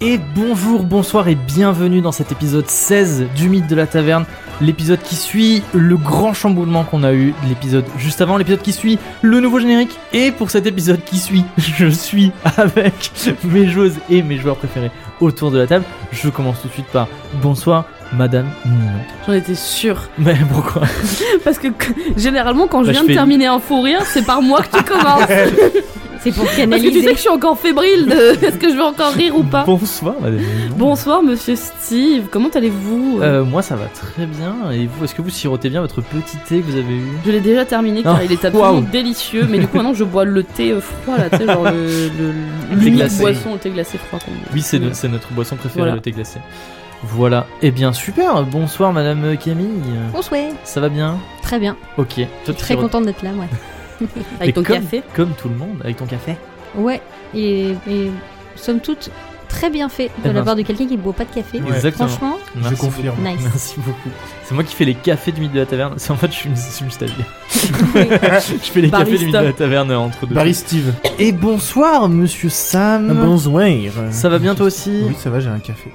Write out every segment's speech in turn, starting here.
Et bonjour, bonsoir et bienvenue dans cet épisode 16 du Mythe de la Taverne, l'épisode qui suit le grand chamboulement qu'on a eu, l'épisode juste avant, l'épisode qui suit le nouveau générique. Et pour cet épisode qui suit, je suis avec mes joueuses et mes joueurs préférés autour de la table. Je commence tout de suite par bonsoir, madame Ninon. J'en étais sûre. Mais pourquoi Parce que que- généralement, quand je Bah, viens je de fais- terminer un fou rire, c'est par moi que tu commences. C'est pour Parce que tu sais canaliser. que je suis encore fébrile de est-ce que je vais encore rire ou pas. Bonsoir, madame Ninon. Bonsoir, monsieur Steve. Comment allez-vous Euh, moi ça va très bien. Et vous, est-ce que vous sirotez bien votre petit thé que vous avez eu Je l'ai déjà terminé car Ah, il est absolument waouh. délicieux. Mais du coup, maintenant, je bois le thé euh, froid là, tu sais, genre le- le- thé l'unique glacé. boisson, le thé glacé froid. qu'on- Oui, c'est no- c'est notre boisson préférée, Voilà. le thé glacé. Voilà. Eh bien, super. Bonsoir, Madame euh, Camille. On souhaite. Ça va bien Très bien. Ok. Toi, tu Très sirotes contente d'être là, moi. Avec ton comme- café. Comme tout le monde, avec ton café. Ouais, et, et somme toute, très bien fait de Eh la ben, part de quelqu'un qui ne boit pas de café. Ouais. Exactement. Franchement, Merci Je confirme. beaucoup. nice. Merci beaucoup. C'est moi qui fais les cafés du mythe de la taverne. C'est en fait, je suis une, je suis une stagiaire. je fais les cafés du mythe de la taverne entre deux. Barry Steve. Et bonsoir, Monsieur Mm. Sam. Bonsoir. Ça va bien toi aussi Oui, ça va, j'ai un café.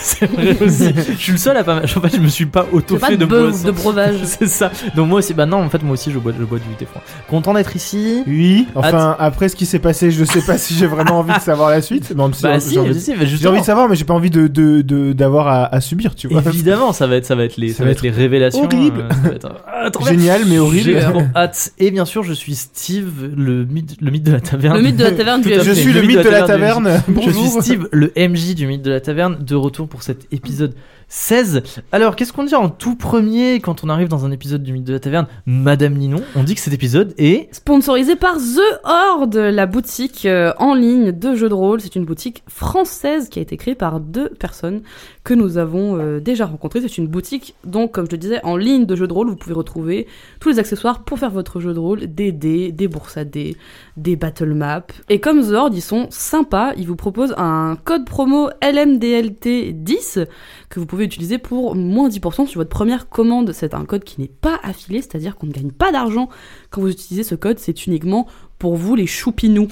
C'est vrai aussi. Je suis le seul à pas. En fait, je me suis pas C'est auto pas fait de de, beuh, boisson. de breuvage. C'est ça. Donc moi aussi, bah non, en fait moi aussi je bois, je bois du thé froid. Content d'être ici. Oui. Enfin, Att- après ce qui s'est passé, je sais pas si j'ai vraiment envie de savoir la suite. Non, mais si, Bah j'ai si, envie, si, bah, j'ai justement. envie de savoir, mais j'ai pas envie de de- de- d'avoir à, à subir, tu vois. Évidemment, ça va être, ça va être les, ça, va être les révélations. horrible. euh, ça va être- Ah, trop bien. Génial, mais J'ai horrible. trop hâte. Et bien sûr, je suis Steve, le mythe, le mythe de la taverne. Le mythe de la taverne Ah, Tout du à Je fait. MJ. suis le mythe de la du- taverne. Je suis Bonjour. Steve, le MJ du mythe de la taverne, de retour pour cet épisode 16. Alors, qu'est-ce qu'on dit en tout premier quand on arrive dans un épisode du mythe de la taverne Madame Ninon, on dit que cet épisode est... Sponsorisé par The Horde, la boutique euh, en ligne de jeux de rôle. C'est une boutique française qui a été créée par deux personnes que nous avons euh, déjà rencontrées. C'est une boutique, donc, comme je le disais, en ligne de jeux de rôle. Vous pouvez retrouver tous les accessoires pour faire votre jeu de rôle, des dés, des bourses à dés, des battle maps. Et comme The Horde, ils sont sympas. Ils vous proposent un code promo LMDLT10 que vous pouvez utiliser pour moins 10% sur votre première commande. C'est un code qui n'est pas affilié, c'est-à-dire qu'on ne gagne pas d'argent quand vous utilisez ce code, c'est uniquement pour vous les choupinous.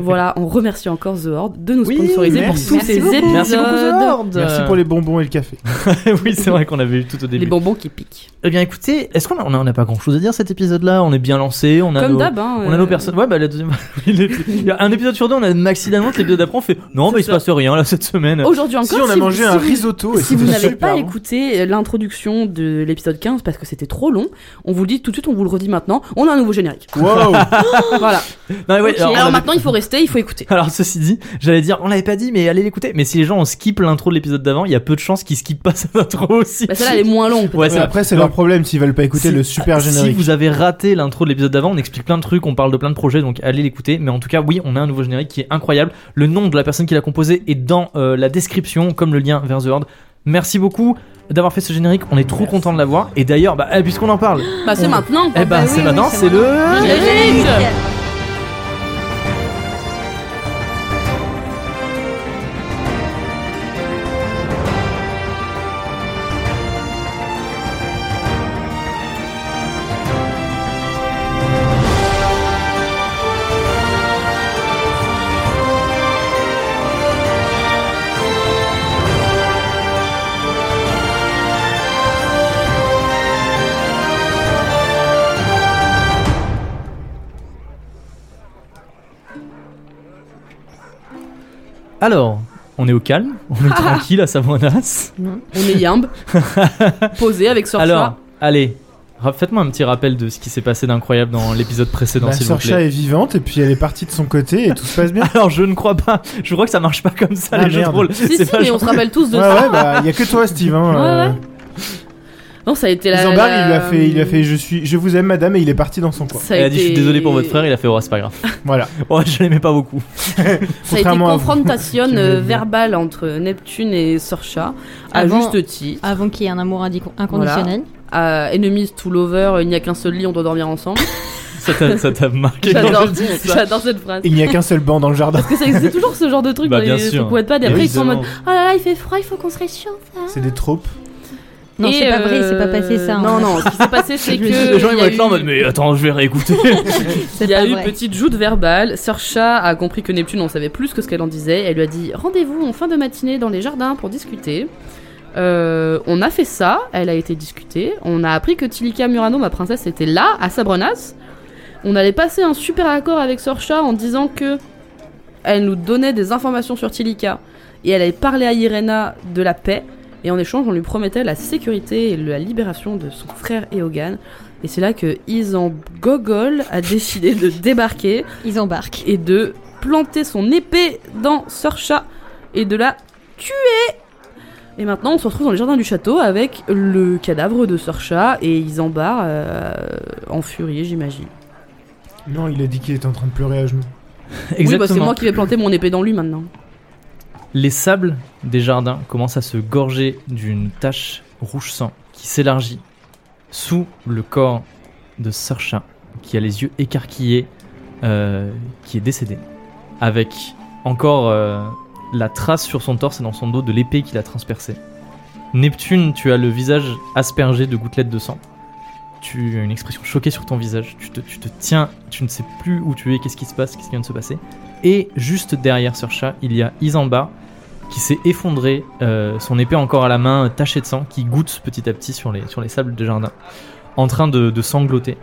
voilà, on remercie encore The Horde de nous Oui, sponsoriser pour merci. tous Merci ces beaucoup. épisodes. Merci beaucoup, Zord. Merci pour les bonbons et le café. oui, c'est vrai qu'on avait eu tout au début. Les bonbons qui piquent. Eh bien, écoutez, est-ce qu'on a, on a, on a pas grand-chose à dire cet épisode-là On est bien lancé, on a Comme nos... d'hab, hein, On a euh, nos personnes. Ouais, bah la deuxième. Il est- il y a un épisode sur deux, on a Maxi Dalmonte, l'épisode d'après, on fait. Non, mais il se passe rien là cette semaine. Aujourd'hui encore, Si on a si vous- mangé si un vous- risotto et Si vous c'était n'avez super hein. pas bon. écouté euh, l'introduction de l'épisode 15 parce que c'était trop long, on vous le dit tout de suite, on vous le redit maintenant, on a un nouveau générique. voilà. Wow. Non, mais Ah, ouais, Ok, alors, on Alors, avait- maintenant, il faut rester, il faut écouter. Alors, ceci dit, j'allais dire, on l'avait pas dit, mais allez l'écouter. Mais si les gens ont skip l'intro de l'épisode d'avant, il y a peu de chances qu'ils skippent pas cette intro aussi. Bah, celle-là, elle est moins longue. peut-être. Ouais, Mais c'est Après, c'est leur problème s'ils veulent pas écouter Si- le super Si générique. vous avez raté l'intro de l'épisode d'avant, on explique plein de trucs, on parle de plein de projets, donc allez l'écouter. Mais en tout cas, oui, on a un nouveau générique qui est incroyable. Le nom de la personne qui l'a composé est dans euh, la description, comme le lien vers The Horde. Merci beaucoup d'avoir fait ce générique, on est trop content de l'avoir. Et d'ailleurs, bah, eh, puisqu'on en parle, Bah, c'est On- maintenant. eh bah, oui, c'est oui, maintenant, c'est c'est le. euh, Générique. Alors, on est au calme, on est tranquille à Savonas. On est yamb, posé avec Sorcha. Alors, allez, ra- faites-moi un petit rappel de ce qui s'est passé d'incroyable dans l'épisode précédent, La s'il vous Sorcha plaît. est vivante et puis elle est partie de son côté et tout se passe bien. Alors, je ne crois pas, je crois que ça marche pas comme ça, Ah, les jeux de merde. rôle. si, C'est si, pas mais genre- on se rappelle tous de Ouais, ça. ouais, bah, y a que toi, Steve. Hein, Ouais, euh, ouais. Non, ça a été la. Isambard, la- il lui a fait, il lui a fait, je suis, je vous aime, madame, et il est parti dans son coin. Ça a Elle a dit, je suis été- désolé pour votre frère, il a fait, oh, c'est pas grave. Voilà. Oh, je l'aimais pas beaucoup. Ça a été Contrairement à vous. confrontation Qui me euh, dit. verbale entre Neptune et Sorcha, à Avant- juste titre. Avant qu'il y ait un amour indico- inconditionnel. À Enemies to Lover, il n'y a qu'un seul lit, on doit dormir ensemble. Ça t'a, ça t'a marqué quand J'adore je dis ça. j'adore cette phrase. Il n'y a qu'un seul banc dans le jardin. Parce que ça existe toujours ce genre de truc Bah, dans bien les sûr. trucs Wattpad, et après ils sont en Évidemment. mode Oh là là, il fait froid, il faut qu'on se réchauffe. C'est des tropes. Non, Et, c'est pas vrai, euh, c'est pas passé ça. hein. Non, non, ce qui s'est passé, c'est Je que. me dis, les gens ils il y vont a être là en eu- mode mais attends je vais réécouter. bah, c'est Il y a pas eu une vrai. petite joute verbale. Sœur Chat a compris que Neptune en savait plus que ce qu'elle en disait. Elle lui a dit Rendez-vous en fin de matinée dans les jardins pour discuter. Euh, on a fait ça, elle a été discutée. On a appris que Tilika Murano, ma princesse, était là, à Sabrenas. On allait passer un super accord avec Sœur Chat en disant que elle nous donnait des informations sur Tilika et elle allait parler à Irena de la paix. Et en échange, on lui promettait la sécurité et la libération de son frère Eogan. Et c'est là que Isan Gogol a décidé de débarquer Ils embarquent. et de planter son épée dans Sœur Chat et de la tuer. Et maintenant, on se retrouve dans les jardins du château avec le cadavre de Sœur Chat et Isan Bar euh, en furie, j'imagine. Non, il a dit qu'il était en train de pleurer à genoux. Oui, bah, c'est moi qui vais planter mon épée dans lui maintenant. Les sables des jardins commencent à se gorger d'une tache rouge sang qui s'élargit sous le corps de Sir Chat, qui a les yeux écarquillés, euh, qui est décédé, avec encore euh, la trace sur son torse et dans son dos de l'épée qui l'a transpercé. Neptune, tu as le visage aspergé de gouttelettes de sang. Tu as une expression choquée sur ton visage. Tu te, tu te tiens, tu ne sais plus où tu es, qu'est-ce qui se passe, qu'est-ce qui vient de se passer. Et juste derrière Sir Chat, il y a Isamba qui s'est effondré, euh, son épée encore à la main, tachée de sang, qui goutte petit à petit sur les, sur les sables des jardins, en train de, de sangloter,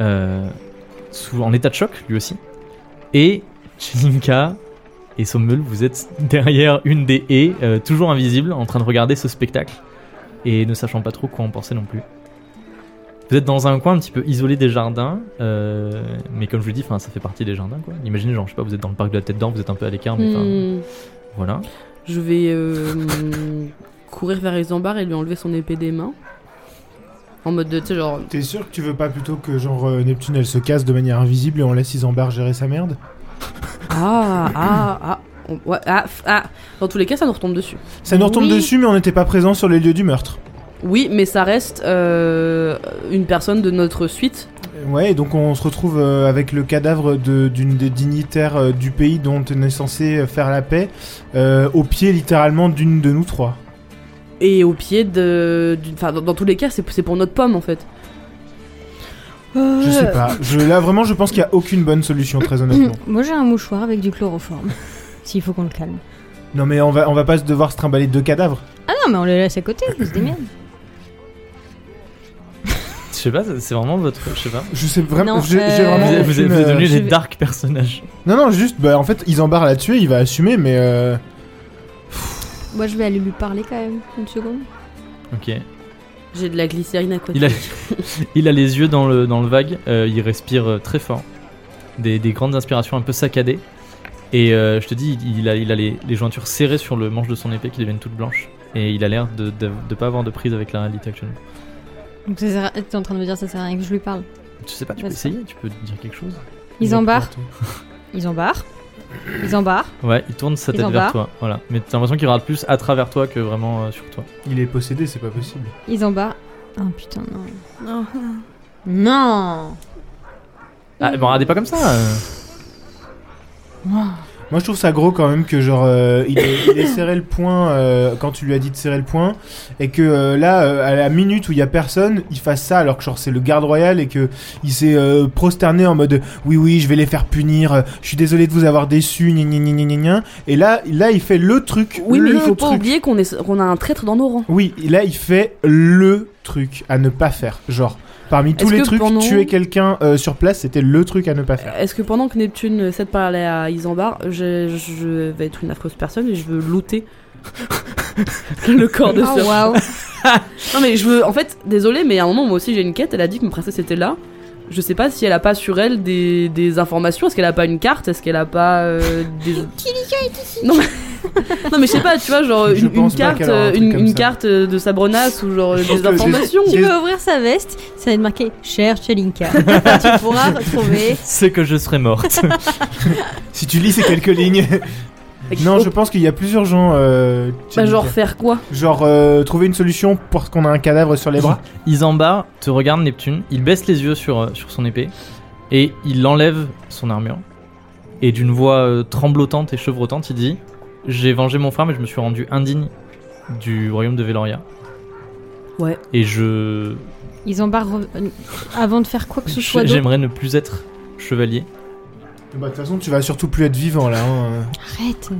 euh, sous- en état de choc lui aussi. Et Chelinka et Sommel, vous êtes derrière une des haies, euh, toujours invisible, en train de regarder ce spectacle, et ne sachant pas trop quoi en penser non plus. Vous êtes dans un coin un petit peu isolé des jardins, euh, mais comme je vous dis, 'fin, ça fait partie des jardins. Quoi. Imaginez, genre, je sais pas, vous êtes dans le parc de la tête d'or, vous êtes un peu à l'écart, mais 'fin, Hmm. voilà. Je vais euh, courir vers Isambard et lui enlever son épée des mains. En mode de, tu sais, genre, T'es sûr que tu veux pas plutôt que genre euh, Neptune elle se casse de manière invisible et on laisse Isambard gérer sa merde ah, ah, ah, on- ouais, ah, f- ah. Dans tous les cas, ça nous retombe dessus. Ça nous retombe Oui. dessus, mais on n'était pas présent sur les lieux du meurtre. Oui, mais ça reste euh, une personne de notre suite. Euh, Ouais, et donc on se retrouve euh, avec le cadavre de- d'une des dignitaires euh, du pays dont on est censé euh, faire la paix, euh, au pied littéralement d'une de nous trois. Et au pied de. d'une- Enfin, dans, dans tous les cas, c'est c'est pour notre pomme en fait. Je sais pas. Je, là vraiment, je pense qu'il y a aucune bonne solution, très honnêtement. Euh, Moi j'ai un mouchoir avec du chloroforme. S'il faut qu'on le calme. Mm. non mais on va, on va pas se devoir se trimballer deux cadavres. Ah non, mais on les laisse à côté, on se démerde. Je sais pas, c'est vraiment votre. Je sais pas. Je sais vraiment. Non, j'ai j'ai euh, vraiment. Vous êtes- vous êtes, aucune, vous êtes devenus euh, des je vais- dark personnages. Non non, juste. Bah en fait, Isambard l'a tué, il va assumer, mais. euh, Moi je vais aller lui parler quand même, une seconde. Ok. J'ai de la glycérine à côté. Il a, il a les yeux dans le, dans le vague, euh, il respire euh, très fort. Des, des grandes inspirations un peu saccadées. Et euh, je te dis, il, il a, il a les, les jointures serrées sur le manche de son épée qui deviennent toutes blanches. Et il a l'air de ne pas avoir de prise avec la réalité actuellement. Donc ça sert à- t'es en train de me dire ça sert à rien que je lui parle. Tu sais pas, tu peux Bah, ça. essayer, tu peux dire quelque chose. Ils embarquent, ils embarquent, ils embarquent. Ouais, il tourne sa Ils tête en vers bas. toi. Voilà. Mais t'as l'impression qu'il regarde plus à travers toi que vraiment euh, sur toi. Il est possédé, c'est pas possible. Ils embarquent. Ah putain, non. Non Ah, bon, regardez pas comme ça. euh. Moi, je trouve ça gros quand même que genre euh, il, ait, il ait serré le point euh, quand tu lui as dit de serrer le point et que euh, là euh, à la minute où il y a personne, il fasse ça alors que genre c'est le garde royal et que il s'est euh, prosterné en mode oui oui je vais les faire punir, euh, je suis désolé de vous avoir déçu, gna gna gna gna gna gna. Et là là il fait le truc. Oui, mais le il faut pas truc. oublier qu'on est- qu'on a un traître dans nos rangs. Oui, là il fait le truc à ne pas faire. Genre parmi tous Est-ce les que trucs, pendant- tuer quelqu'un euh, sur place, c'était le truc à ne pas faire. Est-ce que pendant que Neptune cède parlait à Isambard, je, je vais être une affreuse personne et je veux looter le corps de Oh Sir waouh Non mais je veux, en fait, désolé, mais à un moment moi aussi j'ai une quête. Elle a dit que ma princesse était là. Je sais pas si elle a pas sur elle des, des informations. Est-ce qu'elle a pas une carte Est-ce qu'elle a pas euh, des Non mais non mais je sais pas. Tu vois genre Je une, une pense pas carte, qu'elle aura un euh, truc une, comme une ça. carte euh, de Sabronas ou genre Je pense des que les- informations. les- Tu peux ouvrir sa veste, ça va être marqué Cher Chelinka. tu pourras retrouver. C'est que je serais morte. Si tu lis ces quelques lignes. Non, je pense qu'il y a plusieurs gens. Euh, Oh, Bah, genre Tchénique. faire quoi Genre, euh, trouver une solution pour qu'on a un cadavre sur les bras. Isambard te regarde Neptune, il baisse les yeux sur, euh, sur son épée et il enlève son armure. Et d'une voix euh, tremblotante et chevrotante, il dit J'ai vengé mon frère, mais je me suis rendu indigne du royaume de Veloria. Ouais. Et je Ils embarquent euh, avant de faire quoi que ce soit d'autre. j'aimerais ne plus être chevalier. Bah, De toute façon, tu vas surtout plus être vivant là. hein. Arrête. euh.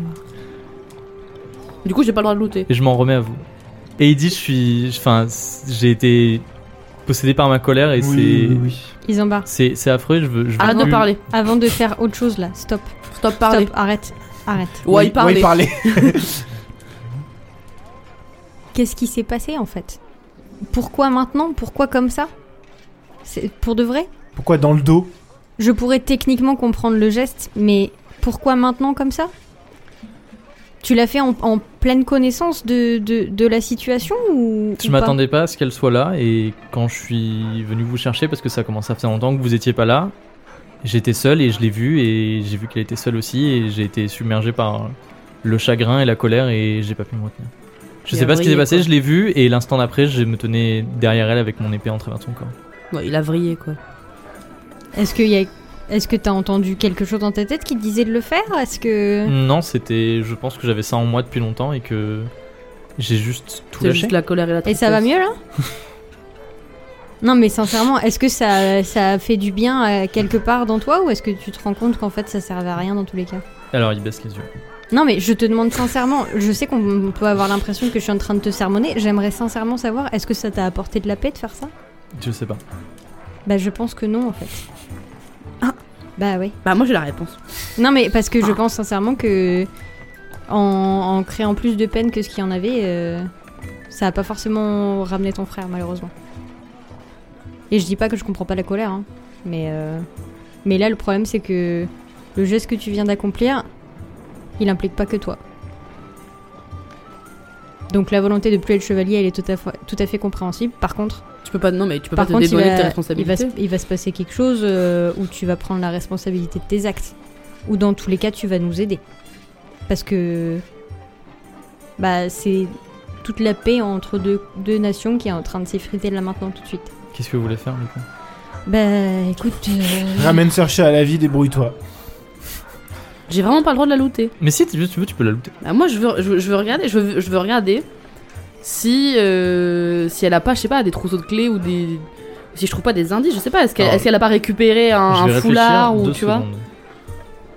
Du coup, j'ai pas le droit de looter. et je m'en remets à vous. Et il dit je suis, enfin, j'ai été possédé par ma colère et Oui, oui, oui, oui. Ils embarquent. c'est, c'est, c'est affreux. Je veux, je veux Ah, Arrête de plus- parler. Avant de faire autre chose là, stop. Stop parler. Stop, arrête. Arrête. Ouais, il parlait. Oui, parler. Qu'est-ce qui s'est passé en fait Pourquoi maintenant Pourquoi comme ça C'est pour de vrai Pourquoi dans le dos Je pourrais techniquement comprendre le geste, mais pourquoi maintenant comme ça Tu l'as fait en, en pleine connaissance de, de, de la situation ou Je ou pas m'attendais pas à ce qu'elle soit là et quand je suis venu vous chercher parce que ça commence à faire longtemps que vous étiez pas là, j'étais seul et je l'ai vu et j'ai vu qu'elle était seule aussi et j'ai été submergé par le chagrin et la colère et j'ai pas pu me retenir. Je Il sais a pas ce qui vrillé, s'est passé, quoi. je l'ai vu et l'instant d'après, je me tenais derrière elle avec mon épée en travers de son corps. Ouais, il a vrillé quoi. Est-ce que y a... Est-ce que t'as entendu quelque chose dans ta tête qui te disait de le faire Est-ce que Non, c'était. Je pense que j'avais ça en moi depuis longtemps et que j'ai juste tout C'est lâché. juste la colère et la et tristesse. ça va mieux là Non mais sincèrement, est-ce que ça ça a fait du bien euh, quelque part dans toi ou est-ce que tu te rends compte qu'en fait ça servait à rien dans tous les cas Alors il baisse les yeux. Non, mais je te demande sincèrement, je sais qu'on peut avoir l'impression que je suis en train de te sermonner. J'aimerais sincèrement savoir, est-ce que ça t'a apporté de la paix de faire ça Je sais pas. Bah, je pense que non, en fait. Ah. Bah, oui. Bah moi j'ai la réponse. Non, mais parce que je pense sincèrement que. En, en créant plus de peine que ce qu'il y en avait, euh, ça a pas forcément ramené ton frère, malheureusement. Et je dis pas que je comprends pas la colère, hein, mais. euh, mais là, le problème, c'est que le geste que tu viens d'accomplir, il implique pas que toi. Donc la volonté de plus être chevalier, elle est tout à, fa- tout à fait compréhensible. Par contre, Tu peux pas non mais tu peux par pas te contre, il dédouaner va, de tes il, va se, responsabilités. il va se passer quelque chose euh, où tu vas prendre la responsabilité de tes actes. Ou dans tous les cas, tu vas nous aider. Parce que. Bah, c'est toute la paix entre deux, deux nations qui est en train de s'effriter là maintenant tout de suite. Qu'est-ce que vous voulez faire du coup Bah, écoute. euh, Ramène Searcher à la vie, débrouille-toi. J'ai vraiment pas le droit de la looter. Mais si tu veux, tu, veux, tu peux la looter. Bah, moi je veux, je veux, je veux regarder, je veux, je veux regarder si euh, si elle a pas je sais pas des trousseaux de clés ou des si je trouve pas des indices, je sais pas est-ce qu'elle Alors, est-ce qu'elle a pas récupéré un, je un vais réfléchir foulard ou deux tu vois secondes.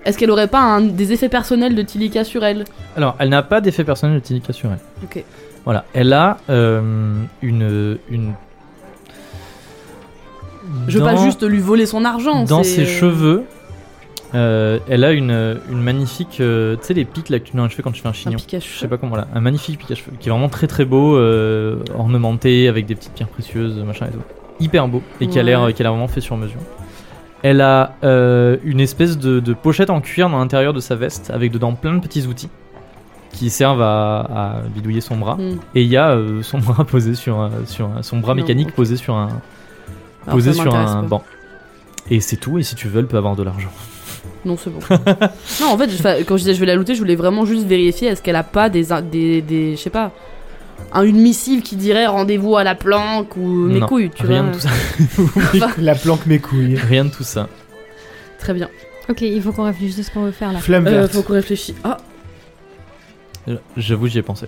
Est-ce qu'elle aurait pas un- des effets personnels de Tilika sur elle Alors elle n'a pas d'effet personnel de Tilika sur elle. Ok. Voilà. Elle a euh, une. une... Je veux pas Dans- juste lui voler son argent. Dans c'est- ses cheveux, euh, elle a une, une magnifique. euh, tu sais, les pics là que tu mets dans les cheveux quand tu fais un Un chignon. Je Pikachu. sais pas comment là, un magnifique pic à cheveux qui est vraiment très très beau, euh, ornementé avec des petites pierres précieuses, machin et tout. Hyper beau et qui a l'air Ouais. qui a l'air vraiment fait sur mesure. Elle a euh, une espèce de, de pochette en cuir dans l'intérieur de sa veste avec dedans plein de petits outils qui servent à, à bidouiller son bras. Hmm. Et il y a euh, son bras posé sur, un- sur un- son bras Non, mécanique ok. posé sur un Alors, posé ça sur m'intéresse un pas. banc. Et c'est tout. Et si tu veux, elle peut avoir de l'argent. Non, c'est bon. non, en fait, je- enfin, quand je disais je vais la looter, je voulais vraiment juste vérifier est-ce qu'elle a pas des. in- des, des je sais pas. un- une missive qui dirait rendez-vous à la planque ou mes Non, couilles, tu Rien vois. de tout ça. La planque mes couilles. Rien de tout ça. Très bien. Ok, il faut qu'on réfléchisse à ce qu'on veut faire là. Flamme Euh, verte. faut qu'on réfléchisse. Ah, J'avoue, j'y ai pensé.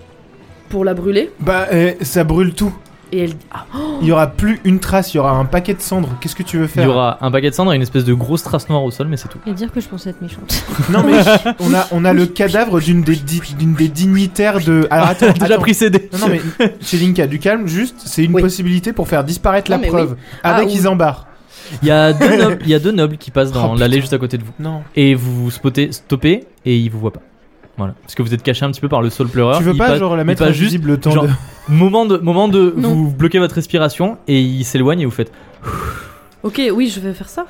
pour la brûler. Bah, eh, ça brûle tout. Et elle. Ah, Il y aura plus une trace, il y aura un paquet de cendres. Qu'est-ce que tu veux Il faire y aura un paquet de cendres et une espèce de grosse trace noire au sol, mais c'est tout. Et dire que je pensais être méchante. Non mais on a on a le cadavre d'une des di- d'une des dignitaires de. Alors attends, Déjà attends. pris CD. Non, non mais chez Linka du calme, juste c'est une Oui. possibilité pour faire disparaître Non, la mais preuve Ah, avec ou- Isambard. Il y a deux nobles, il y a deux nobles qui passent Oh, dans putain. l'allée juste à côté de vous Non. et vous vous spottez, stoppez et ils vous voient pas. Voilà, parce que vous êtes caché un petit peu par le sol pleureur. tu veux Il pas passe- genre la il mettre passe juste invisible le temps genre- de... moment de moment de Non. vous bloquez votre respiration et il s'éloigne et vous faites. ok, oui, je vais faire ça.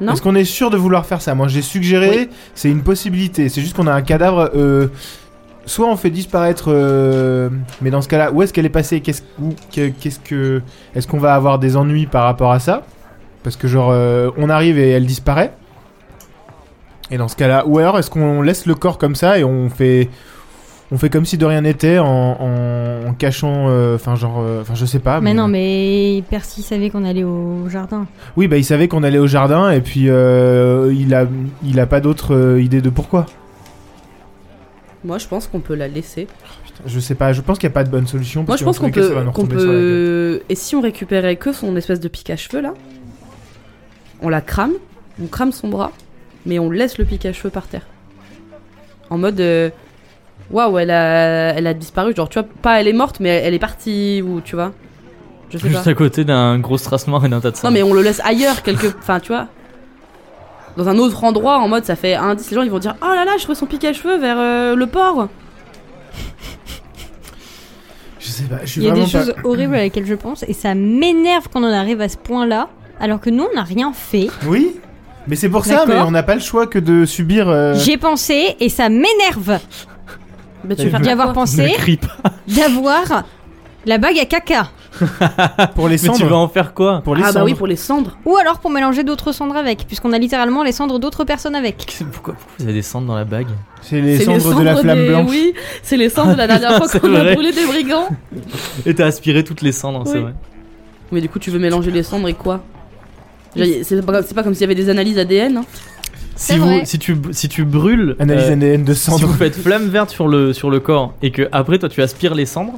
non. Est-ce qu'on est sûr de vouloir faire ça Moi j'ai suggéré, c'est une possibilité. C'est juste qu'on a un cadavre. euh, Soit on fait disparaître, euh, mais dans ce cas-là, où est-ce qu'elle est passée Qu'est-ce où- que- qu'est-ce que est-ce qu'on va avoir des ennuis par rapport à ça Parce que genre euh, on arrive et elle disparaît. Et dans ce cas-là, ou alors est-ce qu'on laisse le corps comme ça et on fait on fait comme si de rien n'était en, en- en cachant, euh, enfin genre, euh, enfin je sais pas. mais non, mais Percy savait qu'on allait au jardin. Oui, bah il savait qu'on allait au jardin et puis euh, il a il a pas d'autre euh, idée de pourquoi. Moi, je pense qu'on peut la laisser. Je sais pas, je pense qu'il n'y a pas de bonne solution. Moi, parce je que dans pense tous les qu'on cas, peut, ça va nous qu'on retomber sur la gueule. peut. Et si on récupérait que son espèce de pic à cheveux là, on la crame, on crame son bras, mais on laisse le pic à cheveux par terre. En mode, euh, waouh, elle a, elle a disparu. Genre, tu vois, pas elle est morte, mais elle est partie ou tu vois. Je sais pas. Juste à côté d'un gros strass noir et d'un tas de sang. Non, mais on le laisse ailleurs, quelque. Enfin, tu vois. Dans un autre endroit, en mode, ça fait un indice. Les gens, ils vont dire Oh là là, je trouvais son pic à cheveux vers euh, le port. Je sais pas, je suis Il y a vraiment des pas- choses horribles à laquelle je pense et ça m'énerve qu'on en arrive à ce point-là alors que nous on n'a rien fait. Oui mais c'est pour ça, D'accord. mais on n'a pas le choix que de subir. euh, J'ai pensé et ça m'énerve Bah, tu veux Et faire me- d'y quoi avoir pensé, Ne crie pas. d'avoir la bague à caca pour les Mais tu vas cendres. en faire quoi Pour les Ah, bah cendres. oui, pour les cendres. ou alors pour mélanger d'autres cendres avec puisqu'on a littéralement les cendres d'autres personnes avec. Qu'est-ce- Pourquoi, pourquoi vous avez des cendres dans la bague C'est les C'est cendres, de la cendres flamme des- blanche. Oui, c'est les cendres de la dernière fois C'est qu'on a vrai. brûlé des brigands. Et t'as aspiré toutes les cendres, c'est Oui. vrai. Mais du coup, tu veux mélanger les cendres et quoi Genre, y- C'est pas, c'est pas comme s'il y avait des analyses ADN. hein. Si, vrai. vous, si, tu, si tu brûles. Analyse euh, ADN de si cendres. vous faites flamme verte sur le, sur le corps et que après toi tu aspires les cendres,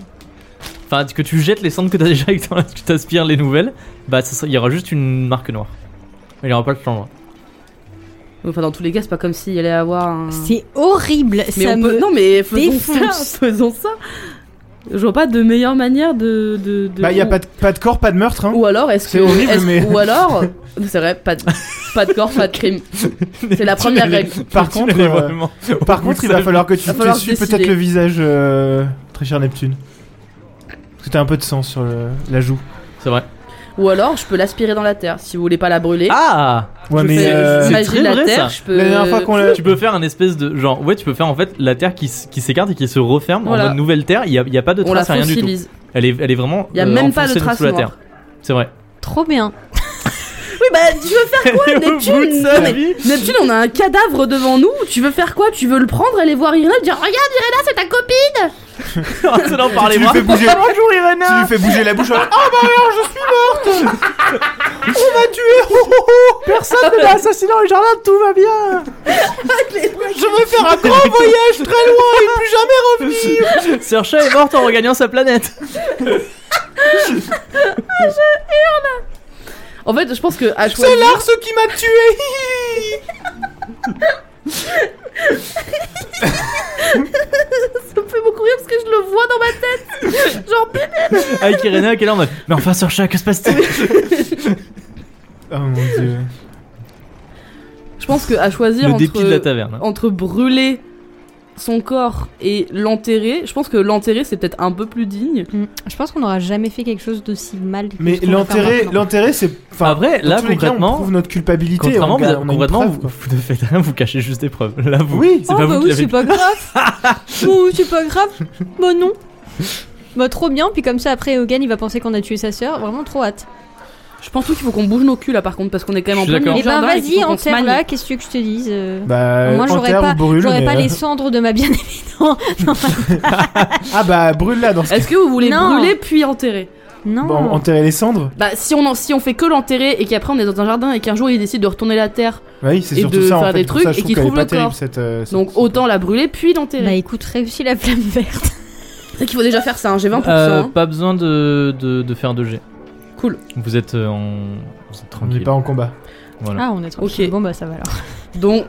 enfin que tu jettes les cendres que t'as déjà et que t'en- tu t'aspires les nouvelles, bah ça sera- il y aura juste une marque noire. Il n'y aura pas le plan noir. Enfin, dans tous les cas, c'est pas comme s'il allait avoir un. C'est horrible, mais ça on me peut- Non, mais faisons défonce. ça, faisons ça. Je vois pas de meilleure manière de. de, de- Bah, il n'y a pas de, pas de corps, pas de meurtre. Hein. Ou alors, est-ce que. C'est horrible, est-ce- mais- Ou alors. C'est vrai, pas de, pas de corps, pas de crime. C'est la première règle. Par Tu contre, l'as euh, vraiment- Par contre, il va falloir que tu Oh. Va falloir t'essuies décider. peut-être le visage, euh, très cher Neptune. Parce que t'as un peu de sang sur le- la joue. C'est vrai. Ou alors, je peux l'aspirer dans la terre. Si vous voulez pas la brûler. Ah Ouais, je mais fais- euh, je c'est magie très la vrai, terre, ça. je peux. la dernière fois qu'on l'a. Tu peux faire un espèce de genre ouais tu peux faire en fait la terre qui, s- qui s'écarte et qui se referme Voilà. en mode nouvelle terre il y a, il y a pas de On la trace rien du tout fossilise. elle est elle est vraiment Il y a euh, même pas de enfoncée trace sous la noire. terre c'est vrai trop bien. Oui, bah, tu veux faire quoi, Elle est au Neptune bout de Non, sa mais vie. Neptune, on a un cadavre devant nous. Tu veux faire quoi Tu veux le prendre, aller voir Irina, et dire Regarde, Irina, c'est ta copine Ça, n'en parlez Tu lui moi fais bouger, bonjour les tu lui renards fais bouger la bouche. voilà. Ah bah alors, je suis morte. On va tuer. personne ne l'a assassiné dans les jardins tout va bien Je veux faire un grand voyage très loin et plus jamais. Sercha est morte en regagnant sa planète En fait, je pense que à C'est choisir, Lars qui m'a tué. ça me fait beaucoup rire parce que je le vois dans ma tête. Genre, bip. avec Irena Ah, qui est là en mode mais enfin Sercha que se passe-t-il Oh mon dieu. Je pense que à choisir le entre, dépit de la taverne hein. entre brûler son corps et l'enterrer, je pense que l'enterrer c'est peut-être un peu plus digne. Mm. Je pense qu'on n'aura jamais fait quelque chose d'aussi mal. que Mais ce qu'on va faire l'enterrer, maintenant. l'enterrer, c'est. Enfin, après dans là tous les cas, on concrètement prouve notre culpabilité. Contrairement, on a- vous, on a une concrètement, preuve, vous, quoi. vous ne faites rien, vous cachez juste des preuves. Là, vous, Oui. c'est Oh, pas bah vous qui oui, l'avez c'est pas grave. bon, oui, c'est pas grave. Bah non. Bah trop bien, puis comme ça après Hogan il va penser qu'on a tué sa sœur, vraiment trop hâte. Je pense tout qu'il faut qu'on bouge nos culs là par contre parce qu'on est quand même Je suis en plein milieu d'accord. du et ben jardin et qu'il vas-y, faut qu'on se enterre manie. là, qu'est-ce que tu veux que je te dise euh Bah, Moi j'aurais enterre pas, ou brûle, j'aurais mais, pas euh, les cendres de ma bien-aimée. Non, Ah bah brûle-la dans ce Est-ce que vous voulez Non. brûler puis enterrer non. Bon, enterrer les cendres Bah si on en, si on fait que l'enterrer et qu'après on est dans un jardin et qu'un jour il décide de retourner la terre, Bah Oui, c'est Et surtout de ça en faire fait. des pour ça, trucs je et qu'ils qu'elle est trouvent pas le terrible, corps. cette, euh, cette- donc autant la brûler puis l'enterrer. Bah écoute, réussis la flamme verte. C'est qu'il faut déjà faire ça, hein, j'ai 20%. Euh, hein. Pas besoin de, de, de faire 2G. Cool. Vous êtes euh, en. Vous êtes On n'est tranquille. pas en combat. Voilà. Ah, on est tranquille. Ok. Bon bah ça va alors. Donc,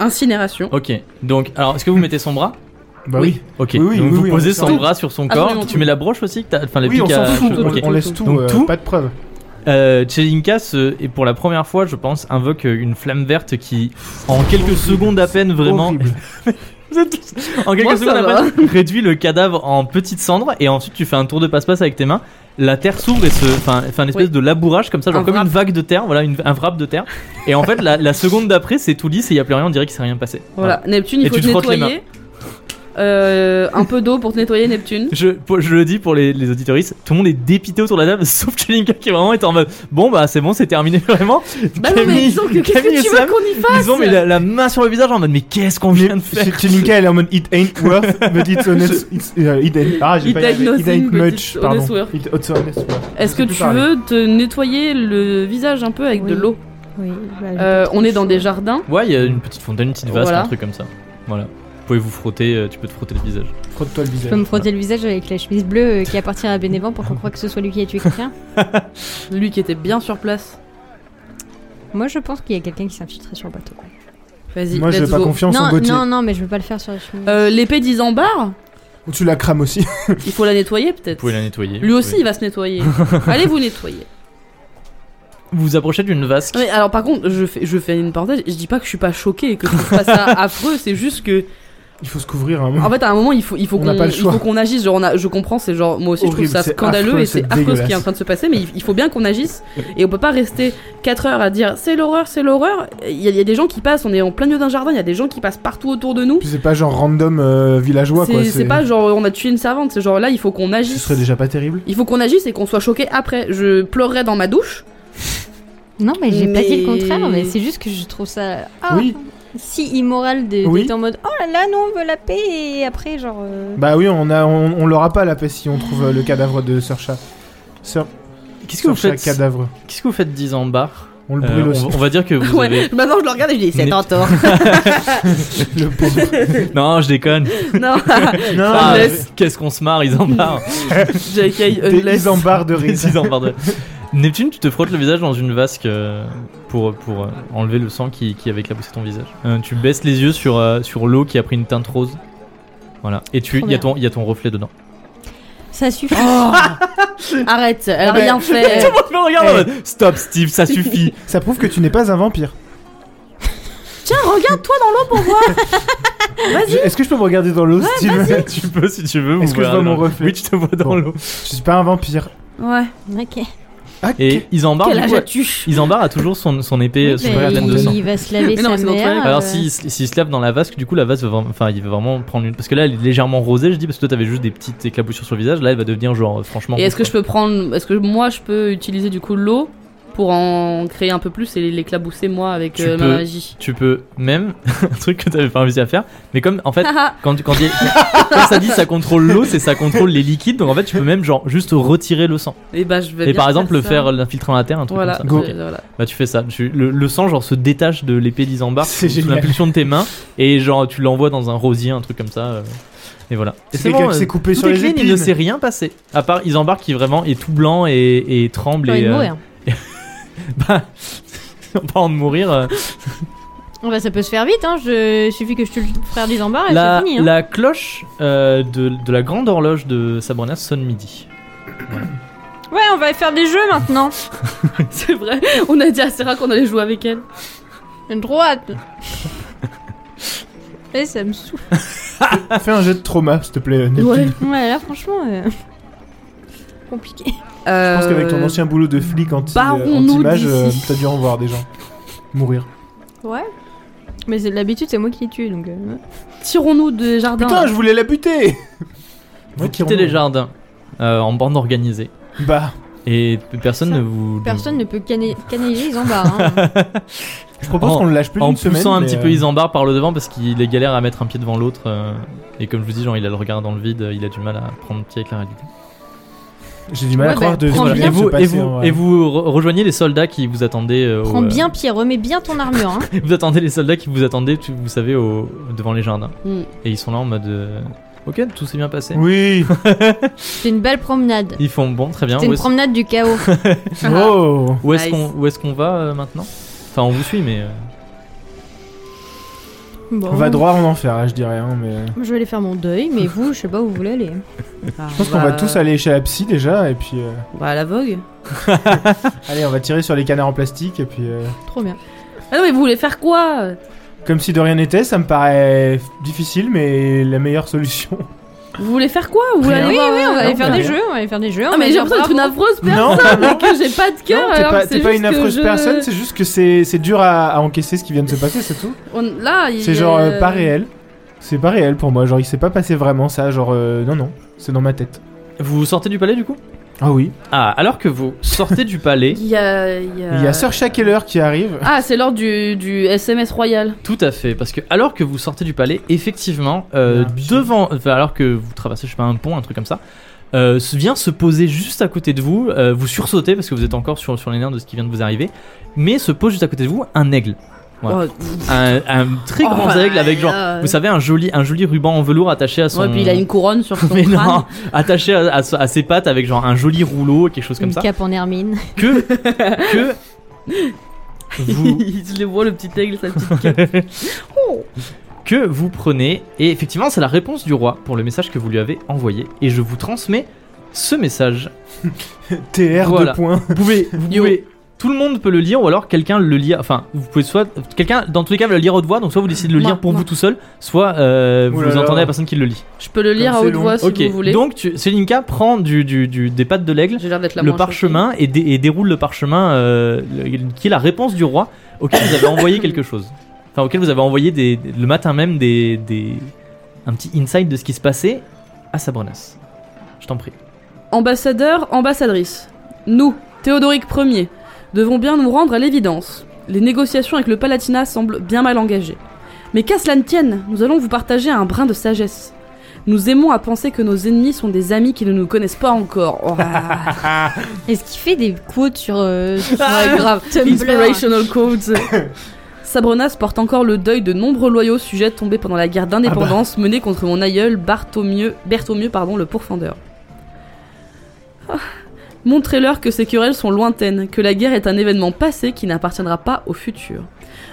incinération. Ah. Ok, donc, alors, est-ce que vous mettez son bras Bah oui. Ok, Oui, oui, donc oui, vous oui, on posez sait son tout. bras sur son Ah, corps. vraiment tu tout. mets la broche aussi que t'as- Enfin, les Oui, on pics s'en à. fout. cheveux. tout, On, Ok. on laisse tout. Donc euh, tout- Pas de preuves. Euh, Tchelinka, se- et pour la première fois, je pense, invoque euh, une flamme verte qui, en quelques secondes à peine, vraiment. Horrible. Vous êtes tous- en quelques Moi, ça secondes va. à peine, réduit le cadavre en petites cendres et ensuite tu fais un tour de passe-passe avec tes mains. La terre s'ouvre et se. Enfin, fait un espèce Oui. de labourage comme ça, genre Un comme wrap. une vague de terre, voilà, une- un frappe de terre. Et en fait, la, la seconde d'après, c'est tout lisse et il n'y a plus rien, on dirait qu'il s'est rien passé. Voilà, Neptune, il Ah. Et faut tu te te frottes les nettoyer. Euh, un peu d'eau pour te nettoyer, Neptune. Je, pour- je le dis pour les, les auditoristes, tout le monde est dépité autour de la table, sauf Chelinka qui vraiment est en mode Bon, bah c'est bon, c'est terminé vraiment. Bah non, mais disons que qu'est-ce Camille et que tu veux Sam, qu'on y fasse Ils ont mais la, la main sur le visage en mode Mais qu'est-ce qu'on vient de faire Chelinka, elle est en mode It ain't worth, but it's honest. It's, euh, it ain't, ah, j'ai It pas ain't y arrivé. nothing, it ain't but much. it's Pardon. honest worth. It- it's honest worth. Est-ce que Je peux tu parler. veux te nettoyer le visage un peu avec Oui. de l'eau Oui, bah, j'ai Euh, pas trop On est dans chaud. des jardins. Ouais, il y a une petite fontaine, une petite vase, Voilà. un truc comme ça. Voilà. pouvez vous frotter, euh, tu peux te frotter le visage. Frotte-toi le Je visage. peux me frotter le visage avec la chemise bleue euh, qui appartient à Bénévent pour qu'on croie que ce soit lui qui a tué quelqu'un Lui qui était bien sur place. Moi, je pense qu'il y a quelqu'un qui s'est infiltré sur le bateau. Vas-y, Moi, j'ai let's pas go. confiance en non, Gauthier. non, non, mais je veux pas le faire sur la chemise. Euh, L'épée d'Isambard, Tu la crames aussi. il faut la nettoyer Vous peut-être. pouvez la nettoyer. Lui vous aussi, pouvez- il va se nettoyer. Allez vous nettoyer. Vous vous approchez d'une vasque. Mais alors, par contre, je fais, je fais une parenthèse. Je dis pas que je suis pas choquée et que je trouve pas ça affreux. C'est juste que, Il faut se couvrir hein, un moment. en fait, à un moment, il faut, il faut On n'a qu'on, pas le il choix. faut qu'on agisse. Genre, on a, je comprends, c'est genre, moi aussi, je Horrible, trouve ça c'est scandaleux affreux, et c'est c'est affreux ce qui est en dégueulasse. train de se passer. Mais il, il faut bien qu'on agisse. Et on peut pas rester 4 heures à dire c'est l'horreur, c'est l'horreur. Il y, a- il y a des gens qui passent. On est en plein milieu d'un jardin. Il y a des gens qui passent partout autour de nous. Puis c'est pas genre random euh, villageois quoi. C'est c'est pas genre, on a tué une servante. C'est genre là, il faut qu'on Ce agisse. serait déjà pas terrible. Il faut qu'on agisse et qu'on soit choqué après. Je pleurerais dans ma douche. Non, mais j'ai pas dit le Mais- contraire, mais c'est juste que je trouve ça ah, Oui. si immoral de- d'être Oui. en mode oh là là, non, on veut la paix, et après, genre. euh, Bah oui, on a, on, on l'aura pas la paix si on trouve euh, le cadavre de Sir Chat. Sir, Qu'est-ce que Sir vous Chat faites cadavre. Qu'est-ce que vous faites 10 ans bar On le Euh, brûle on, aussi. va- on va dire que vous ouais, avez. maintenant je le regarde et je dis c'est Mais- un tort. le pauvre. Non, je déconne. non, Non, Ah, mais- laisse. Qu'est-ce qu'on se marre, ils en barrent. j'accueille Des Unless. isambars de rire. Ils en barrent de- Neptune, tu te frottes le visage dans une vasque euh, pour, pour euh, enlever le sang qui, qui avait éclaboussé ton visage. Euh, tu baisses les yeux sur, euh, sur l'eau qui a pris une teinte rose. Voilà. Et tu, Trop il y, a bien. ton- il y a ton reflet dedans. Ça suffit. Eh Arrête, elle a Mais- ben. rien euh, fait. Moi, je me regarde Eh. en mode, Stop, Steve, ça suffit. Ça prouve que tu n'es pas un vampire. Tiens, regarde-toi dans l'eau pour voir. Je- Est-ce que je peux me regarder dans l'eau, Steve tu peux si tu veux. vous Est-ce que je verrez vois mon dans- reflet Oui, tu te vois dans Bon. l'eau. Je suis pas un vampire. Ouais. ok. Ah, Et ils en barrent. Quel du âge coup, as-tu Ils en barrent a toujours son, son épée Oui, son mais épée pleine de il, sang. il va se laver Mais non, sa c'est notre mère. problème. Alors euh, s'il si, s'il se lave dans la vasque, du coup la vasque va vraiment, enfin il va vraiment prendre une parce que là elle est légèrement rosée, je dis parce que toi t'avais juste des petites éclaboussures sur le visage, là elle va devenir genre euh, franchement. Et est-ce rouge, que je peux prendre. Est-ce que moi je peux utiliser du coup l'eau pour en créer un peu plus et l'éclabousser moi avec Tu euh, ma peux. magie quoi. Tu peux même un truc que t'avais pas réussi à faire, mais comme en fait Haha. quand quand, il y a- quand ça dit ça contrôle l'eau, c'est ça contrôle les liquides, donc en fait tu peux même genre juste retirer le sang. Et bah je vais. Et bien par exemple le ça. faire l'infiltrer dans la terre, un truc Voilà, comme ça. Go. Ok. euh, voilà. Bah tu fais ça, tu, le, le sang genre se détache de l'épée d'Isambard C'est sous génial. l'impulsion de tes mains et genre tu l'envoies dans un rosier, un truc comme ça. euh, et voilà. Et C'est quelqu'un bon, qui euh, s'est coupé Tout sur est clean, les il ne s'est épines. rien passé. À part, ils embarquent qui vraiment est tout blanc et, et tremble. j'ai envie et, de euh, mourir. bah, en parlant de mourir, euh, Oh, bah, ça peut se faire vite, hein. Je... il suffit que je tue le frère d'Isambard et la, c'est fini. Hein. la cloche euh, de, de la grande horloge de Sabrina sonne midi. Ouais, on va faire des jeux maintenant. C'est vrai, on a dit à Sarah qu'on allait jouer avec elle. Une droite. et ça me saoule. Fais un jet de trauma, s'il te plaît, Neptune. Ouais. Ouais, là, franchement, euh, compliqué. Je Euh, pense qu'avec ton ancien boulot de flic anti, euh, barrons-nous anti-mage, euh, d'ici. t'as dû en voir des gens mourir. Ouais. Mais c'est- l'habitude, c'est moi qui les tue, donc. euh, Tirons-nous des jardins. Putain, je voulais la buter Vous quittez les jardins euh, en bande organisée Bah, et personne Ça. ne vous. Personne ne peut cana- canaliser Isambard. Hein. je propose En- qu'on le lâche plus En d'une poussant semaine. un mais, petit euh, peu Isambard par le devant parce qu'il est galère à mettre un pied devant l'autre. euh, et comme je vous dis, genre il a le regard dans le vide, euh, il a du mal à prendre pied avec la réalité. J'ai du mal à Ouais, croire bah, de prends ce Voilà. qui bien. Et vient de se vous, et passer, vous, en vrai. et vous re- rejoignez les soldats qui vous attendaient. euh, au, Prends euh, bien pied, remets bien ton armure. Hein. vous attendez les soldats qui vous attendaient, tu- vous savez, au, devant les jardins. Hmm. Et ils sont là en mode. euh, ok, tout s'est bien passé. Oui C'est une belle promenade. Ils font bon, très bien. C'est Où une est-ce promenade du chaos. Oh où est-ce Nice. qu'on où est-ce qu'on va euh, maintenant Enfin, on vous suit, mais. euh, Bon. On va droit en enfer, là, je dirais. hein, mais... Je vais aller faire mon deuil, mais vous, je sais pas où vous voulez aller. Je pense qu'on Bah. va tous aller chez la psy déjà, et puis. euh, On va Ah, bah, à la vogue. Allez, on va tirer sur les canards en plastique, et puis. euh, Trop bien. Ah non, mais vous voulez faire quoi Comme si de rien n'était, ça me paraît difficile, mais la meilleure solution. Vous voulez faire quoi Vous voulez Rien. aller Oui, voir, oui, on euh, va aller non, faire mais des rien. jeux, on va aller faire des jeux. Non, on va mais j'ai dire l'impression d'être une bravo. affreuse Non. personne et que j'ai pas de cœur. Non, t'es alors pas, c'est t'es pas juste une que affreuse je- personne, c'est juste que c'est c'est dur à, à encaisser ce qui vient de se passer, c'est tout. On- Là, il C'est y a- genre euh, pas réel. C'est pas réel pour moi, genre il s'est pas passé vraiment ça, genre euh, non, non, c'est dans ma tête. Vous sortez du palais du coup Ah oui. Ah, alors que vous sortez du palais, Il y a. Il y a, Il y a Sir Shakeller qui arrive. Ah, c'est l'heure du, du SMS royal. tout à fait, parce que alors que vous sortez du palais, effectivement, euh, Ah, putain. devant, enfin, alors que vous traversez, je sais pas, un pont, un truc comme ça. euh, se- vient se poser juste à côté de vous, euh, vous sursautez parce que vous êtes encore sur, sur les nerfs de ce qui vient de vous arriver, mais se pose juste à côté de vous un aigle. Ouais. Un, un très grand Oh, aigle avec genre, euh, vous savez, un joli, un joli ruban en velours attaché à son. Ouais, puis il a une couronne sur son Mais crâne. non, attaché à, à son- à ses pattes avec genre un joli rouleau, quelque chose comme Une ça. cape en hermine. Que, que vous, il se les voit le petit aigle, sa petite cape. que vous prenez. Et effectivement, c'est la réponse du roi pour le message que vous lui avez envoyé. Et je vous transmets ce message. TR Voilà. de points. Vous pouvez, vous Yo. pouvez- Tout le monde peut le lire, ou alors quelqu'un le lit. Enfin, vous pouvez soit quelqu'un, dans tous les cas, va le lire haute voix. Donc soit vous décidez de le Moi, lire pour moi. vous tout seul, soit euh, vous Ouh là là. entendez la personne qui le lit. Je peux le lire à Comme c'est haute voix si ok. vous voulez. Donc tu, Selinka prend du, du- du- des pattes de l'aigle, J'ai l'air d'être la le moins choquée. parchemin et, dé- et déroule le parchemin euh, le- qui est la réponse du roi auquel vous avez envoyé quelque chose. Enfin, auquel vous avez envoyé des- des- le matin même des, des- un petit insight de ce qui se passait à Sabrenas. Je t'en prie. Ambassadeur, ambassadrice, nous, Théodoric Ier, devons bien nous rendre à l'évidence. Les négociations avec le Palatinat semblent bien mal engagées. Mais qu'à cela ne tienne, nous allons vous partager un brin de sagesse. Nous aimons à penser que nos ennemis sont des amis qui ne nous connaissent pas encore. Oh, ah. Est-ce qu'il fait des quotes sur. euh, sur- Ouais, grave. Tumblr. Inspirational quotes. Sabronas porte encore le deuil de nombreux loyaux sujets tombés pendant la guerre d'indépendance menée contre mon aïeul Bartholomieu, Berthomieux pardon, le pourfendeur. Ah. Montrez-leur que ces querelles sont lointaines, que la guerre est un événement passé qui n'appartiendra pas au futur.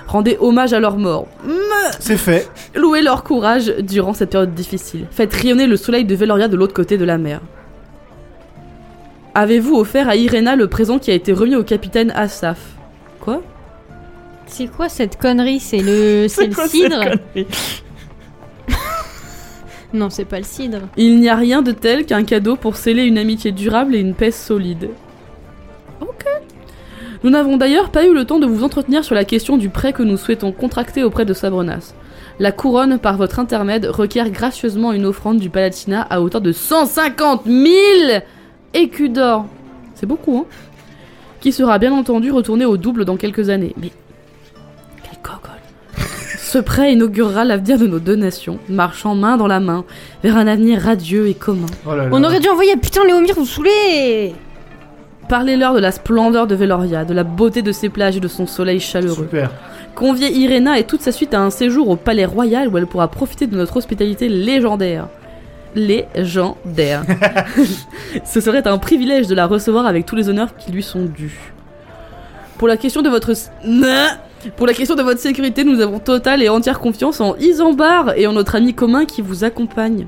Rendez hommage à leurs morts. C'est fait. Louez leur courage durant cette période difficile. Faites rayonner le soleil de Veloria de l'autre côté de la mer. Avez-vous offert à Irena le présent qui a été remis au capitaine Asaf Quoi C'est quoi cette connerie C'est le. C'est le quoi cette cidre connerie Non, c'est pas le cidre. Il n'y a rien de tel qu'un cadeau pour sceller une amitié durable et une paix solide. Ok. Nous n'avons d'ailleurs pas eu le temps de vous entretenir sur la question du prêt que nous souhaitons contracter auprès de Sabronas. La couronne, par votre intermède, requiert gracieusement une offrande du Palatinat à hauteur de 150 000 écus d'or. C'est beaucoup, hein Qui sera bien entendu retourné au double dans quelques années. Mais. Quel cocotte Ce prêt inaugurera l'avenir de nos deux nations, marchant main dans la main vers un avenir radieux et commun. Oh là là. On aurait dû envoyer. Putain, Léomir, vous saoulez Parlez-leur de la splendeur de Veloria, de la beauté de ses plages et de son soleil chaleureux. Super. Conviez Irena et toute sa suite à un séjour au palais royal où elle pourra profiter de notre hospitalité légendaire. Légendaire. Ce serait un privilège de la recevoir avec tous les honneurs qui lui sont dus. Pour la question de votre s- Na- pour la question de votre sécurité, nous avons totale et entière confiance en Isambard et en notre ami commun qui vous accompagne.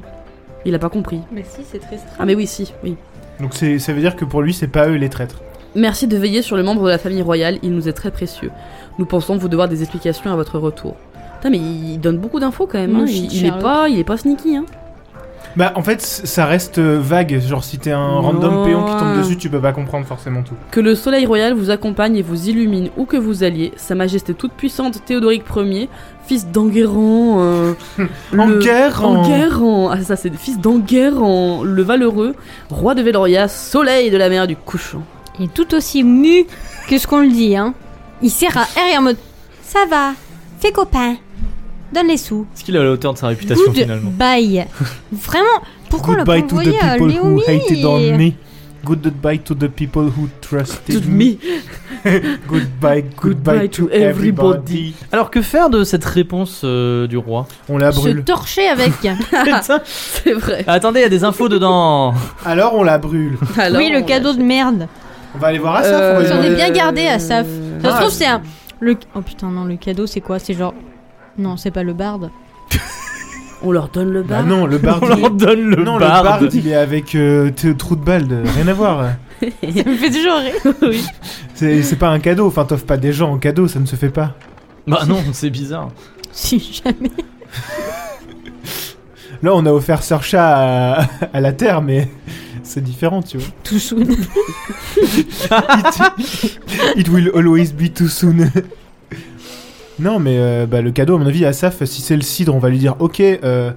Il a pas compris. Mais si, c'est très strange. Ah mais oui, si, oui. Donc c'est- ça veut dire que pour lui, c'est pas eux les traîtres. Merci de veiller sur le membre de la famille royale, il nous est très précieux. Nous pensons vous devoir des explications à votre retour. Putain, mais il donne beaucoup d'infos quand même, hein. Mon il, shit, il est Sherlock. pas, il est pas sneaky. Hein. Bah en fait, c- ça reste euh, vague. Genre si t'es un Non. random péon qui tombe dessus, tu peux pas comprendre forcément tout. Que le soleil royal vous accompagne et vous illumine où que vous alliez, Sa Majesté Toute-Puissante Théodoric Ier, fils d'Enguerrand. euh, le- Enguerrand. Enguerrand Ah, ça, c'est fils d'Enguerrand, le valeureux, roi de Veloria, soleil de la mer du couchant. Il est tout aussi mu que ce qu'on le dit, hein. Il sert à R et en mode. Ça va, fais copain. Donne les sous. Est-ce qu'il est à la hauteur de sa réputation Good finalement bye. Vraiment, pourquoi le Goodbye to the convoyer à people who hated on Léomir me. Goodbye to the people who To trusted me. me. Goodbye, goodbye to everybody. Alors que faire de cette réponse euh, du roi On la Se brûle. torcher avec. Putain. C'est vrai. Attendez, il y a des infos dedans. Alors on la brûle. Alors, oui, le on- cadeau de merde. On va aller voir Asaf. on va lui Euh, J'en ai Ah, demander. bien gardé, Asaf. Ça se Ah, trouve, je- c'est un. Le... Oh putain, non, le cadeau, c'est quoi C'est genre. Non, c'est pas le barde. On leur donne le Bah bar. non, le barde. On leur donne le non, barde. le barde, il est avec euh, Thé- Trou de Balde. Rien à voir. Ça me fait toujours rire. C'est c'est pas un cadeau. Enfin, t'offres pas des gens en cadeau, ça ne se fait pas. Bah non, c'est bizarre. Si jamais. Là, on a offert Sir Chat à, à la Terre, mais c'est différent, tu vois. Tout soon. It will always be too soon. non, mais euh, bah, le cadeau, à mon avis, Asaf, si c'est le cidre, on va lui dire Ok, euh,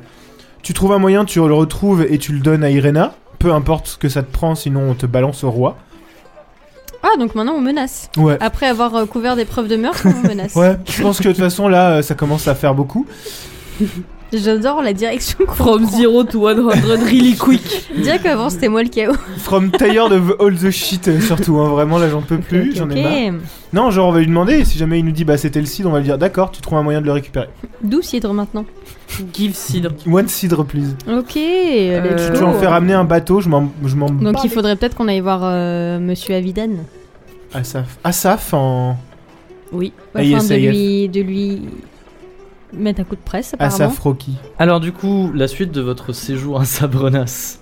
tu trouves un moyen, tu le retrouves et tu le donnes à Irena. Peu importe ce que ça te prend, sinon on te balance au roi. Ah, donc maintenant on menace. Ouais. Après avoir euh, couvert des preuves de meurtre, on menace. Ouais, je pense que de toute façon, là, euh, ça commence à faire beaucoup. J'adore la direction qu'on From prend. zero to 100 really quick. Dire qu'avant c'était moi le chaos. From tired of all the shit, euh, surtout. hein, vraiment, là, j'en peux plus. Ok, J'en ok. ai marre. Non, genre, on va lui demander. Si jamais il nous dit, bah, c'était le cidre, on va lui dire, d'accord, tu trouves un moyen de le récupérer. D'où cidre maintenant Give cidre. One cidre, please. let's Ok, Euh, Tu go. vas en faire ramener un bateau, je m'en. Je m'en Oh. Donc bats il faudrait peut-être qu'on aille voir euh, Monsieur Avidan. les- Asaf. Asaf en. Oui. Afin AIS. de, lui, de lui mettre un coup de presse apparemment. Asaf Rocky. Alors du coup, la suite de votre séjour à Sabrenas.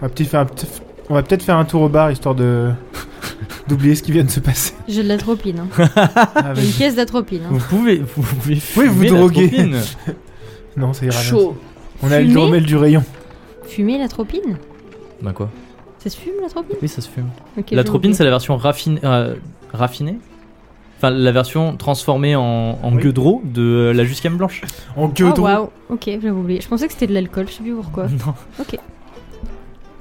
On va peut-être faire un, petit- on va peut-être faire un tour au bar histoire de. d'oublier ce qui vient de se passer. J'ai de l'atropine. Hein. Ah, J'ai vas-y. une pièce d'atropine. hein. Vous pouvez, vous pouvez fumer vous la droguer. tropine. non, ça ira bien. Chaud. On a le Fumer dromel du rayon. Fumer l'atropine Bah quoi Ça se fume l'atropine Oui, ça se fume. Ok, la j'ai tropine, oublié. c'est la version raffine- euh, raffinée. Enfin, la version transformée en, en Oui. gueudreau de euh, la jusquiame blanche. En Ah, queue de roue. waouh. Ok, j'avais oublié. Je pensais que c'était de l'alcool, je sais plus pourquoi. Non. Ah, Ok.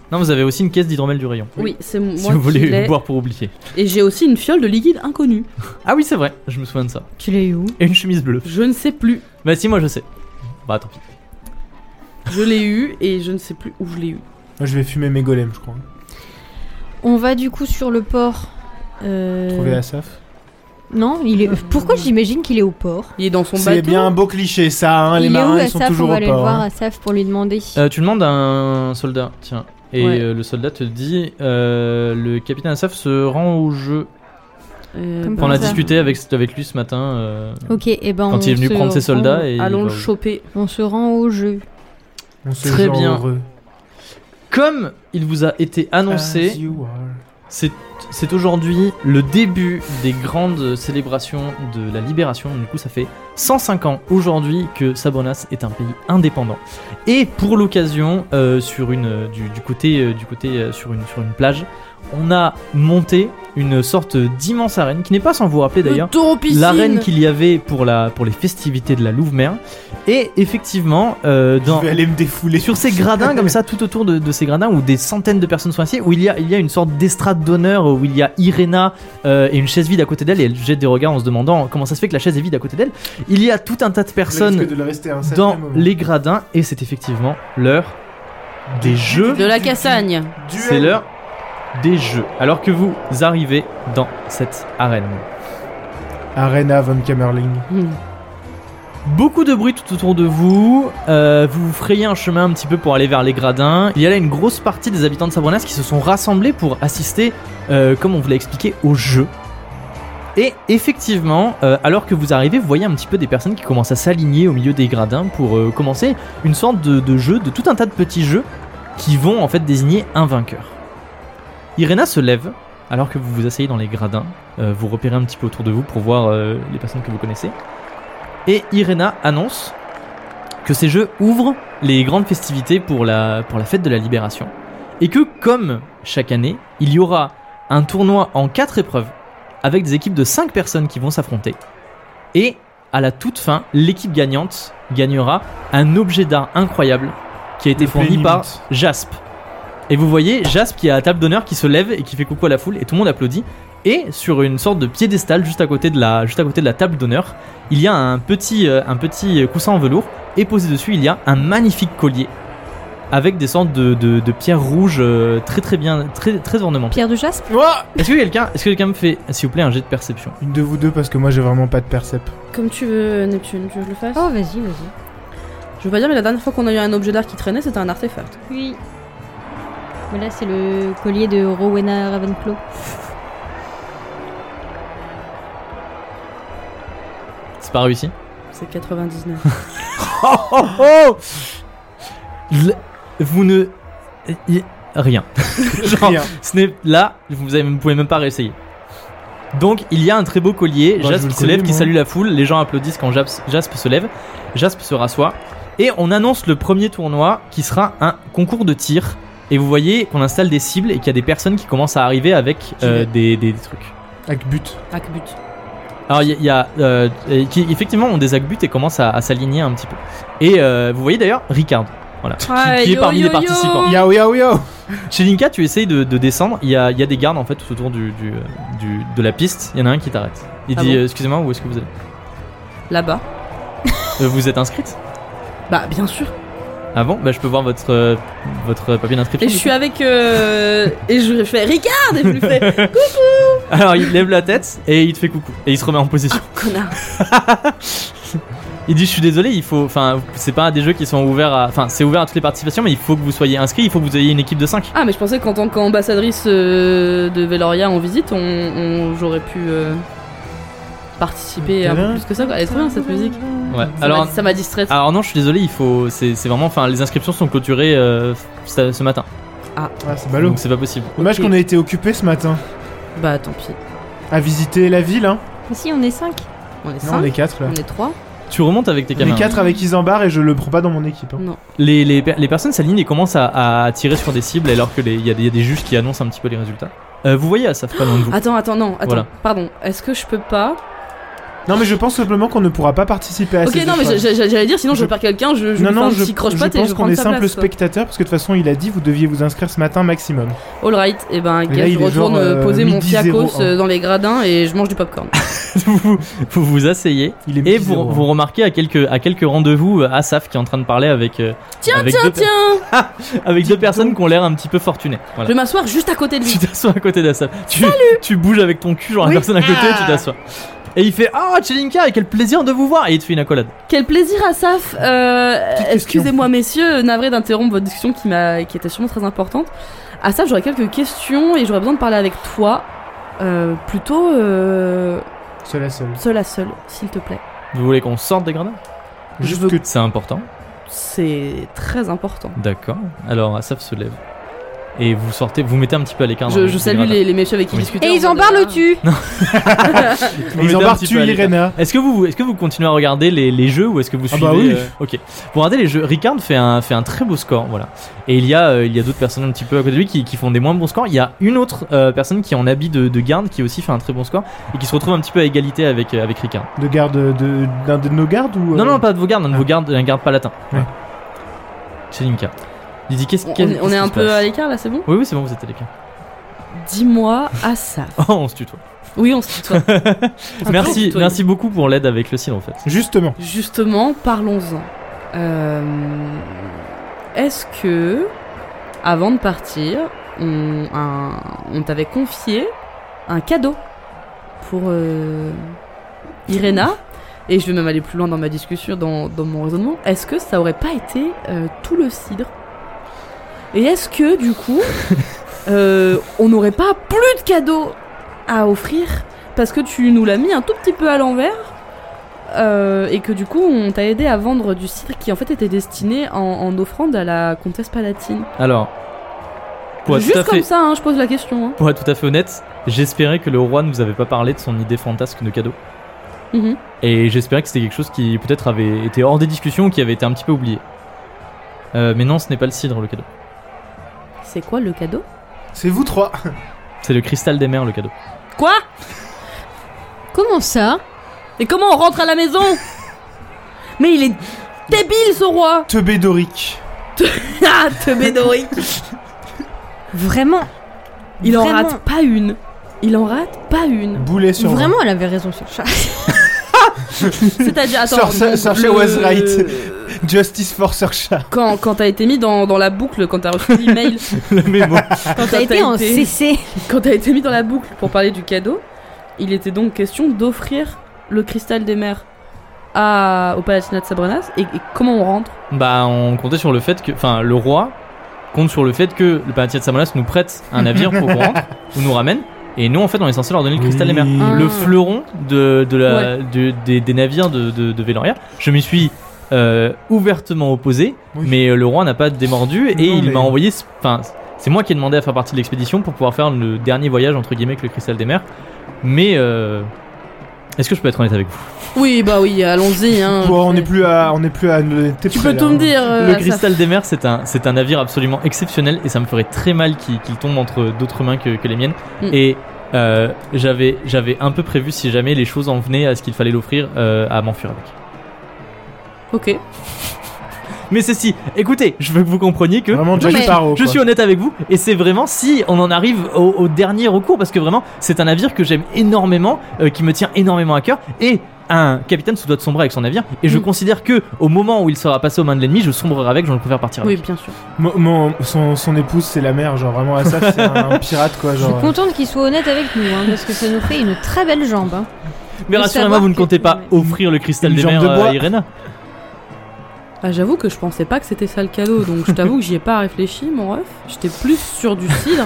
Non, vous avez aussi une caisse d'hydromel du rayon. Oui, c'est moi si vous qui voulez l'ai. boire pour oublier. Et j'ai aussi une fiole de liquide inconnu. Ah oui, c'est vrai, je me souviens de ça. Tu l'as eu où Et une chemise bleue. Je ne sais plus. Bah si, moi je sais. Bah tant pis. Je l'ai eu et je ne sais plus où je l'ai eu. Moi, je vais fumer mes golems, je crois. Euh, On va du coup sur le port. euh, Trouver Asaf. Non, il est. Pourquoi j'imagine qu'il est au port Il est dans son C'est bateau. bien un beau cliché, ça. hein, les Il est où marins, ils sont Asaf On toujours va au aller port. le hein. voir Asaf pour lui demander. Euh, tu demandes à un soldat, tiens. Et Ouais. euh, le soldat te dit euh, le capitaine Asaf se rend au jeu. Euh, Comme bah, On a ça. discuté avec, avec lui ce matin euh, Ok, et ben. quand on il est venu se prendre ses rend- soldats. Et il Allons le va au- choper. On se rend au jeu. On se Très sent bien. heureux. Comme il vous a été annoncé, As you are. C'est c'est aujourd'hui le début des grandes célébrations de la libération. Du coup, ça fait 105 ans aujourd'hui que Sabonas est un pays indépendant. Et pour l'occasion, euh, sur une euh, du, du côté euh, du côté euh, sur une sur une plage, on a monté une sorte d'immense arène qui n'est pas sans vous rappeler d'ailleurs l'arène qu'il y avait pour la pour les festivités de la Louve-Mer. Et effectivement, euh, dans Je vais aller me et défouler. sur ces gradins comme ça, tout autour de, de ces gradins où des centaines de personnes sont assises, où il y a, il y a une sorte d'estrade d'honneur, où il y a Irena euh, et une chaise vide à côté d'elle, et elle jette des regards en se demandant comment ça se fait que la chaise est vide à côté d'elle. Il y a tout un tas de Le personnes risque de le rester un certain dans moment. les gradins, et c'est effectivement l'heure des jeux. De la cassagne. Duel. C'est l'heure des jeux. Alors que vous arrivez dans cette arène. Arena von Kammerling. Hmm. Beaucoup de bruit tout autour de vous. euh, vous vous frayez un chemin un petit peu pour aller vers les gradins. Il y a là une grosse partie des habitants de Sabrenas qui se sont rassemblés pour assister, euh, comme on vous l'a expliqué, au jeu. Et effectivement, euh, alors que vous arrivez, vous voyez un petit peu des personnes qui commencent à s'aligner au milieu des gradins pour euh, commencer une sorte de, de jeu, de tout un tas de petits jeux qui vont en fait désigner un vainqueur. Irena se lève alors que vous vous asseyez dans les gradins. euh, vous repérez un petit peu autour de vous pour voir euh, les personnes que vous connaissez. Et Irena annonce que ces jeux ouvrent les grandes festivités pour la, pour la fête de la libération. Et que, comme chaque année, il y aura un tournoi en quatre épreuves avec des équipes de 5 personnes qui vont s'affronter. Et à la toute fin, l'équipe gagnante gagnera un objet d'art incroyable qui a été Le fourni Play par Limit. Jasp. Et vous voyez Jasp qui est à la table d'honneur qui se lève et qui fait coucou à la foule et tout le monde applaudit. Et sur une sorte de piédestal juste à côté de la, juste à côté de la table d'honneur, il y a un petit, euh, un petit coussin en velours et posé dessus il y a un magnifique collier avec des sortes de, de- de pierres rouges euh, très très bien, très, très ornementées. Pierre de Jaspe Ouah Est-ce que quelqu'un est que quelqu'un me fait, s'il vous plaît, un jet de perception Une de vous deux parce que moi j'ai vraiment pas de percep. Comme tu veux, Neptune, tu veux que je le fasse Oh, vas-y, vas-y. Je veux pas dire, mais la dernière fois qu'on a eu un objet d'art qui traînait, c'était un artefact. Oui. Mais là, c'est le collier de Rowena Ravenclaw. C'est pas réussi C'est 99. L- Vous ne... y- Rien. Genre, Rien. Ce n'est là, vous avez- vous pouvez même pas réessayer. Donc il y a un très beau collier, Moi, Bah, je Jasp veux le qui se lève, collier, qui moi. salue la foule, les gens applaudissent quand Jasp, Jasp se lève, Jasp se rassoit, et on annonce le premier tournoi qui sera un concours de tir, et vous voyez qu'on installe des cibles et qu'il y a des personnes qui commencent à arriver avec euh, J'y vais. des, des- des trucs. Avec but. Hack but. Alors il y a, il y a, euh, et qui effectivement ont des agbuts et commencent à, à s'aligner un petit peu. Et euh, vous voyez d'ailleurs Ricard, voilà, qui, Ouais, qui est yo, parmi les yo, yo. participants. Yao yao yao Chez Linka, tu essayes de, de descendre. Il y a, il y a des gardes en fait tout autour du, du- du- de la piste. Il y en a un qui t'arrête. Il Ah dit bon euh, Excusez-moi, où est-ce que vous allez là-bas. Euh, Vous êtes inscrite Bah, bien sûr. Ah bon Bah je peux voir votre, euh, votre papier d'inscription. Et je suis avec. euh, et je lui fais Ricard Et je lui fais Alors il lève la tête et il te fait coucou. Et il se remet en position. Ah, Connard Il dit je suis désolé, il faut... Enfin, c'est pas un des jeux qui sont ouverts à... Enfin, c'est ouvert à toutes les participations, mais il faut que vous soyez inscrit, il faut que vous ayez une équipe de 5. Ah, mais je pensais qu'en tant qu'ambassadrice euh, de Veloria en visite, on, on- j'aurais pu euh, participer un peu plus que ça. quoi. Elle est trop bien cette musique. Ouais. Ça Alors, Ah. m'a- ça m'a distraite. alors non, je suis désolé, il faut... C'est c'est vraiment... Enfin, les inscriptions sont clôturées euh, ce ce matin. Ah, c'est ballot. Donc c'est pas possible. Dommage ok. qu'on ait été occupé ce matin Bah, tant pis. à visiter la ville. Hein. Mais Ah, si, on est 5. On est Non, 5, on est quatre là. on est 3. Tu remontes avec tes On est camarades. quatre avec Isambard et je le prends pas dans mon équipe. hein. Les, les, per- les personnes s'alignent et commencent à, à tirer sur des cibles alors que les- il y, a des- il y a des juges qui annoncent un petit peu les résultats. Euh, vous voyez, elles savent pas loin de vous. Ah. Attends, attends, non, attends. Voilà. Pardon, est-ce que je peux pas Non, mais je pense simplement qu'on ne pourra pas participer à Ok, ces non, mais épreuves. j'ai- j'ai- j'allais dire, sinon je, Je- perds quelqu'un, je, je lui non, fais non, un je, petit croche-patte je et pense je qu'on prends est sa simple place. quoi. spectateur parce que de toute façon, il a dit vous deviez vous inscrire ce matin maximum. All right, et ben, là, gars, il je est retourne genre, euh, poser mon midi fiacos 01. euh, dans les gradins et je mange du popcorn. vous, vous vous asseyez Il est et midi vous, zéro, hein. vous remarquez à quelques, à quelques rendez-vous euh, Asaf qui est en train de parler avec, euh, tiens, Avec tiens, deux- tiens avec deux personnes qui ont l'air un petit peu fortunées. Je Voilà. vais m'asseoir juste à côté de lui. Tu t'assois à côté d'Asaf. Tu, tu bouges avec ton cul, genre la personne à côté, Ah. tu t'assois. Et il fait Ah, Chelinka, quel plaisir de vous voir Et il te fait une accolade. Quel plaisir, Asaf. Euh, Excusez-moi, messieurs, navré d'interrompre votre discussion qui, m'a, qui était sûrement très importante. Asaf, j'aurais quelques questions et j'aurais besoin de parler avec toi. Euh, plutôt euh, Seul à seul. seul à seul, s'il te plaît. Vous voulez qu'on sorte des grenades Juste veux- que C'est important. C'est très important. D'accord. Alors Asaf se lève. Et vous sortez, vous mettez un petit peu à l'écart. dans Je, je des salue gradins. les, les messieurs avec qui Oui. discuter. Et ils en mode, parlent euh, au tu Vous mettez un Isambard petit peu tue à l'écart. Irena. Est-ce que vous, est-ce que vous continuez à regarder les, les jeux ou est-ce que vous Ah suivez bah oui. euh, Ok. Vous regardez les jeux. Ricard fait un fait un très beau score, voilà. Et il y a euh, il y a d'autres personnes un petit peu à côté de lui qui, qui font des moins bons scores. Il y a une autre euh, personne qui est en habit de, de garde qui aussi fait un très bon score et qui se retrouve un petit peu à égalité avec euh, avec Ricard. De garde de- d'un de nos gardes ou. Non euh, non pas de vos gardes, un de Ah. vos gardes, un garde palatin. Ouais. C'est Linka. Il dit qu'est-ce On, qu'est-ce- on qu'est-ce est qui un se peu passe à l'écart là, c'est bon Oui oui c'est bon vous êtes à l'écart. Dis-moi, Asaf. Oh on se tutoie. Oui, on se tutoie. merci tutoie. merci beaucoup pour l'aide avec le cil en fait. Justement. Justement, parlons-en. Euh, Est-ce que, avant de partir, on, un- on t'avait confié un cadeau pour euh, Irena Et je vais même aller plus loin dans ma discussion, dans, dans mon raisonnement. Est-ce que ça aurait pas été euh, tout le cidre Et est-ce que, du coup, euh, on n'aurait pas plus de cadeaux à offrir parce que tu nous l'as mis un tout petit peu à l'envers euh, et que du coup on t'a aidé à vendre du cidre qui en fait était destiné en, en offrande à la comtesse palatine. Alors pour être tout à Juste fait comme ça, hein, je pose la question. hein. Pour être tout à fait honnête, j'espérais que le roi ne vous avait pas parlé de son idée fantasque de cadeau. Mhm. Et j'espérais que c'était quelque chose qui peut-être avait été hors des discussions ou qui avait été un petit peu oublié. Euh, mais non, ce n'est pas le cidre le cadeau. C'est quoi le cadeau C'est vous trois. C'est le cristal des mers le cadeau. Quoi Comment ça Et comment on rentre à la maison Mais il est débile ce roi Teubé Doric. Ah, te bédorique Vraiment Il en Vraiment. rate pas une. Il en rate pas une. Boulet sur moi. Vraiment, elle avait raison sur ça. C'est-à-dire, attends, Sir- donc, Sir- Sir was right. Justice for Searcher. Quand, quand t'as été mis dans, dans la boucle, quand t'as reçu l'email, Le mémo. quand T'as été en CC. Quand t'as été mis dans la boucle pour parler du cadeau, il était donc question d'offrir le cristal des mers à, au Palatinat de Sabrenas. Et, et comment on rentre bah, on comptait sur le fait que. Enfin, le roi compte sur le fait que le palatier de Samalas nous prête un navire pour qu'on rentre ou nous ramène. Et nous, en fait, on est censé leur donner le cristal des mers. Oui. Ah. le fleuron de, de la, de- des, des navires de, de, de Veloria. Je m'y suis euh, ouvertement opposé, Oui. mais le roi n'a pas démordu et Non, il mais- m'a envoyé. ce- Enfin, c'est moi qui ai demandé à faire partie de l'expédition pour pouvoir faire le dernier voyage entre guillemets avec le cristal des mers. Mais euh, est-ce que je peux être honnête avec vous Oui, bah oui, allons-y. Hein, Bon, on n'est plus à. On n'est plus à. t'es Tu prêt, peux là, tout hein. me dire. euh, Le Asaf. cristal des mers, c'est un, c'est un navire absolument exceptionnel et ça me ferait très mal qu'il qu'il tombe entre d'autres mains que, que les miennes. Mm. Et euh, j'avais j'avais un peu prévu si jamais les choses en venaient à ce qu'il fallait l'offrir euh, à m'enfuir avec. Ok. Mais c'est si. Écoutez, je veux que vous compreniez que Vraiment mais- Jack Sparrow. je quoi. suis honnête avec vous et c'est vraiment si on en arrive au, au dernier recours parce que vraiment c'est un navire que j'aime énormément, euh, qui me tient énormément à cœur et un capitaine se doit de sombrer avec son navire et je Mm. considère que au moment où il sera passé aux mains de l'ennemi, je sombrerai avec, je ne le préfère partir. Oui, avec. bien sûr. Mon- mon- son, son épouse, c'est la mère, genre vraiment, Asaf, c'est un pirate, quoi. Je suis Genre, euh, contente qu'il soit honnête avec nous, hein, parce que ça nous fait une très belle jambe. hein. Mais faut rassurez-moi, savoir vous ne que- comptez pas mais- offrir le cristal Une des jambe mers de euh, bois. à Irena. Ah, J'avoue que je pensais pas que c'était ça le cadeau, donc je t'avoue que j'y ai pas réfléchi, mon ref. J'étais plus sur du cidre.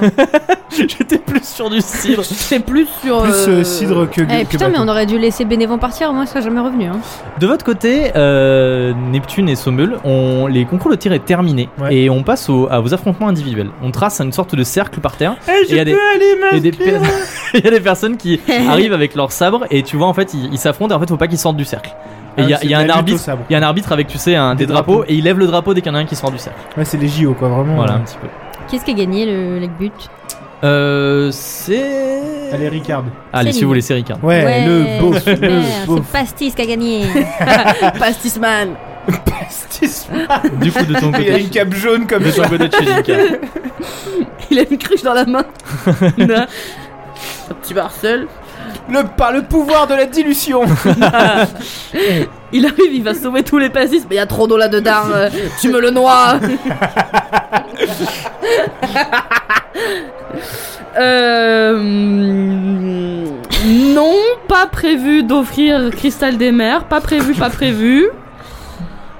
J'étais plus sûr du cidre. J'étais plus sur. plus euh, euh, cidre que. hein. Eh, que putain, mais bateau. on aurait dû laisser Bénévent partir, moi, il serait jamais revenu. hein. De votre côté, euh, Neptune et Sommel, on, les concours de tir est terminé Ouais. et on passe au- à vos affrontements individuels. On trace une sorte de cercle par terre je il y a des- peux aller et des per- il y a des personnes qui arrivent avec leurs sabres et tu vois en fait ils ils s'affrontent et en fait faut pas qu'ils sortent du cercle. Et il Ah, y a, il y a un arbitre, il y a un arbitre avec tu sais un, des, Des drapeaux, drapeaux. Hmm. et il lève le drapeau dès qu'il y en a un qui sort du cercle. Ouais, c'est les JO, quoi, vraiment. hein. Voilà un petit peu. Qu'est-ce qui a gagné le leg but Euh, c'est Allez, Ricard. Allez, si Lily. vous voulez c'est hein. Ricard. Ouais, le beau. super, le beau. C'est Pastis qui a gagné. Pastisman Du coup de ton Il y a côté. une cape jaune comme De ça. ton côté de chez Jika. Il a une cruche dans la main. Un petit Marcel. Le, par le pouvoir de la dilution. Il arrive, il va sauver tous les pastis. Mais il y a trop d'eau là-dedans. euh, tu me le noies. Euh, non, pas prévu d'offrir Cristal des Mers. Pas prévu, pas prévu.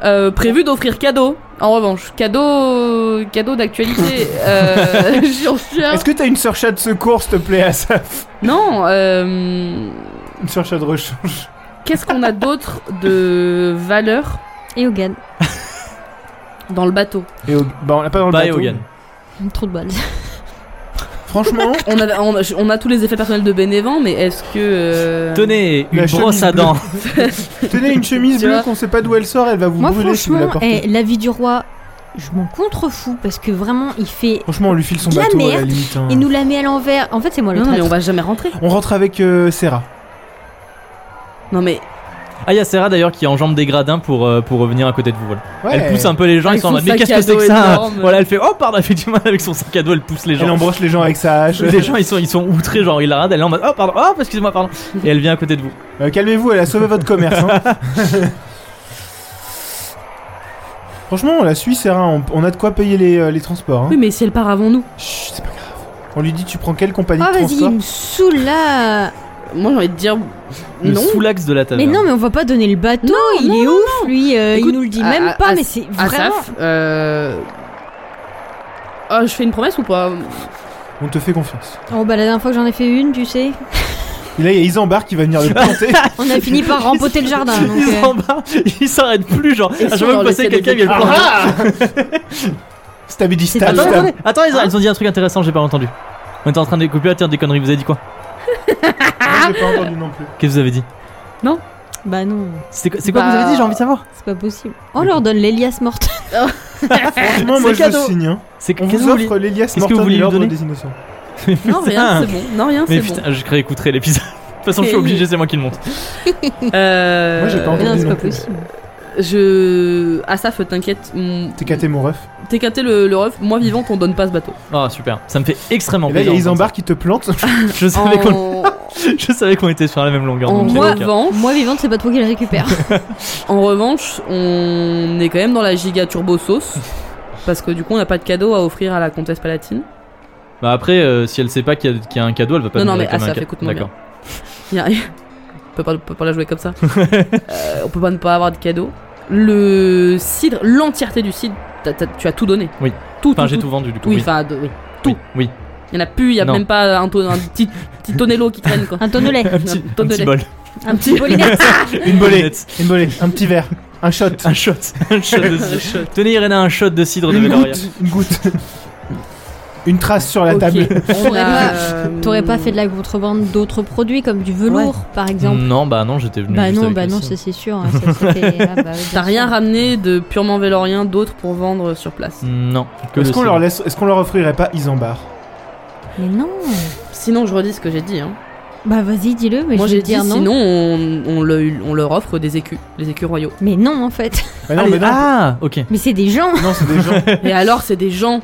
Euh, prévu d'offrir cadeau. En revanche, cadeau, cadeau d'actualité. Euh, j'en cherche. Est-ce que t'as une surchat de secours, s'il te plaît, Asaf Non. euh, Une surchat de rechange. Qu'est-ce qu'on a d'autre de valeur Et Hogan. dans le bateau Et au- bah, on l'a pas dans le Bye bateau. Hogan. Trop de balles. Franchement, on a, on, a, on a tous les effets personnels de Bénévent, mais est-ce que. euh, Tenez La une chemise brosse à bleue. dents. tenez une chemise Tu bleue vois qu'on sait pas d'où elle sort, elle va vous Moi, brûler si vous la franchement, portez. eh, la vie du roi, je m'en contrefous parce que vraiment, il fait. Franchement, on lui file son La bateau à la merde. limite. hein. Il nous la met à l'envers. En fait, c'est moi le Non, non, mais traître. on va jamais rentrer. On rentre avec euh, Sarah. Non, mais. Ah, il y a Sarah d'ailleurs qui enjambe des gradins pour, euh, pour revenir à côté de vous. voilà. Ouais. Elle pousse un peu les gens, Ah, Avec ils sont en son mode mais sac qu'est-ce à que c'est dos que ça énorme. Voilà, elle fait oh pardon, elle fait du mal avec son sac à dos, elle pousse les Elle gens. embroche les gens avec sa hache. Les gens ils sont, ils sont outrés, genre ils la radent, elle est en mode oh pardon, oh excusez-moi, pardon. Et elle vient à côté de vous. Euh, Calmez-vous, elle a sauvé votre commerce. hein. Franchement, on la suit, Sarah. On, on a de quoi payer les, euh, les transports. hein. Oui, mais si elle part avant nous. Chut, c'est pas grave. On lui dit tu prends quelle compagnie Ah, de vas-y, il transport me saoule là. Moi, j'ai envie de dire. Le Non. sous-l'axe de la Mais taverne. non, mais on va pas donner le bateau. il non, est ouf, lui. euh, Écoute, il nous le dit à- même à- pas, à- mais c'est vraiment. Asaf, euh. Ah, je fais une promesse ou pas Ah, On te fait confiance. Oh, bah la dernière fois que j'en ai fait une, tu sais. Et là, il y a Isambard qui va venir le planter. On a fini par rempoter le jardin. donc, Ils euh, s'en battent, ils s'arrêtent plus, genre à Ils chaque sont fois que dans vous le passez ciel quelqu'un des qui est le plan. Stabidi C'est stab, pas Attendez, stab. attendez, attendez, ils ont- ils ont dit un truc intéressant, j'ai pas entendu. On était en train de couper la terre des conneries, vous avez dit quoi Ah, J'ai pas entendu non plus. Qu'est-ce que vous avez dit Bah non, C'est quoi, c'est quoi que Bah- vous avez dit J'ai envie de savoir. c'est pas possible. On leur donne l'Elias morte. Franchement, moi Ah, C'est je le cadeau. signe. hein. C'est que- On qu'est-ce que vous vous voulez offre l'Elias que vous Morton voulez lui et l'Ordre donner des Innocents. Non, rien, c'est bon. Non, rien, Ah, Mais c'est bon. putain, je réécouterai l'épisode. De toute façon, je suis obligé, c'est moi qui le monte. Euh. Moi, j'ai pas entendu Non, c'est non pas plus. possible. Je. Asaf, t'inquiète. Mm, mon- T'es caté mon ref. T'es caté le, le ref. Moi vivante, on donne pas ce bateau. Ah, super. Ça me fait extrêmement Et là, il y plaisir. d'entendre a Isambard qui te plante. ça. Je savais qu'on En- Je savais qu'on était sur la même longueur. En donc j'ai moi, aucun- vent, Moi vivante, c'est pas toi qui le récupère. En revanche, on est quand même dans la giga turbo sauce. Parce que du coup, on n'a pas de cadeau à offrir à la comtesse palatine. Bah après, euh, si elle sait pas qu'il y, a- qu'il y a un cadeau, elle va pas. Non, non, demander mais comme ah, un ça cadeau. fait, écoute-moi D'accord. Y a- on, peut pas, on peut pas la jouer comme ça. Euh, on peut pas ne pas avoir de cadeau. Le cidre, l'entièreté du cidre, t'as- t'as- tu as tout donné. Oui. Tout, Enfin, tout, j'ai tout. tout vendu du coup. Oui, Oui. enfin, de- oui. Oui. oui. Il y en a plus, il y a Non. même pas un, ton- un petit, petit tonnello qui traîne quoi. Un tonneau de lait. Un petit, tonne un de petit lait. bol. Un petit polynette. Une bolée. Lunette. Une bolée. Un petit verre. Un shot. Un shot. Un shot de cidre. Tenez, Irena, un shot de cidre de Une Veloria. goutte. Une goutte. Une trace sur la Ok. table. On T'aurais a, pas- euh, T'aurais pas fait de la contrebande d'autres produits comme du velours, par exemple. Non, bah non, j'étais venu. Bah juste non, avec bah le non, ça cidre. c'est sûr. hein, ça, c'était- ah, bah oui, bien T'as rien sûr. ramené de purement vélorien d'autre pour vendre sur place. Non. que Est-ce le qu'on cidre. leur laisse Est-ce qu'on leur offrirait pas Isambard Mais non. Sinon, je redis ce que j'ai dit. Hein. Bah vas-y, dis-le, mais Moi je vais j'ai dit dire non. sinon on, on le- on leur offre des écus, les écus royaux. Mais non, en fait. Ah non, Allez, mais non, ah, ok. Mais c'est des gens. non, c'est des gens. Et alors c'est des gens.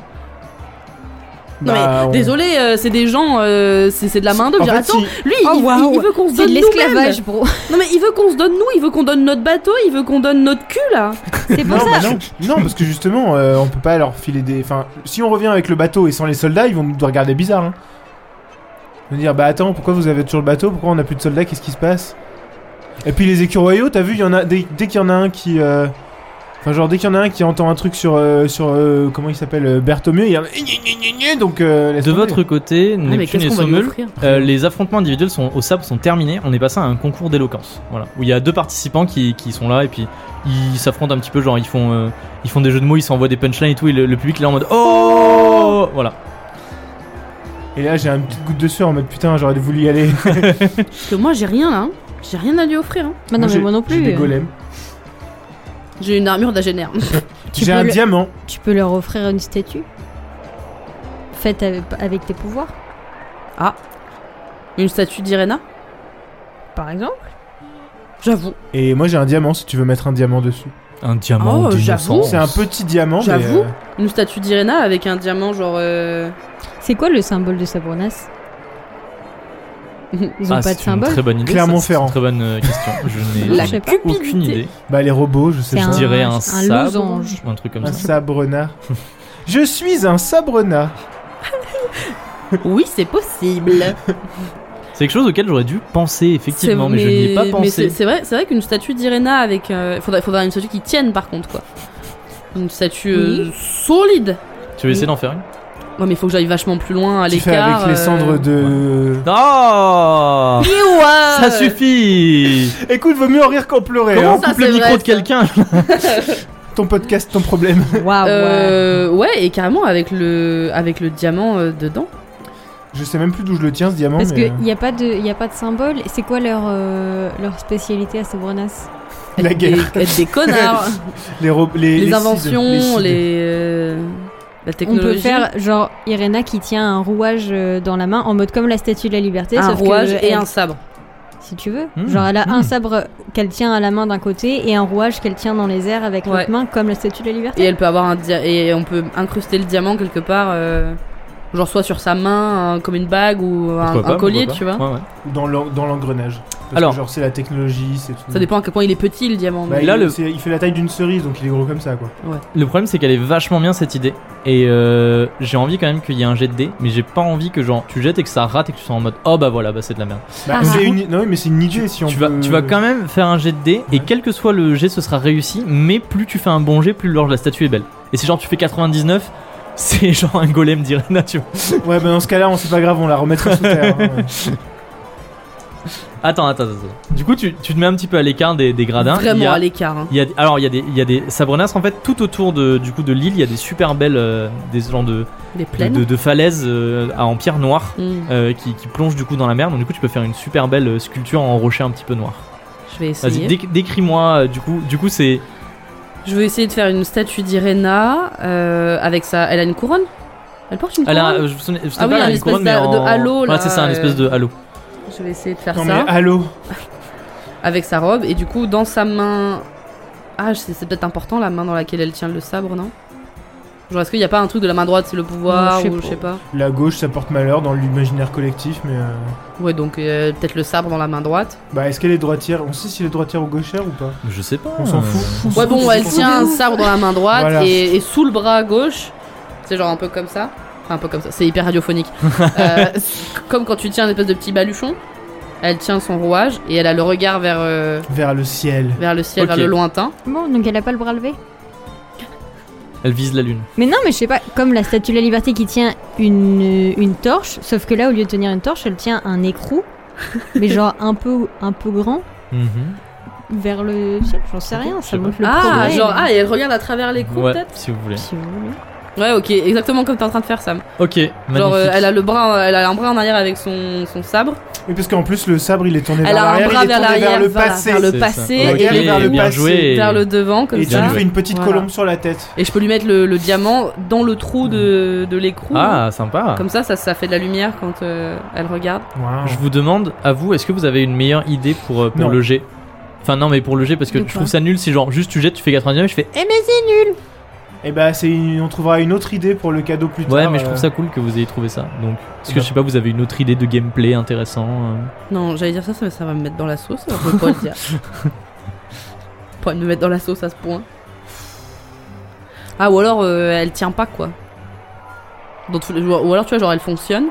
Non Bah, mais on- désolé, euh, c'est des gens, euh, c'est c'est de la main d'œuvre. En Genre, fait, Attends, si- lui Oh, il, waouh. il veut qu'on se C'est donne de l'esclavage, bro. nous-mêmes. Non mais il veut qu'on se donne nous, il veut qu'on donne notre bateau, il veut qu'on donne notre cul là. C'est pour Non, ça. Bah mais non. Non, parce que justement, euh, on peut pas leur filer des. Enfin, si on revient avec le bateau et sans les soldats, ils vont nous regarder bizarre. Hein. Ils vont dire, bah attends, pourquoi vous avez toujours le bateau Pourquoi on a plus de soldats Qu'est-ce qui se passe Et puis les écureuils, royaux, t'as vu, il y en a dès, dès qu'il y en a un qui. euh, Enfin, genre, dès qu'il y en a un qui entend un truc sur. euh, sur euh, comment il s'appelle euh, Berthomeu, il y en a. Gna, gna, gna, gna, Donc, euh, laisse De tomber. votre côté, Ah, mais Neptune qu'est-ce et qu'on va lui Sommel, offrir euh, les affrontements individuels sont, au sable sont terminés. On est passé à un concours d'éloquence. Voilà. Où il y a deux participants qui, qui sont là et puis ils s'affrontent un petit peu. Genre, ils font, euh, ils font des jeux de mots, ils s'envoient des punchlines et tout. Et le, le public il est en mode Oh Voilà. Et là, j'ai un petit goutte de sueur en mode putain, j'aurais voulu y aller. Parce que moi j'ai rien là, hein. j'ai rien à lui offrir. hein. Mais Ah non, mais J'ai- moi non J'ai des plus. euh, golems. J'ai une armure d'agénaire. Tu J'ai peux un le- diamant. Tu peux leur offrir une statue faite avec, avec tes pouvoirs, Une statue d'Irena par exemple. J'avoue. Et moi, j'ai un diamant si tu veux mettre un diamant dessus. Un diamant. Oh, d'innocence. C'est un petit diamant, mais, J'avoue. euh, Une statue d'Irena avec un diamant genre. euh, C'est quoi le symbole de Sabronas Ils ont Ah, pas de c'est une symbole. très bonne idée. ça. Clermont-Ferrand. C'est une très bonne euh, question. Je n'ai La sais pas. aucune cupidité. idée. Bah les robots, je sais C'est pas. Je un- dirais un, un sabre losange. ou un truc comme Un ça. sabrenard. je suis un sabrenard. Oui, c'est possible. C'est quelque chose auquel j'aurais dû penser effectivement, C'est- mais, je n'y ai pas mais pensé. c'est- C'est vrai, c'est vrai qu'une statue d'Irena avec, euh, faudrait, faudrait une statue qui tienne par contre quoi. Une statue euh, solide. Tu veux essayer d'en faire une Ouais, mais faut que j'aille vachement plus loin à Tu fais l'écart. avec les euh, cendres de. Oh Et ouais Ça suffit Écoute, vaut mieux en rire qu'en pleurer. Comment on hein. Euh. ça, coupe le c'est micro vrai, de ça. quelqu'un Ton podcast, ton problème. Waouh. Ah, ouais. Euh, ouais, et carrément avec le, avec le diamant euh, dedans. je sais même plus d'où je le tiens ce diamant. Parce mais, euh, qu'il n'y a, pas de- y a pas de symbole. C'est quoi leur, euh, leur spécialité à Sabronas euh, la Être guerre, Des, être des connards. les, ro- les, les, les cides, inventions, cides. les. euh, la On technologie. peut faire genre Irena qui tient un rouage euh, dans la main en mode comme la statue de la liberté, un sauf que rouage et elle- un sabre. si tu veux. Mmh, Genre elle a mmh. un sabre qu'elle tient à la main d'un côté et un rouage qu'elle tient dans les airs avec Ouais. l'autre main comme la statue de la liberté. Et elle peut avoir un dia- et on peut incruster le diamant quelque part, euh, genre soit sur sa main un- comme une bague ou un, Pourquoi un pas, collier, pourquoi tu pas. vois. Ouais, ouais. Ou Dans l'en- dans l'engrenage. Parce que Alors. genre c'est la technologie, c'est tout. Ça dépend à quel point il est petit le diamant. Bah, mais- il, Là, le- c'est- il fait la taille d'une cerise, donc il est gros comme ça, quoi. Le problème, c'est qu'elle est vachement bien cette idée. Et euh, j'ai envie quand même qu'il y ait un jet de dés, mais j'ai pas envie que genre tu jettes et que ça rate et que tu sois en mode oh bah voilà, bah c'est de la merde. Bah, Ah. c'est une... Non, oui, mais c'est une idée si on Tu vas, peut- tu vas quand même faire un jet de dés et Ouais. quel que soit le jet, ce sera réussi, mais plus tu fais un bon jet, plus l'orge de la statue est belle. Et si genre tu fais 99, c'est genre un golem d'Irena, tu vois. Ouais, bah dans ce cas-là, on c'est pas grave, on la remettra sous terre. hein, ouais. Attends, attends, attends. Du coup, tu, tu te mets un petit peu à l'écart des, des gradins. Bah, Il y Vraiment a- à l'écart. hein. Il y a, alors il y a des, il y a des sabrenas en fait tout autour de, du coup de l'île il y a des super belles euh, des genres de, Des de, plaines. de- de falaises euh, à- en pierre noire Hmm, euh, qui, qui plongent du coup dans la mer donc du coup tu peux faire une super belle euh, sculpture en rocher un petit peu noir. Je vais Vas-y essayer. dé- décris-moi euh, du coup du coup c'est Je vais essayer de faire une statue d'Irena euh, avec sa. Elle a une couronne. Elle porte une elle couronne. a euh, je me souvenais- je sais Ah oui, pas, elle a un une espèce couronne, mais d'a- de en- halo, là, Ouais, c'est ça un euh, espèce de halo. Je vais essayer de faire Non, mais ah. ça allô avec sa robe et du coup dans sa main. Ah, je sais, c'est peut-être important la main dans laquelle elle tient le sabre, non Genre est-ce qu'il n'y a pas un truc de la main droite c'est le pouvoir Je sais ou pas. je sais pas. La gauche, ça porte malheur dans l'imaginaire collectif, mais. euh, Ouais, donc euh, peut-être le sabre dans la main droite. Bah, est-ce qu'elle est droitière On sait si elle est droitière ou gauchère ou pas Je sais pas. On s'en fout. euh, Ouais, bon, elle tient un ouf. sabre dans la main droite Voilà. et, et sous le bras gauche, c'est genre un peu comme ça. Enfin, un peu comme ça, c'est hyper radiophonique. Euh, c'est comme quand tu tiens un espèce de petit baluchon, elle tient son rouage et elle a le regard vers, euh, Vers le ciel. vers le ciel, Ok. vers le lointain. Bon, donc elle a pas le bras levé. Elle vise la lune. Mais non, mais je sais pas, comme la statue de la liberté qui tient une, euh, une torche, sauf que là, au lieu de tenir une torche, elle tient un écrou, mais genre un peu, un peu grand, Mhm. vers le ciel, j'en sais rien, Je ça sais montre le ah, progrès. genre, ah, et elle regarde à travers les coups, Ouais peut-être si vous voulez. Si vous voulez. Ouais, ok, exactement comme t'es en train de faire, Sam. euh, Ok magnifique. Genre, euh, elle a le bras, elle a un bras en arrière avec son, son sabre Oui, parce qu'en plus, le sabre, il est tourné Elle vers a un l'arrière, bras il est vers tourné l'arrière, vers le voilà, passé. vers le C'est passé ça. et Ok, vers le bien passé, joué. vers le devant comme Et tu Bien ça. lui fais une petite Voilà. colombe sur la tête. Et je peux lui mettre le, le diamant dans le trou de, de l'écrou. Ah, sympa. Comme ça, ça, ça fait de la lumière quand euh, elle regarde. Waouh. Je vous demande, à vous, est-ce que vous avez une meilleure idée pour, euh, Non. pour le jet Enfin, non, mais pour le jet, parce que De je quoi trouve ça nul si, genre, juste tu jettes, tu fais 99 et je fais Et bah, c'est une- on trouvera une autre idée pour le cadeau plus tard. Ouais, mais je euh, Bah. trouve ça cool que vous ayez trouvé ça. Donc, est-ce que Ouais. je sais pas, vous avez une autre idée de gameplay intéressant euh Non, j'allais dire ça, ça, ça va me mettre dans la sauce. On peut pas le dire. Pas me mettre dans la sauce à ce point. Ah, ou alors euh, elle tient pas quoi. Dans tous les... Ou alors tu vois, genre elle fonctionne.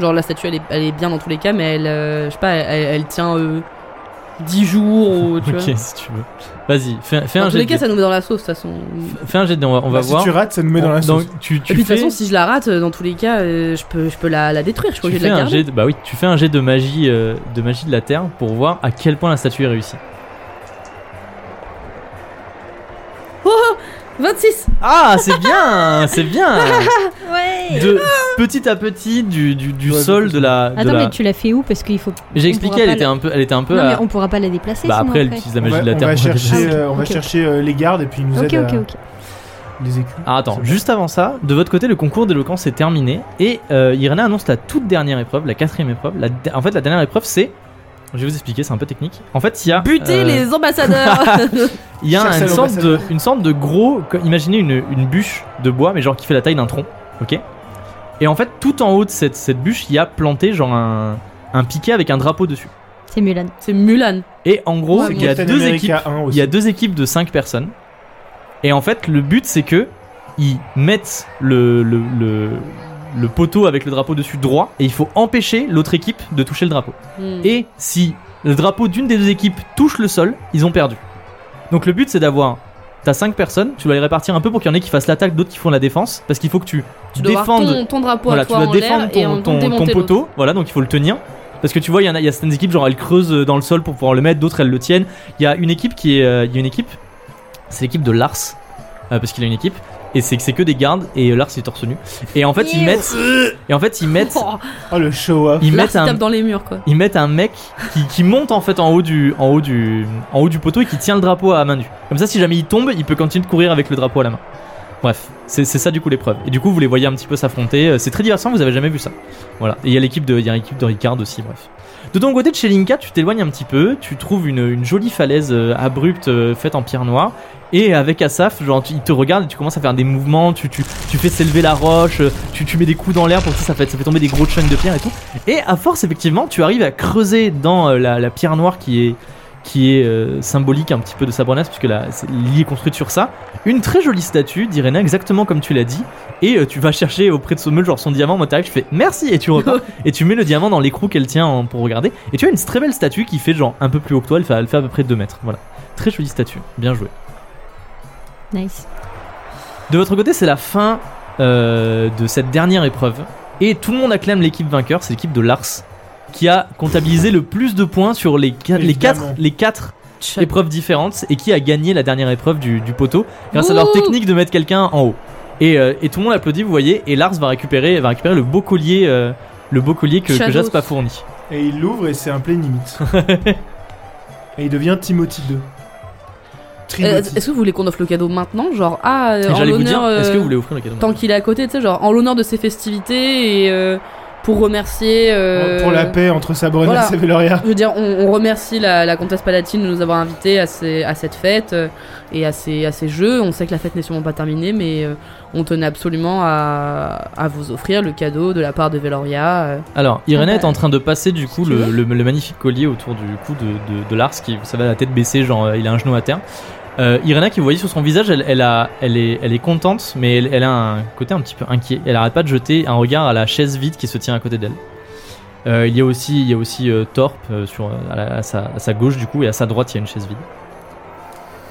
Genre la statue elle est, elle est bien dans tous les cas, mais elle, euh, je sais pas, elle, elle- elle tient euh, 10 jours ou tu Ok, vois. si tu veux. Vas-y, fais, fais Dans un tous jet. les de cas, ça nous met dans la sauce de toute façon. dé- Fais un jet de dé, on va, on va bah, voir. Si tu rates, ça nous met dans la Donc, sauce. tu, tu Et puis de fais, toute façon, si je la rate, euh, dans tous les cas, euh, je peux, je peux la, la détruire. Je suis tu obligée de fais la un garder. jet de- bah oui, tu fais un jet de magie, euh, de magie de la terre pour voir à quel point la statue est réussie. Oh, oh, 26 Ah, c'est bien, c'est bien. Ouais De petit à petit du, du, du Ouais, sol beaucoup. de la. de Attends, la- mais tu l'as fait où Parce qu'il faut. J'ai on expliqué, pourra elle pas était la- un peu, elle était un peu. Non, mais à- on pourra pas la déplacer. Bah sinon, après, elle utilise la On magie va, de la on terre. va pour chercher, déplacer. euh, on va Ok. chercher euh, les gardes et puis ils nous Ok, aident ok, à- ok. les écus. Ah, attends, C'est juste avant ça, de votre côté, le concours d'éloquence est terminé et euh, Irena annonce la toute dernière épreuve, la quatrième épreuve. La de- En fait, la dernière épreuve, c'est. Je vais vous expliquer, c'est un peu technique. En fait, il y a. Buter euh, les ambassadeurs Il y a Cherchez une sorte, de, l'ambassadeur. une sorte de gros. co- Imaginez une, une bûche de bois, mais genre qui fait la taille d'un tronc, ok Et en fait, tout en haut de cette, cette bûche, il y a planté genre un, un piquet avec un drapeau dessus. C'est Mulan. C'est Mulan. Et en gros, Ouais, Oh, il y a Captain deux America équipes. 1 Il aussi. y a deux équipes de 5 personnes. Et en fait, le but, c'est que ils mettent le, le, le, le poteau avec le drapeau dessus droit et il faut empêcher l'autre équipe de toucher le drapeau. Hmm. Et si le drapeau d'une des deux équipes touche le sol, ils ont perdu. Donc le but, c'est d'avoir. T'as 5 personnes, tu dois les répartir un peu pour qu'il y en ait qui fassent l'attaque, d'autres qui font la défense, parce qu'il faut que tu, tu dois avoir défendes ton, ton drapeau voilà, à tu toi dois en défendre l'air et ton, en ton, ton démonter l'autre. poteau, voilà, donc il faut le tenir. Parce que tu vois, il y, en a, il y a certaines équipes, genre elles creusent dans le sol pour pouvoir le mettre, d'autres elles le tiennent. Il y a une équipe qui est. euh, Il y a une équipe, c'est l'équipe de Lars, euh, parce qu'il a une équipe, et c'est c'est que des gardes, et euh, Lars il est torse nu. Et en fait, ils Ew. mettent. Et en fait, ils mettent. Oh, Oh, le show-off. Ils là, mettent tu un. tapes dans les murs quoi. Ils mettent un mec qui, qui monte en fait en haut du en haut du en haut du poteau et qui tient le drapeau à main nue. Comme ça, si jamais il tombe, il peut continuer de courir avec le drapeau à la main. Bref, c'est c'est ça du coup l'épreuve. Et du coup, vous les voyez un petit peu s'affronter. Euh, C'est très divertissant. Vous avez jamais vu ça. Voilà. Et il y a l'équipe de il y a l'équipe de Ricard aussi. Bref. De ton côté de chez Linka, tu t'éloignes un petit peu. Tu trouves une, une jolie falaise euh, abrupte euh, faite en pierre noire. Et avec Asaf, genre, tu- il te regarde et tu commences à faire des mouvements, tu, tu, tu fais s'élever la roche, euh, tu, tu mets des coups dans l'air pour que ça, ça fait, ça fait tomber des gros chunks de pierre et tout. Et à force, effectivement, tu arrives à creuser dans euh, la, la pierre noire qui est, qui est euh, symbolique un petit peu de Sabrenas, puisque la- c'est- l'île est construite sur ça. Une très jolie statue d'Irena, exactement comme tu l'as dit. Et euh, tu vas chercher auprès de ce meule, genre son diamant, moi t'arrives, tu fais merci, et tu repars. et tu mets le diamant dans l'écrou qu'elle tient en- pour regarder. Et tu as une très belle statue qui fait genre un peu plus haut que toi, elle fait, elle fait à peu près 2 mètres. Voilà. Très jolie statue, bien joué. Nice. De votre côté, c'est la fin euh, de cette dernière épreuve. Et tout le monde acclame l'équipe vainqueur, c'est l'équipe de Lars, qui a comptabilisé le plus de points sur les, qua- les, quatre, Évidemment. les quatre Tch. épreuves différentes et qui a gagné la dernière épreuve du, du poteau grâce à leur Ouh. technique de mettre quelqu'un en haut. Et, euh, et tout le monde applaudit, vous voyez, et Lars va récupérer, va récupérer le beau collier, euh, le beau collier que, que Shadows. Jasp a fourni. Et il l'ouvre et c'est un plein limite. et il devient Timothy 2. Euh, Trinity. Est-ce que vous voulez qu'on offre le cadeau maintenant Genre, ah, euh, Et en J'allais vous dire, l'honneur. est-ce que euh, vous voulez offrir le cadeau Tant qu'il est à côté, tu sais, genre, en l'honneur de ses festivités et euh, pour remercier. euh, Pour la paix entre Sabrina voilà. et Veloria. Je veux dire, on, on remercie la, la comtesse Palatine de nous avoir invités à, ces- à cette fête euh, et à ces, à ces jeux. On sait que la fête n'est sûrement pas terminée, mais euh, on tenait absolument à, à vous offrir le cadeau de la part de Veloria. euh. Alors, Irena Ah bah, est en train de passer du coup tu le, le- le magnifique collier autour du cou de, de, de Lars qui, vous savez, a la tête baissée, genre euh, il a un genou à terre. Euh, Irena, qui vous voyez sur son visage, elle, elle, a, elle, est, elle est contente, mais elle, elle a un côté un petit peu inquiet. Elle arrête pas de jeter un regard à la chaise vide qui se tient à côté d'elle. Euh, il y a aussi, il y a aussi euh, Torp euh, sur, euh, à, la- à sa, à sa gauche du coup, et à sa droite il y a une chaise vide.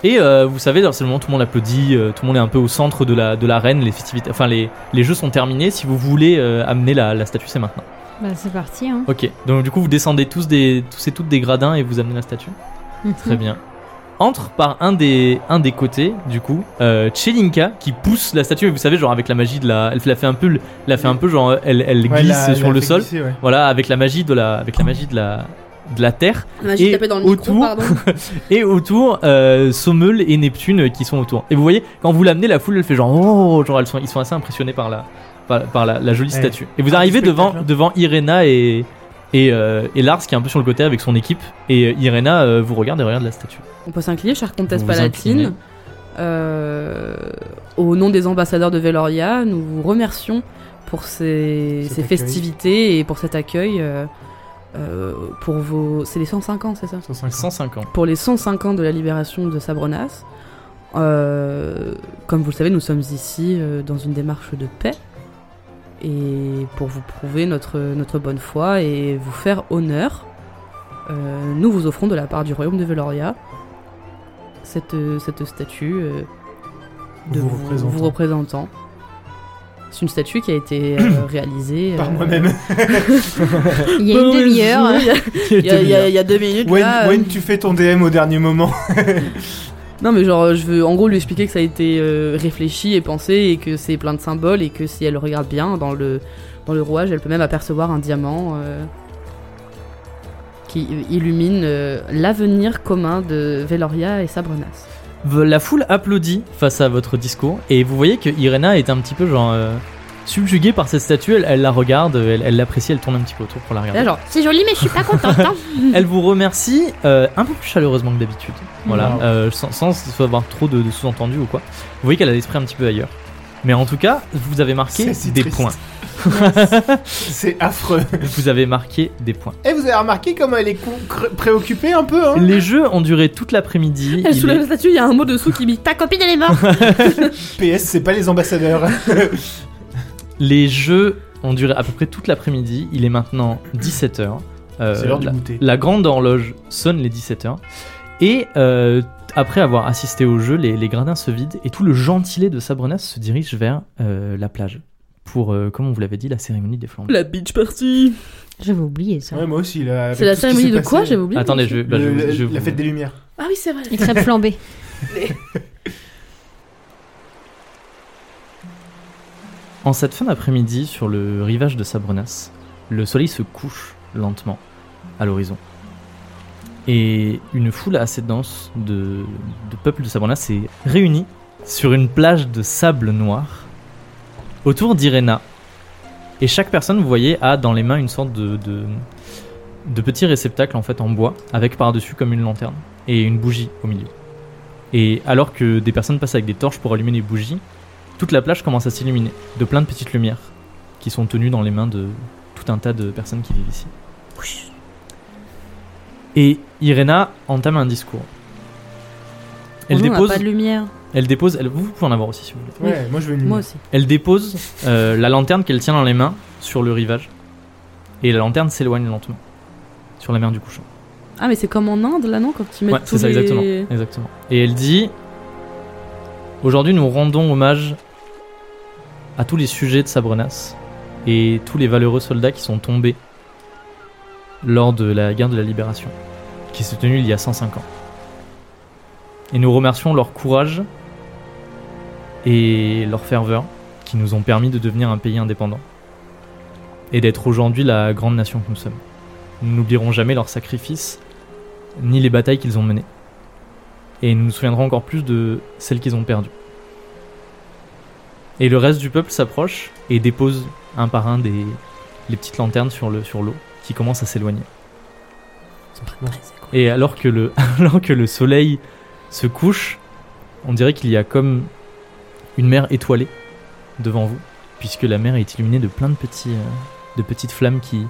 Et euh, vous savez, dans ce moment, tout le monde applaudit, euh, tout le monde est un peu au centre de la, de l'arène, les festivités, enfin les, les jeux sont terminés. Si vous voulez euh, amener la, la statue, c'est maintenant. Bah, c'est parti, hein. Mhm. Ok, donc du coup vous descendez tous, des, tous et toutes des gradins et vous amenez la statue. Très bien. entre par un des, un des côtés, du coup, euh, Chelinka qui pousse la statue. Et vous savez, genre avec la magie de la. Elle la fait un peu, la fait un peu genre, elle, elle Ouais, glisse la- sur la le fait sol. glisser, ouais. Voilà, avec la magie de la, avec la, magie de la, de la terre. Magie Et tapée Ah, dans le micro, autour- pardon. Et autour, euh, Sommel et Neptune euh, qui sont autour. Et vous voyez, quand vous l'amenez, la foule, elle fait genre, oh, genre, elles sont, ils sont assez impressionnés par la, par, par la, la jolie Ouais. statue. Et vous Ah, arrivez le spectacle, devant, hein. devant Irena et, et, euh, et Lars qui est un peu sur le côté avec son équipe. Et euh, Irena euh, vous regarde et regarde la statue. On peut s'incliner, chère comtesse Vous vous inclinez. palatine. Euh, au nom des ambassadeurs de Veloria, nous vous remercions pour ces, Cet ces accueil. festivités et pour cet accueil. euh, euh, pour vos. C'est les 105 ans, c'est ça 150. 105 ans. Pour les 105 ans de la libération de Sabronas. Euh, comme vous le savez, nous sommes ici euh, dans une démarche de paix. Et pour vous prouver notre, notre bonne foi et vous faire honneur, euh, nous vous offrons de la part du royaume de Veloria cette, euh, cette statue euh, de Vous vous, représentant. vous représentant. C'est une statue qui a été euh, réalisée Par euh, moi-même. Il y a une Bonjour. demi-heure. Il y a- il y a- il y a deux minutes. When, là, euh, when tu fais ton DM au dernier moment. Non mais genre je veux en gros lui expliquer que ça a été euh, réfléchi et pensé et que c'est plein de symboles et que si elle regarde bien dans le dans le rouage elle peut même apercevoir un diamant euh, qui illumine euh, l'avenir commun de Veloria et Sabrenas. La foule applaudit face à votre discours et vous voyez que Irena est un petit peu genre euh, subjuguée par cette statue. Elle, elle la regarde, elle elle l'apprécie, elle tourne un petit peu autour pour la Et regarder. Là genre C'est joli, mais je suis pas contente. hein. Elle vous remercie euh, un peu plus chaleureusement que d'habitude. Voilà, Wow. euh, sans, sans avoir trop de, de sous-entendus ou quoi. Vous voyez qu'elle a l'esprit un petit peu ailleurs. Mais en tout cas, vous avez marqué C'est si des triste. points. C'est affreux. Vous avez marqué des points. Et vous avez remarqué comment elle est con- cr- préoccupée un peu, hein Les jeux ont duré toute l'après-midi. Oh. elle Il soulève est- la statue il y a un mot dessous qui dit Ta copine, elle est morte. PS, c'est pas les ambassadeurs. Euh, Les jeux ont duré à peu près toute l'après-midi. Il est maintenant 17h. c'est l'heure du goûter. La grande horloge sonne les 17h. Et euh, après avoir assisté au jeu, les, les gradins se vident et tout le gentilé de Sabrenas se dirige vers euh, la plage pour, euh, comme on vous l'avait dit, la cérémonie des flambeaux. la beach party. J'avais oublié ça. Ouais, moi aussi. là, avec C'est la tout ce qui cérémonie s'est de passé. quoi j'avais oublié. Attendez, je, vais- bah, je Le- vous- la- je vous- la fête des lumières. Ah oui c'est vrai. Les crêpes flambées. En cette fin d'après-midi, sur le rivage de Sabrenas, le soleil se couche lentement à l'horizon. Et une foule assez dense de, de peuple de Sabrenas s'est réunie sur une plage de sable noir autour d'Irena. Et chaque personne, vous voyez, a dans les mains une sorte de, de, de petit réceptacle en fait en bois, avec par-dessus comme une lanterne et une bougie au milieu. Et alors que des personnes passent avec des torches pour allumer les bougies, toute la plage commence à s'illuminer de plein de petites lumières qui sont tenues dans les mains de tout un tas de personnes qui vivent ici. Et Irena entame un discours. Oh Elle Bonjour, on a dépose, pas de lumière. elle dépose, elle, vous pouvez en avoir aussi si vous voulez. Oui. Ouais, moi je veux une Moi aussi. Elle dépose euh, la lanterne qu'elle tient dans les mains sur le rivage. Et la lanterne s'éloigne lentement. Sur la mer du couchant. Ah mais c'est comme en Inde là non quand tu mets Ouais, c'est tous ça, les- exactement. Exactement. Et elle dit Aujourd'hui, nous rendons hommage à tous les sujets de Sabrenas et tous les valeureux soldats qui sont tombés lors de la guerre de la libération, qui s'est tenue il y a 105 ans. Et nous remercions leur courage et leur ferveur qui nous ont permis de devenir un pays indépendant et d'être aujourd'hui la grande nation que nous sommes. Nous n'oublierons jamais leurs sacrifices ni les batailles qu'ils ont menées. Et nous nous souviendrons encore plus de celles qu'ils ont perdues. Et le reste du peuple s'approche et dépose un par un des les petites lanternes sur le sur l'eau qui commence à s'éloigner. Et alors que le alors que le soleil se couche, on dirait qu'il y a comme une mer étoilée devant vous, puisque la mer est illuminée de plein de petits euh, de petites flammes qui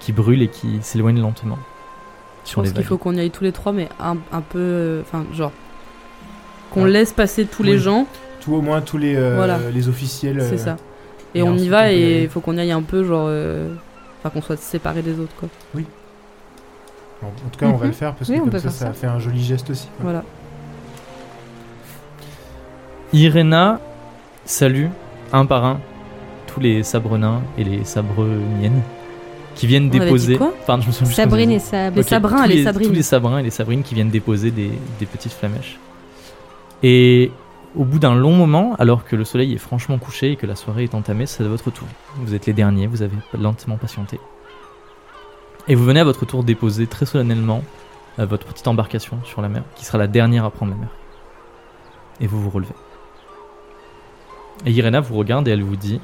qui brûlent et qui s'éloignent lentement Je sur pense les qu'il vagues. faut qu'on y aille tous les trois, mais un, un peu. euh, Enfin, genre. Qu'on Ouais. laisse passer tous les Oui. gens, Tout au moins tous les, euh, Voilà. les officiels. euh, c'est ça. Et, et on y ensuite, on va peut y et aller. il faut qu'on y aille un peu, genre. euh, Enfin, qu'on soit séparés des autres, quoi. bon, en tout cas, on va Mhm. le faire parce que Oui, on comme peut ça, faire ça, ça. fait un joli geste aussi. quoi. Voilà. Irena salue un par un tous les sabrenins et les sabreniennes qui viennent avait dit déposer. quoi Pardon, je me souviens plus comment Sabrine on et dit. Sab. Les Ok, sabrins tous et les sabrines. Tous les sabrins et les sabrines qui viennent déposer des, des petites flamèches. Et au bout d'un long moment, alors que le soleil est franchement couché et que la soirée est entamée, c'est à votre tour. Vous êtes les derniers, vous avez lentement patienté. Et vous venez à votre tour déposer très solennellement euh, votre petite embarcation sur la mer, qui sera la dernière à prendre la mer. Et vous vous relevez. Et Irena vous regarde et elle vous dit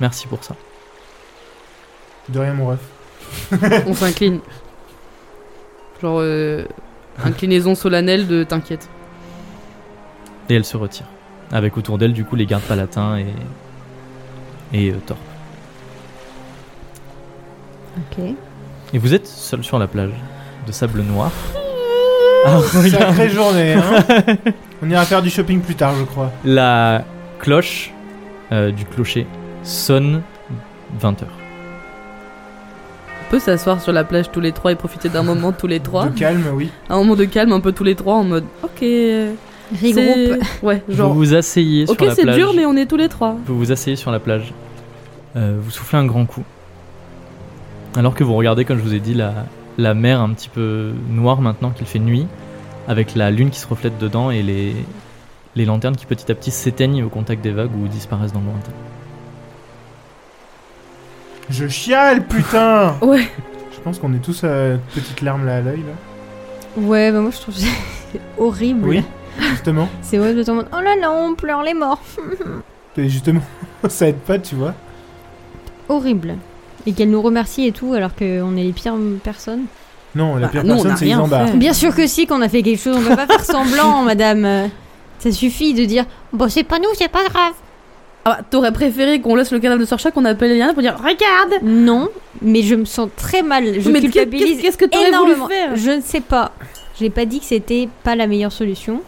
Merci pour ça. De rien, mon ref. On s'incline. Genre, euh, inclinaison solennelle de t'inquiète. Et elle se retire. Avec autour d'elle, du coup, les gardes palatins et. et euh, Thor. Ok. Et vous êtes seul sur la plage de sable noir. Ah, regarde. Sacrée journée, hein On ira faire du shopping plus tard, je crois. La cloche euh, du clocher sonne 20h. On peut s'asseoir sur la plage tous les trois et profiter d'un moment tous les trois. De calme, oui. Un moment de calme, un peu tous les trois en mode ok. euh, c'est- Regroupe. Ouais, genre. vous vous asseyez sur Ok, la c'est plage. dur, mais on est tous les trois. Vous vous asseyez sur la plage. Euh, vous soufflez un grand coup. Alors que vous regardez, comme je vous ai dit, la, la mer un petit peu noire maintenant qu'il fait nuit, avec la lune qui se reflète dedans et les, les lanternes qui petit à petit s'éteignent au contact des vagues ou disparaissent dans le lointain. Je chiale, putain Ouais. Je pense qu'on est tous euh, petite larme là à l'œil, là. Ouais, bah moi je trouve que c'est horrible. Oui. Justement. C'est horrible de tout le monde. Oh là là, on pleure les morts. Et justement, ça aide pas, tu vois. Horrible. Et qu'elle nous remercie et tout, alors qu'on est les pires personnes. Non, la Bah, pire nous, on a personne, c'est rien Isambard. fait. Bien sûr que si, qu'on a fait quelque chose, on peut pas faire semblant, madame. Ça suffit de dire Bon, c'est pas nous, c'est pas grave. Ah bah, t'aurais préféré qu'on laisse le cadavre de Sorcha, qu'on appelle Eliana pour dire regarde Non, mais je me sens très mal. Je Mais qu'est- culpabilise Qu'est-ce que t'aurais voulu énormément. faire Je ne sais pas. J'ai pas dit que c'était pas la meilleure solution.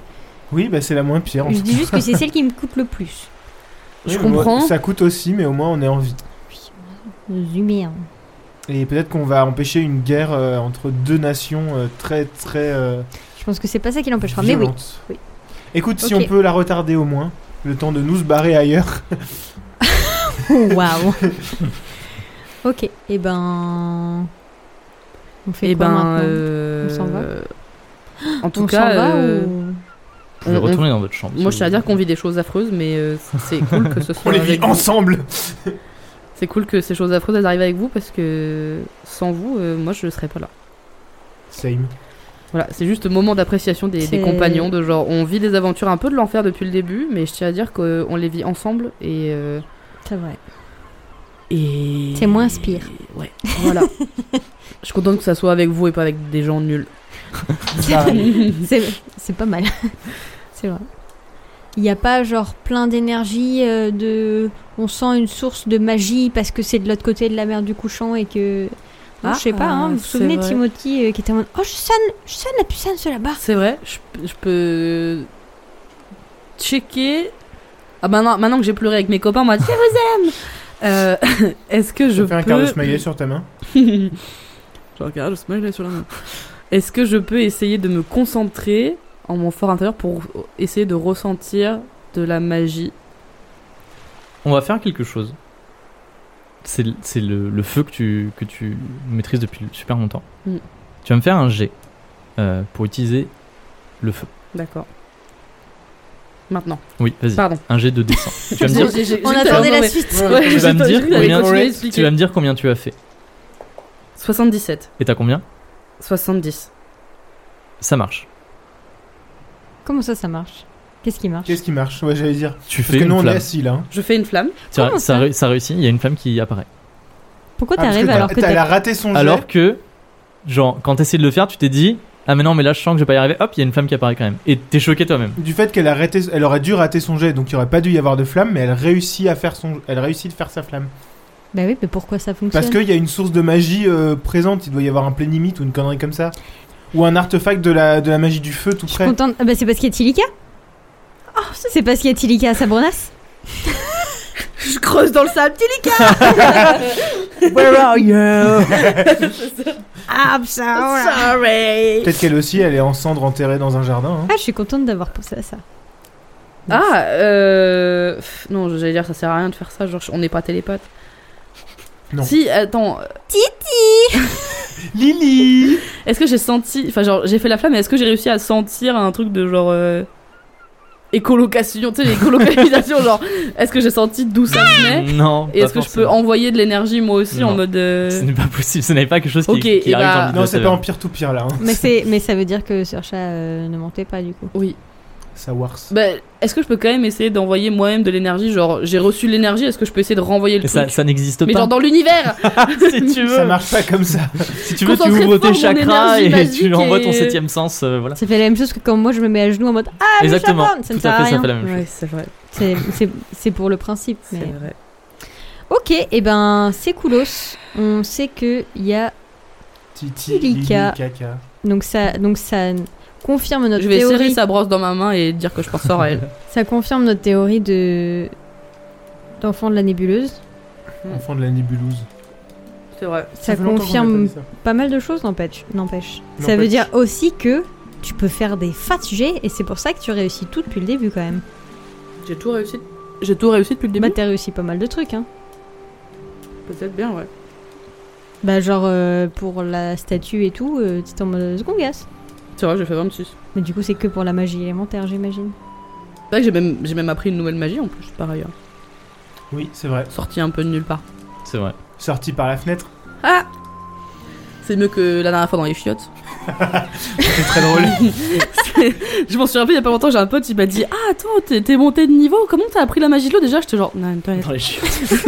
Oui, bah c'est la moins pire. en Je tout dis cas. juste que c'est celle qui me coûte le plus. Je Oui, mais moi, comprends. ça coûte aussi, mais au moins on est en vie. Zumère. Et peut-être qu'on va empêcher une guerre euh, entre deux nations euh, très très euh, Je pense que c'est pas ça qui l'empêchera. Mais oui. violente. oui. Écoute, si Ok. on peut la retarder au moins, le temps de nous se barrer ailleurs. Waouh. ok. Et ben. On fait Eh quoi ben, maintenant euh, On s'en va En tout On cas, s'en va euh, ou- Vous pouvez On- on- retourner dans votre chambre. Mm, moi je si tiens à vous dire voulez. qu'on vit des choses affreuses, mais euh, c'est cool que ce On soit les vit avec vous. ensemble. C'est cool que ces choses affreuses elles arrivent avec vous parce que sans vous, euh, moi je serais pas là. Same. Voilà, c'est juste un moment d'appréciation des, des C'est- compagnons, de genre on vit des aventures un peu de l'enfer depuis le début, mais je tiens à dire qu'on les vit ensemble et. euh, C'est vrai. et... C'est moins spire. Ouais, voilà. je suis contente que ça soit avec vous et pas avec des gens nuls. C'est c'est pas mal. C'est vrai. Il n'y a pas genre plein d'énergie euh, de. On sent une source de magie parce que c'est de l'autre côté de la mer du couchant et que. Non, Ah, je sais pas, hein, euh, vous vous c'est souvenez de vrai. Timothy euh, qui était en mode Oh, je sonne, je sonne la puissance de là-bas. C'est vrai, je, je peux checker. Ah bah non, maintenant que j'ai pleuré avec mes copains, on m'a dit je vous aime. Euh, Est-ce que je Je fais un quart de peux smiley sur ta main. Je regarde le smile sur la main. Est-ce que je peux essayer de me concentrer en mon fort intérieur pour essayer de ressentir de la magie On va faire quelque chose. C'est le- c'est le, le feu que tu, que tu maîtrises depuis super longtemps. Mm. Tu vas me faire un jet euh, pour utiliser le feu. D'accord. Maintenant. Oui, vas-y. Pardon. Un jet de dessin. tu vas me dire, J'ai- j'ai- On j'ai- attendait non, la mais- suite. Ouais, tu j'ai vas me pas- dire j'ai pas combien- continué à tu expliquer. vas me dire combien tu as fait. 77. Et t'as combien 70. Ça marche. Comment ça, ça marche Qu'est-ce qui marche Qu'est-ce qui marche Ouais, j'allais dire. Tu Parce fais que une nous, on est flamme. assis là. hein. Je fais une flamme. Tu vois, Comment ça, ça ré- ça réussit, il y a une flamme qui apparaît. Pourquoi Ah, parce t'arrives t'as- alors que t'as- Elle a t'as. raté son jet. Alors que, genre, quand t'essayes de le faire, tu t'es dit Ah, mais non, mais là, je sens que je vais pas y arriver. Hop, il y a une flamme qui apparaît quand même. Et t'es choqué toi-même. Du fait qu'elle a raté, elle aurait dû rater son jet, donc il aurait pas dû y avoir de flamme, mais elle réussit à faire son, elle réussit de faire sa flamme. Bah oui, mais pourquoi ça fonctionne Parce qu'il y a une source de magie euh, présente, il doit y avoir un plein limite ou une connerie comme ça. Ou un artefact de la, de la magie du feu tout Je suis près. contente. Ah bah c'est parce qu'il y a Tilika Oh, C'est parce qu'il y a Tilika à Sabronas Je creuse dans le sable. Where are you Ah, ça Sorry. Peut-être qu'elle aussi, elle est en cendre enterrée dans un jardin. hein. Ah, je suis contente d'avoir pensé à ça. Ah, euh... pff, Non, j'allais dire, ça sert à rien de faire ça, genre, on n'est pas télépathe. Non. Si, attends, Lily est-ce que j'ai senti. Enfin, genre, j'ai fait la flamme, mais est-ce que j'ai réussi à sentir un truc de genre. euh, écolocation, tu sais, l'écolocalisation, genre. Est-ce que j'ai senti d'où ça venait Non. Et pas est-ce que je peux forcément. envoyer de l'énergie moi aussi Non. en mode. euh, Ce n'est pas possible, ce n'est pas quelque chose qui, Ok, qui et arrive bah- dans le Non, c'est Taverne. pas en pire tout pire là. hein. Mais, c'est, mais ça veut dire que Surcha euh, ne mentait pas du coup. Oui. Ça worse. Bah, est-ce que je peux quand même essayer d'envoyer moi-même de l'énergie Genre, j'ai reçu l'énergie, est-ce que je peux essayer de renvoyer le Et ça, truc ça n'existe Mais pas. genre dans l'univers si tu veux, Ça marche pas comme ça. si tu veux, tu Concentrez ouvres fort tes mon chakras énergie et tu basique envoies ton et- septième sens. euh, voilà. Ça fait la même chose que quand moi je me mets à genoux en mode Ah, mais Exactement. Sharon, ça ne Tout sert à à fait, ça rien. fait la même chose. Ouais, c'est vrai, C'est, c'est, c'est pour le principe. c'est Mais... vrai. Ok, et ben c'est coolos. On sait que il y a Titi, Lily, Lika. caca. donc ça donc ça confirme notre Je vais serrer théorie. sa brosse dans ma main et dire que je pense fort à elle. Ça confirme notre théorie de d'enfant de la nébuleuse. Enfant de la nébuleuse. C'est vrai. Ça, fait longtemps qu'on n'a confirme pas dit ça. pas mal de choses, n'empêche. N'empêche. Ça N'empêche. veut dire aussi que tu peux faire des fat jets et c'est pour ça que tu réussis tout depuis le début quand même. J'ai tout réussi. J'ai tout réussi depuis le Bah début. t'as réussi pas mal de trucs hein. Peut-être bien, ouais. Bah genre euh, pour la statue et tout, euh, t'es en mode second gas. C'est vrai, j'ai fait 26. C'est Mais du coup c'est que pour la magie élémentaire j'imagine. vrai que j'ai même, j'ai même appris une nouvelle magie en plus, par ailleurs. Oui, c'est vrai. Sortie un peu de nulle part. C'est vrai. Sorti par la fenêtre. Ah C'est mieux que la dernière fois dans les chiottes. C'est très drôle. Je m'en suis rappelé il y a pas longtemps, j'ai un pote, il m'a dit Ah, attends, t'es, t'es monté de niveau, comment t'as appris la magie de l'eau déjà J'étais genre, non, non, non, Dans les chiottes.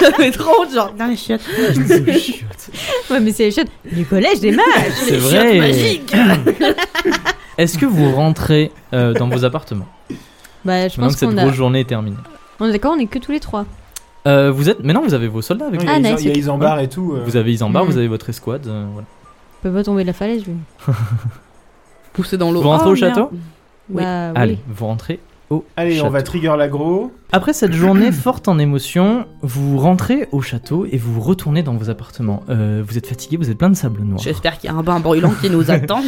j'avais 30, genre, dans les chiottes. Ouais mais c'est les chiottes du collège des mages. Ah, C'est vrai. Est-ce que vous rentrez euh, dans vos appartements bah je maintenant que pense cette qu'on grosse a... journée est terminée On est d'accord, on est que tous les trois. Euh, Vous êtes. Mais non, vous avez vos soldats avec Il y vous. a Ah, Isa- nice, il y a ok. Isambard et tout. euh, Vous avez Isambard, Mm. Ah vous avez votre escouade. euh, voilà. On peut pas tomber de la falaise lui. Poussé dans l'eau. Vous rentrez Oh, au château merde. Oui. Bah oui. Allez, vous rentrez au Allez, on château. va trigger l'agro. Après cette journée forte en émotions, vous rentrez au château et vous retournez dans vos appartements. Euh, vous êtes fatigué, vous êtes plein de sable noir. J'espère qu'il y a un bain brûlant qui nous attend.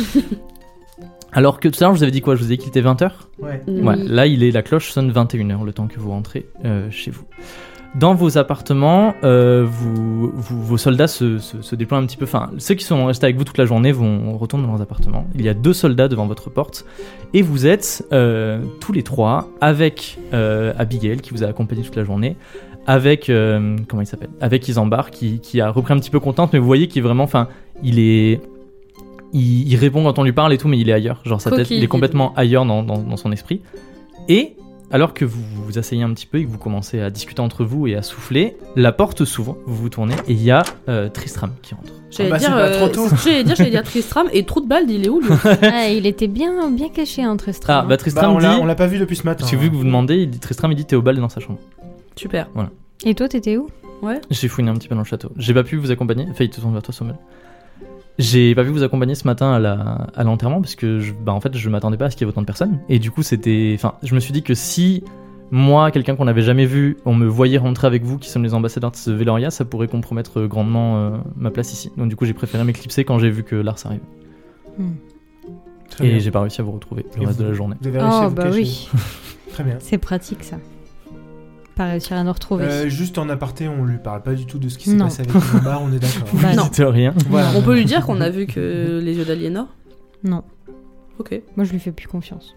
Alors que tout à l'heure, je vous avais dit quoi Je vous ai dit qu'il était 20h Ouais. Ouais, Oui. là, il est, la cloche sonne 21h le temps que vous rentrez euh, chez vous. Dans vos appartements, euh, vous, vous- vos soldats se, se- se déploient un petit peu. Enfin, ceux qui sont restés avec vous toute la journée vont retourner dans leurs appartements. Il y a deux soldats devant votre porte. Et vous êtes euh, tous les trois avec euh, Abigail qui vous a accompagné toute la journée. Avec. euh, comment il s'appelle Avec Isambard qui, qui a repris un petit peu contente, mais vous voyez qu'il est vraiment. Enfin, il est. Il, il répond quand on lui parle et tout, mais il est ailleurs. Genre, sa tête, Coquille il est vide. complètement ailleurs dans- dans- dans son esprit. Et alors que vous vous asseyez un petit peu et que vous commencez à discuter entre vous et à souffler, la porte s'ouvre, vous vous tournez et il y a euh, Tristram qui rentre. J'allais Ah bah, dire, c'est pas euh, trop tôt. j'allais dire, j'allais dire Tristram et Trou de Balde, il est où lui ah, il était bien bien caché hein, entre Ah, Tristram. bah Bah, Tristram on l'a- on dit. l'a pas vu depuis ce matin. hein. Parce que vu que vous demandez, il dit, Tristram il dit Théobald est dans sa chambre. Super. Et toi t'étais où J'ai fouiné un petit peu dans le château. J'ai pas pu vous accompagner. Enfin, il te tourne vers toi, Sommel. J'ai pas pu vous accompagner ce matin à la- à l'enterrement parce que je, bah, en fait, je m'attendais pas à ce qu'il y ait autant de personnes. Et du coup, c'était. Enfin, je me suis dit que si moi, quelqu'un qu'on n'avait jamais vu, on me voyait rentrer avec vous, qui sommes les ambassadeurs de ce Veloria, ça pourrait compromettre grandement euh, ma place ici. Donc, du coup, j'ai préféré m'éclipser quand j'ai vu que Lars arrive. Très bien. Et j'ai pas réussi à vous retrouver le Et reste vous- de la journée. Vous avez réussi à Oh vous bah cacher. oui, Très bien. c'est pratique ça. Pas réussir à nous retrouver. Euh, juste en aparté, on lui parle pas du tout de ce qui s'est Non. passé avec Isambard, on est d'accord. Bah, Non. non. Dites rien. Voilà. On peut lui dire qu'on a vu que les yeux d'Aliénor Ok. moi je lui fais plus confiance.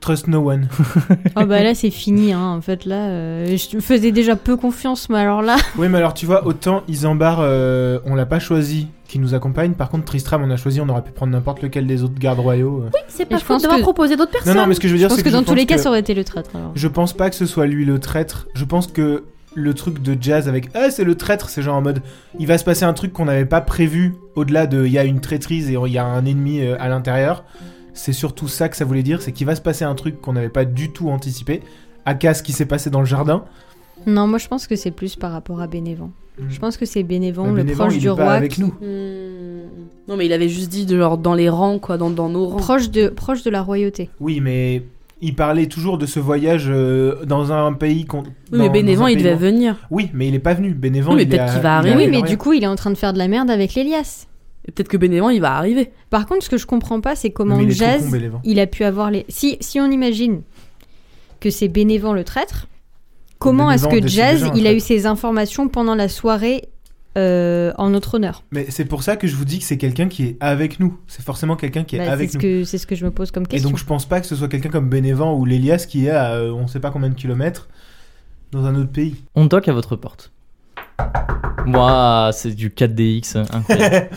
Trust no one. Oh bah là c'est fini hein. en fait là euh, je te faisais déjà peu confiance mais alors là Oui, mais alors tu vois, autant Isambard, euh, on l'a pas choisi qui nous accompagne. Par contre, Tristram, on a choisi, on aurait pu prendre n'importe lequel des autres gardes royaux. euh. C'est pas Et je fou pense d'avoir que- proposé d'autres non, non, mais ce que je veux je dire, pense c'est que, que, je dans tous pense les cas que- ça aurait été le traître alors. Je pense pas que ce soit lui le traître. Je pense que le truc de jazz avec Ah, c'est le traître, c'est genre en mode il va se passer un truc qu'on n'avait pas prévu au-delà de il y a une traîtrise et il y a un ennemi euh, à l'intérieur. C'est surtout ça que ça voulait dire, c'est qu'il va se passer un truc qu'on n'avait pas du tout anticipé. Aka, ce qui s'est passé dans le jardin. Non moi je pense que c'est plus par rapport à Bénévent. Je pense que c'est Bénévent Mais le Bénévent, proche il du est pas roi avec qui- nous. Non, mais il avait juste dit de genre dans les rangs, quoi, dans, dans nos rangs. proche de proche de la royauté. Oui, mais il parlait toujours de ce voyage euh, dans un pays qu'on. Oui, dans- mais dans Bénévent, un il pays devait loin. venir. Oui, mais il est pas venu. Bénévent, Oui, mais il est peut-être à- qu'il va il est à arriver. Ah, Mais oui il mais Véloria. du coup il est en train de faire de la merde avec l'Elias. Et Peut-être que Bénévent, il va arriver. Par contre ce que je comprends pas c'est Non, comment mais il est trop Jazz con, Bénévent. il a pu avoir les si si on imagine que c'est Bénévent le traître Comment est-ce que 2020, Jazz, déjà, en il a fait. eu ces informations pendant la soirée euh, en notre honneur Mais c'est pour ça que je vous dis que c'est quelqu'un qui est avec nous. C'est forcément quelqu'un qui est Bah, C'est avec ce nous. que c'est ce que je me pose comme Et question. donc je pense pas que ce soit quelqu'un comme Bénévent ou l'Elias qui est à euh, on sait pas combien de kilomètres dans un autre pays. On toque à votre porte. Moi, c'est du 4DX incroyable.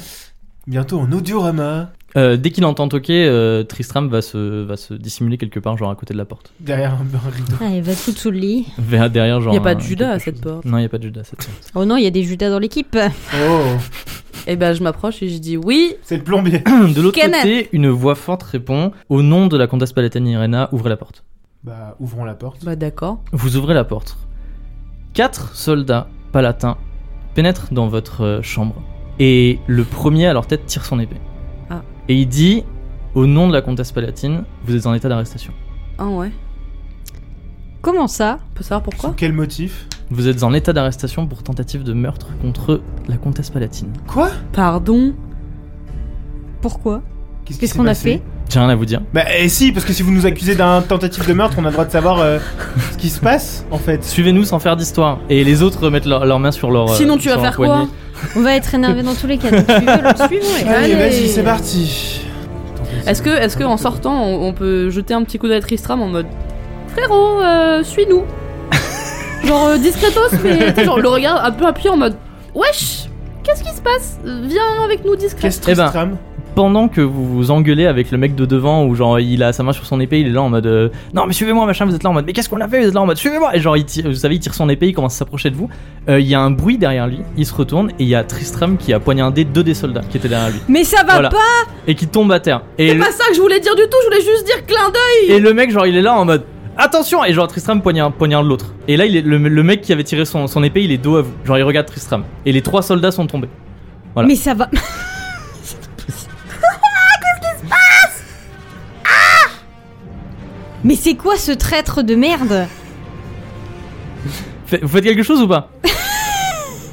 Bientôt en audiorama Euh, dès qu'il entend toquer, euh, Tristram va se, va se dissimuler quelque part, genre à côté de la porte. derrière un un rideau. Ah, il va tout sous le lit. Vers- Derrière, genre. Il y a pas un- de Judas à quelque cette chose. porte. Non, il y a pas de Judas à cette porte. Oh non, il y a des Judas dans l'équipe. Oh, Et ben je m'approche et je dis oui. c'est le plombier. de l'autre Kenneth. côté, une voix forte répond Au nom de la comtesse palatine Irena, ouvrez la porte. Bah ouvrons la porte. Bah d'accord. Vous ouvrez la porte. Quatre soldats palatins pénètrent dans votre euh, chambre. Et le premier à leur tête tire son épée. Ah. Et il dit Au nom de la comtesse palatine, vous êtes en état d'arrestation. Ah ouais. Comment ça On peut savoir Sous pourquoi quel motif Vous êtes en état d'arrestation pour tentative de meurtre contre la comtesse palatine. Quoi Pardon. Pourquoi qui Qu'est-ce s'est qu'on a passé fait J'ai rien à vous dire. Bah eh, si, parce que si vous nous accusez d'un tentative de meurtre, on a le droit de savoir euh, ce qui se passe en fait. Suivez-nous sans faire d'histoire. Et les autres mettent leur- leurs mains sur leur. euh, Sinon, tu sur vas leur faire quoi poignet. On va être énervé dans tous les cas. donc tu veux, le suivons, les gars. Allez, Allez. vas-y, c'est parti. Est-ce que, est-ce que en sortant, on, on peut jeter un petit coup d'œil à Tristram en mode frérot, euh, suis-nous. genre euh, discretos, mais tu sais, genre le regard un peu appuyé en mode wesh. Qu'est-ce qui se passe Viens avec nous discret. Qu'est-ce que Eh ben. Tristram pendant que vous vous engueulez avec le mec de devant où genre il a sa main sur son épée, il est là en mode euh, non mais suivez-moi machin, vous êtes là en mode mais qu'est-ce qu'on a fait, vous êtes là en mode suivez-moi et genre il tire- vous savez il tire son épée, il commence à s'approcher de vous, Euh, il y a un bruit derrière lui, il se retourne et il y a Tristram qui a poignardé deux des soldats qui étaient derrière lui Mais ça va Voilà. pas et qui tombe à terre et C'est le, pas ça que je voulais dire du tout. Je voulais juste dire clin d'œil. et le mec genre il est là en mode attention et genre Tristram poignarde, poignarde l'autre et là il est, le, le mec qui avait tiré son, son épée il est dos à vous genre il regarde Tristram et les trois soldats sont tombés Voilà. Mais ça va. Ah Mais c'est quoi ce traître de merde Fait- vous faites quelque chose ou pas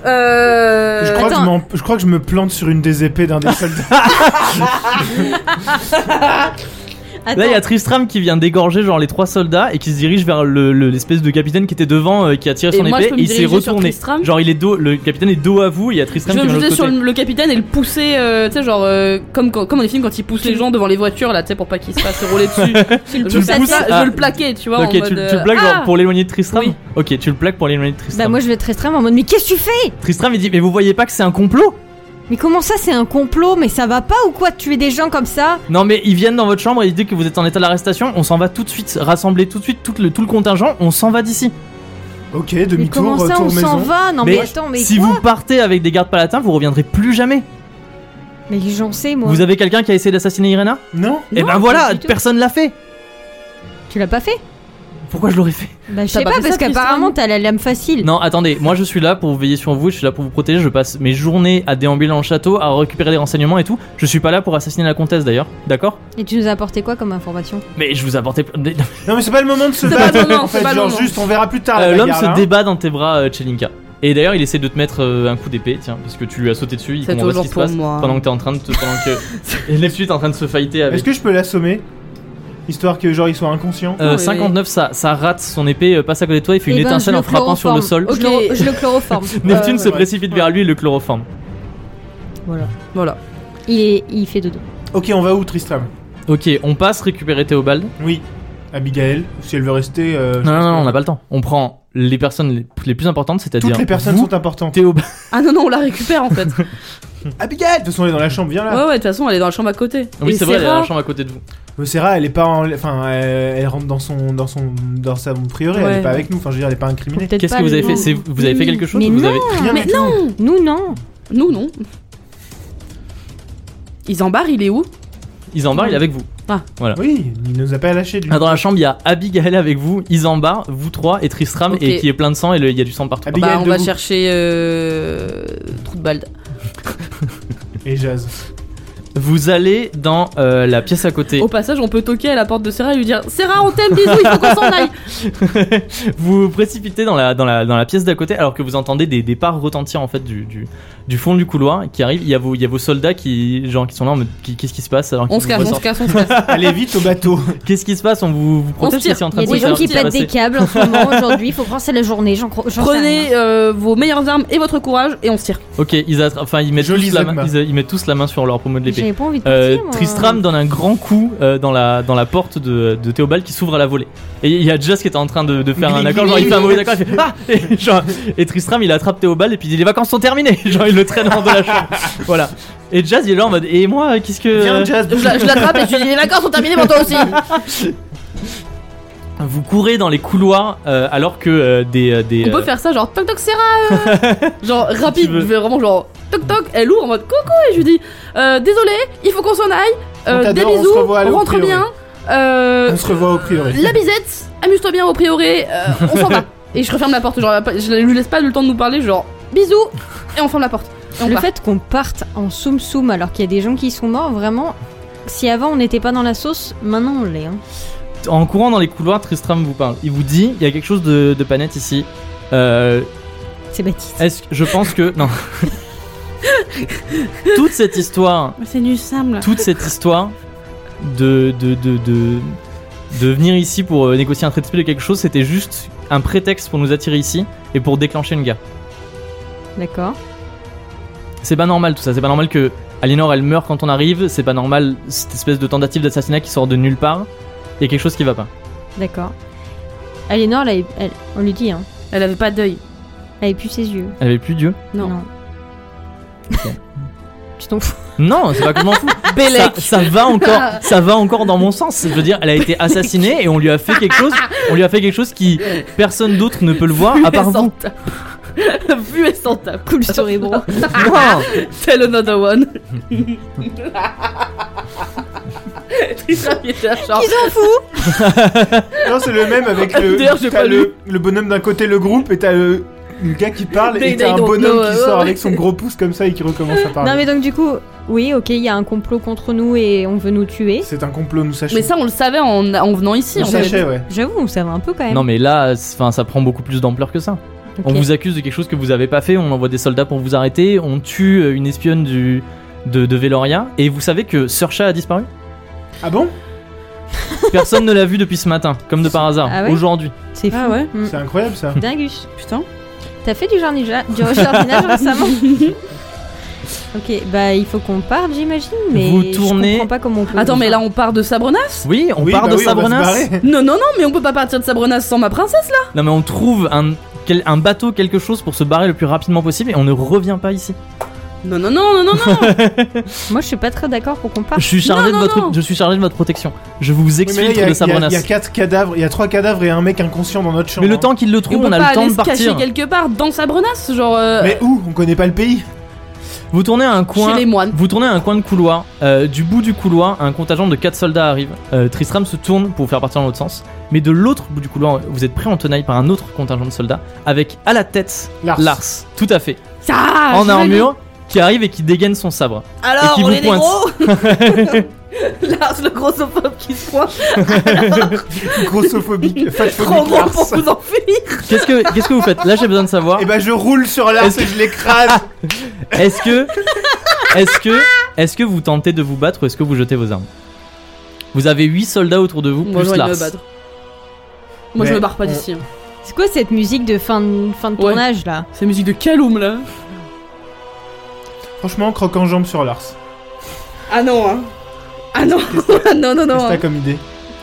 Euh... je, crois que je, attends. m'en- je crois que je me plante sur une des épées d'un des soldats. Attends, Là, il y a Tristram qui vient d'égorger genre les trois soldats et qui se dirige vers le- le- l'espèce de capitaine qui était devant, euh, qui a tiré Et son moi, je épée peux et me il s'est diriger sur retourné. Tristram Genre, il est dos, le capitaine est dos à vous, et il y a Tristram Je qui vais vient me de l'autre jeter sur côté. le, le capitaine et le pousser, euh, tu sais, genre, euh, comme, quand- comme dans les films quand ils poussent les gens devant les voitures, là, tu sais, pour pas qu'ils se fassent rouler dessus. tu le je, pousses fais à ça, terre. je Ah. veux le plaquer, tu vois. en Ok, tu, mode, tu le plaques euh, genre pour l'éloigner de Tristram Oui. Ok, tu le plaques pour l'éloigner de Tristram. Bah moi je vais être extrême en mode mais qu'est-ce que tu fais Tristram il dit Mais vous voyez pas que c'est un complot Mais comment ça c'est un complot Mais ça va pas ou quoi de tuer des gens comme ça Non, mais ils viennent dans votre chambre et ils disent que vous êtes en état d'arrestation. On s'en va tout de suite, rassembler tout de suite tout le, tout le contingent. On s'en va d'ici. ok, Mais demi-tour, comment ça on retour s'en maison. va Non mais, Mais attends mais si quoi vous partez avec des gardes palatins, vous reviendrez plus jamais. Mais j'en sais moi. Vous avez quelqu'un qui a essayé d'assassiner Irena Non Et Non, ben pas voilà, du tout. personne l'a fait. Tu l'as pas fait Pourquoi je l'aurais fait Bah je T'as sais pas pas fait parce ça, Tristan qu'apparemment t'as la lame facile. Non, attendez, moi je suis là pour veiller sur vous, je suis là pour vous protéger, je passe mes journées à déambuler dans le château, à récupérer des renseignements et tout. Je suis pas là pour assassiner la comtesse d'ailleurs, d'accord Et tu nous as apporté quoi comme information Mais je vous apportais plein de- Non, mais c'est pas le moment de se C'est battre. pas le moment, en fait, c'est pas le genre moment. juste, on verra plus tard. la Euh, L'homme bagarre, se là, hein. débat dans tes bras, euh, Chelinka. Et d'ailleurs, il essaie de te mettre euh, un coup d'épée, tiens, parce que tu lui as sauté dessus, il C'est comprend pas ce toujours qui se pour passe. moi. Pendant que t'es en train de te. Pendant que. Et Neptune est en train de se fighter Est-ce avec. que je peux l'assommer Histoire que genre il soit inconscient. Euh, Oui, oui. 59, ça, ça rate, son épée euh, passe à côté de toi, il fait Eh une ben, étincelle je en le frappant sur le sol. chloroforme. Je le, Ok. je le chloroforme. Euh, Neptune se ouais. précipite vers lui et le chloroforme. voilà. Voilà. Il, est, il fait dodo. Ok, on va où, Tristram Ok, on passe récupérer Théobald. Oui. Abigail, si elle veut rester. euh, Non, non, non, on n'a pas le temps. On prend les personnes les, les plus importantes, c'est-à-dire. Toutes les personnes vous, sont importantes. Théobald. Ah non, non, on la récupère en fait. ouais, Abigail De toute façon, elle est dans la chambre, viens ouais, là. de toute façon, elle est dans la chambre à côté. Oui, Et c'est vrai, elle est dans la rare. chambre à côté de vous. Euh, Sarah, elle est pas en. Enfin, elle, elle rentre dans son. dans son. dans sa prieuré, elle est Ouais. pas avec nous. Enfin, je veux dire, elle est pas incriminée. Peut-être Qu'est-ce pas que vous avez le- fait C'est- Vous avez fait quelque chose Mais vous non. avez... Rien Ah, Mais du tout. non Nous non. Nous, non. Ils en barrent, il est où Isambard, il est avec vous. Oui, il nous a pas lâché du Ah, dans la chambre, il y a Abigail avec vous, Isambard, vous trois et Tristram, Ok. et qui est plein de sang et le- il y a du sang partout. Abi- Abigail, Bah, on va debout. chercher. Euh... Trou de balle. Et Jazz. Vous allez dans euh, la pièce à côté. Oh. Au passage, on peut toquer à la porte de Serra et lui dire Serra, on t'aime, bisous, il faut qu'on s'en aille. vous vous précipitez dans la, dans la, dans la pièce d'à côté alors que vous entendez des, des pas retentir en fait du, du, du fond du couloir qui arrive. Il y a vos, il y a vos soldats qui, genre, qui sont là en mode qui- qu'est-ce qui se passe alors On qu'ils se vous casse, on se ressortent. casse, on se casse. Allez vite au bateau. Qu'est-ce qui se passe On vous, vous protège se tire. qu'est-ce qui est en Il train de se y a des faire- gens qui se passer pètent des câbles en ce moment aujourd'hui. Il faut prendre c'est la journée. J'en crois. Prenez euh, vos meilleures armes et votre courage et on se tire. Ok, ils, attra- enfin, ils, mettent Joli tous la main, Zagma. ils, ils mettent tous la main sur leur pommeau de l'épée. J'avais pas envie de Euh, partir, moi. Tristram donne un grand coup euh, dans, la, dans la porte de, de Théobald qui s'ouvre à la volée. Et il y a Just qui est en train de, de faire un Gling, accord, gling, genre il fait un gling. mauvais accord, il fait Ah et, genre, et Tristram il attrape Théobald et puis il dit Les vacances sont terminées Genre il le traîne en de la chambre. Voilà. Et Jazz il est là en mode Et moi, qu'est-ce que. Viens, Jazz. Euh, Je, la- je l'attrape et je lui dis les vacances sont terminées pour toi aussi. Vous courez dans les couloirs euh, alors que euh, des. euh, des On peut euh, faire ça genre toc toc Serra. euh. genre tu rapide, veux. vraiment genre toc toc. Elle ouvre en mode coucou et je lui dis euh, désolé, il faut qu'on s'en aille. Euh, On des t'adore, on se bisous, revoit à l'eau, rentre priori. bien. Euh, On se revoit au priori. La bisette, amuse-toi bien au prioré, euh, on s'en va. Et je referme la porte, genre je lui laisse pas le temps de nous parler, genre bisous, et on ferme la porte. Et on Le part. fait qu'on parte en soum soum alors qu'il y a des gens qui sont morts, vraiment. Si avant on n'était pas dans la sauce, maintenant on l'est. hein. en courant dans les couloirs, Tristram vous parle. Il vous dit Il y a quelque chose de, de pas net ici. Euh, C'est Baptiste. Est-ce que je pense que non. toute cette histoire, C'est du simple. toute cette histoire de de de de, de venir ici pour euh, négocier un traité de paix de quelque chose, c'était juste un prétexte pour nous attirer ici et pour déclencher une guerre. D'accord. C'est pas normal tout ça. C'est pas normal que Aliénor elle meurt quand on arrive. C'est pas normal cette espèce de tentative d'assassinat qui sort de nulle part. Il y a quelque chose qui va pas. D'accord. Aliénor, là, elle- elle- on lui dit, hein, Elle avait pas d'œil. elle avait plus ses yeux. Elle avait plus Dieu. Non. tu t'en fous. Non, c'est pas comment fou. Bellec. Ça, ça va encore, ça va encore dans mon sens. Je veux dire, elle a été assassinée et on lui a fait quelque chose. On lui a fait quelque chose qui personne d'autre ne peut le voir Ah, à part vous. Vu et sans tape. Cool story, bro. Ah, Non. Tell another one. Tristram il était là, genre. s'en fout Non, c'est le même avec le. D'ailleurs, j'ai t'as pas le, le bonhomme d'un côté, le groupe, et t'as le, le gars qui parle, They- et t'as they un don't bonhomme know, qui ouais, sort ouais. avec son gros pouce comme ça et qui recommence à parler. Non, mais donc, du coup, oui, ok, il y a un complot contre nous et on veut nous tuer. C'est un complot, nous sachons. Mais ça, on le savait en, en venant ici. on en fait. sachait, ouais. J'avoue, on savait un peu quand même. Non mais là, c'est- enfin, ça prend beaucoup plus d'ampleur que ça. Ok. On vous accuse de quelque chose que vous avez pas fait. On envoie des soldats pour vous arrêter. On tue euh, une espionne du de, de Veloria. Et vous savez que Surcha a disparu. Ah bon Personne ne l'a vu depuis ce matin, comme de par hasard, Ah ouais aujourd'hui. C'est fou. Ah ouais Mm. C'est incroyable ça. Dingus. Putain. T'as fait du jardinage, du jardinage récemment Ok, bah il faut qu'on parte, j'imagine, mais Vous je tournez- comprends pas comment on peut. Attends, mais là, on part de Sabrenas Oui, on Oui, part bah de oui, on va se Sabrenas. barrer. Non, non, non, mais on peut pas partir de Sabrenas sans ma princesse là. Non mais on trouve un quel- un bateau, quelque chose pour se barrer le plus rapidement possible et on ne revient pas ici. Non, non, non, non, non, non. Moi je suis pas très d'accord pour qu'on parte. Je suis chargé Non, de non, votre, non. je suis chargé de votre protection. Je vous Oui, mais là, exfiltre il y a- de il y, a- Sabrenas. il y a quatre cadavres, il y a trois cadavres et un mec inconscient dans notre chambre. Mais le temps qu'il le trouve, Et on, peut a pas le temps aller de se cacher partir. quelque part dans Sabrenas, genre euh, Mais où On connaît pas le pays. Vous tournez à un coin. chez les moines. Vous tournez à un coin de couloir. Euh, du bout du couloir, un contingent de 4 soldats arrive. Euh, Tristram se tourne pour vous faire partir dans l'autre sens. Mais de l'autre bout du couloir, vous êtes pris en tenaille par un autre contingent de soldats avec à la tête Lars. Lars, tout à fait, Ça en armure, qui arrive et qui dégaine son sabre. Alors, Et qui on vous est des pointe. gros Lars, le grossophobe qui se pointe, Grossophobique, trop fatphobique gros pour Lars. vous enfuir Qu'est-ce que, qu'est-ce que vous faites Là, j'ai besoin de savoir. Et bah je roule sur Lars Est-ce et je l'écrase. Est-ce que, est-ce que, est-ce que vous tentez de vous battre ou est-ce que vous jetez vos armes Vous avez 8 soldats autour de vous, Moi, plus j'aurais dû me Lars. battre. Moi, je Mais me barre pas on- d'ici. hein. C'est quoi cette musique de fin de, fin de Ouais. tournage là C'est musique de Kaloum là Franchement, croque en jambe sur Lars. Ah non, hein Ah non Ah non, non, non Qu'est-ce que hein. t'as comme idée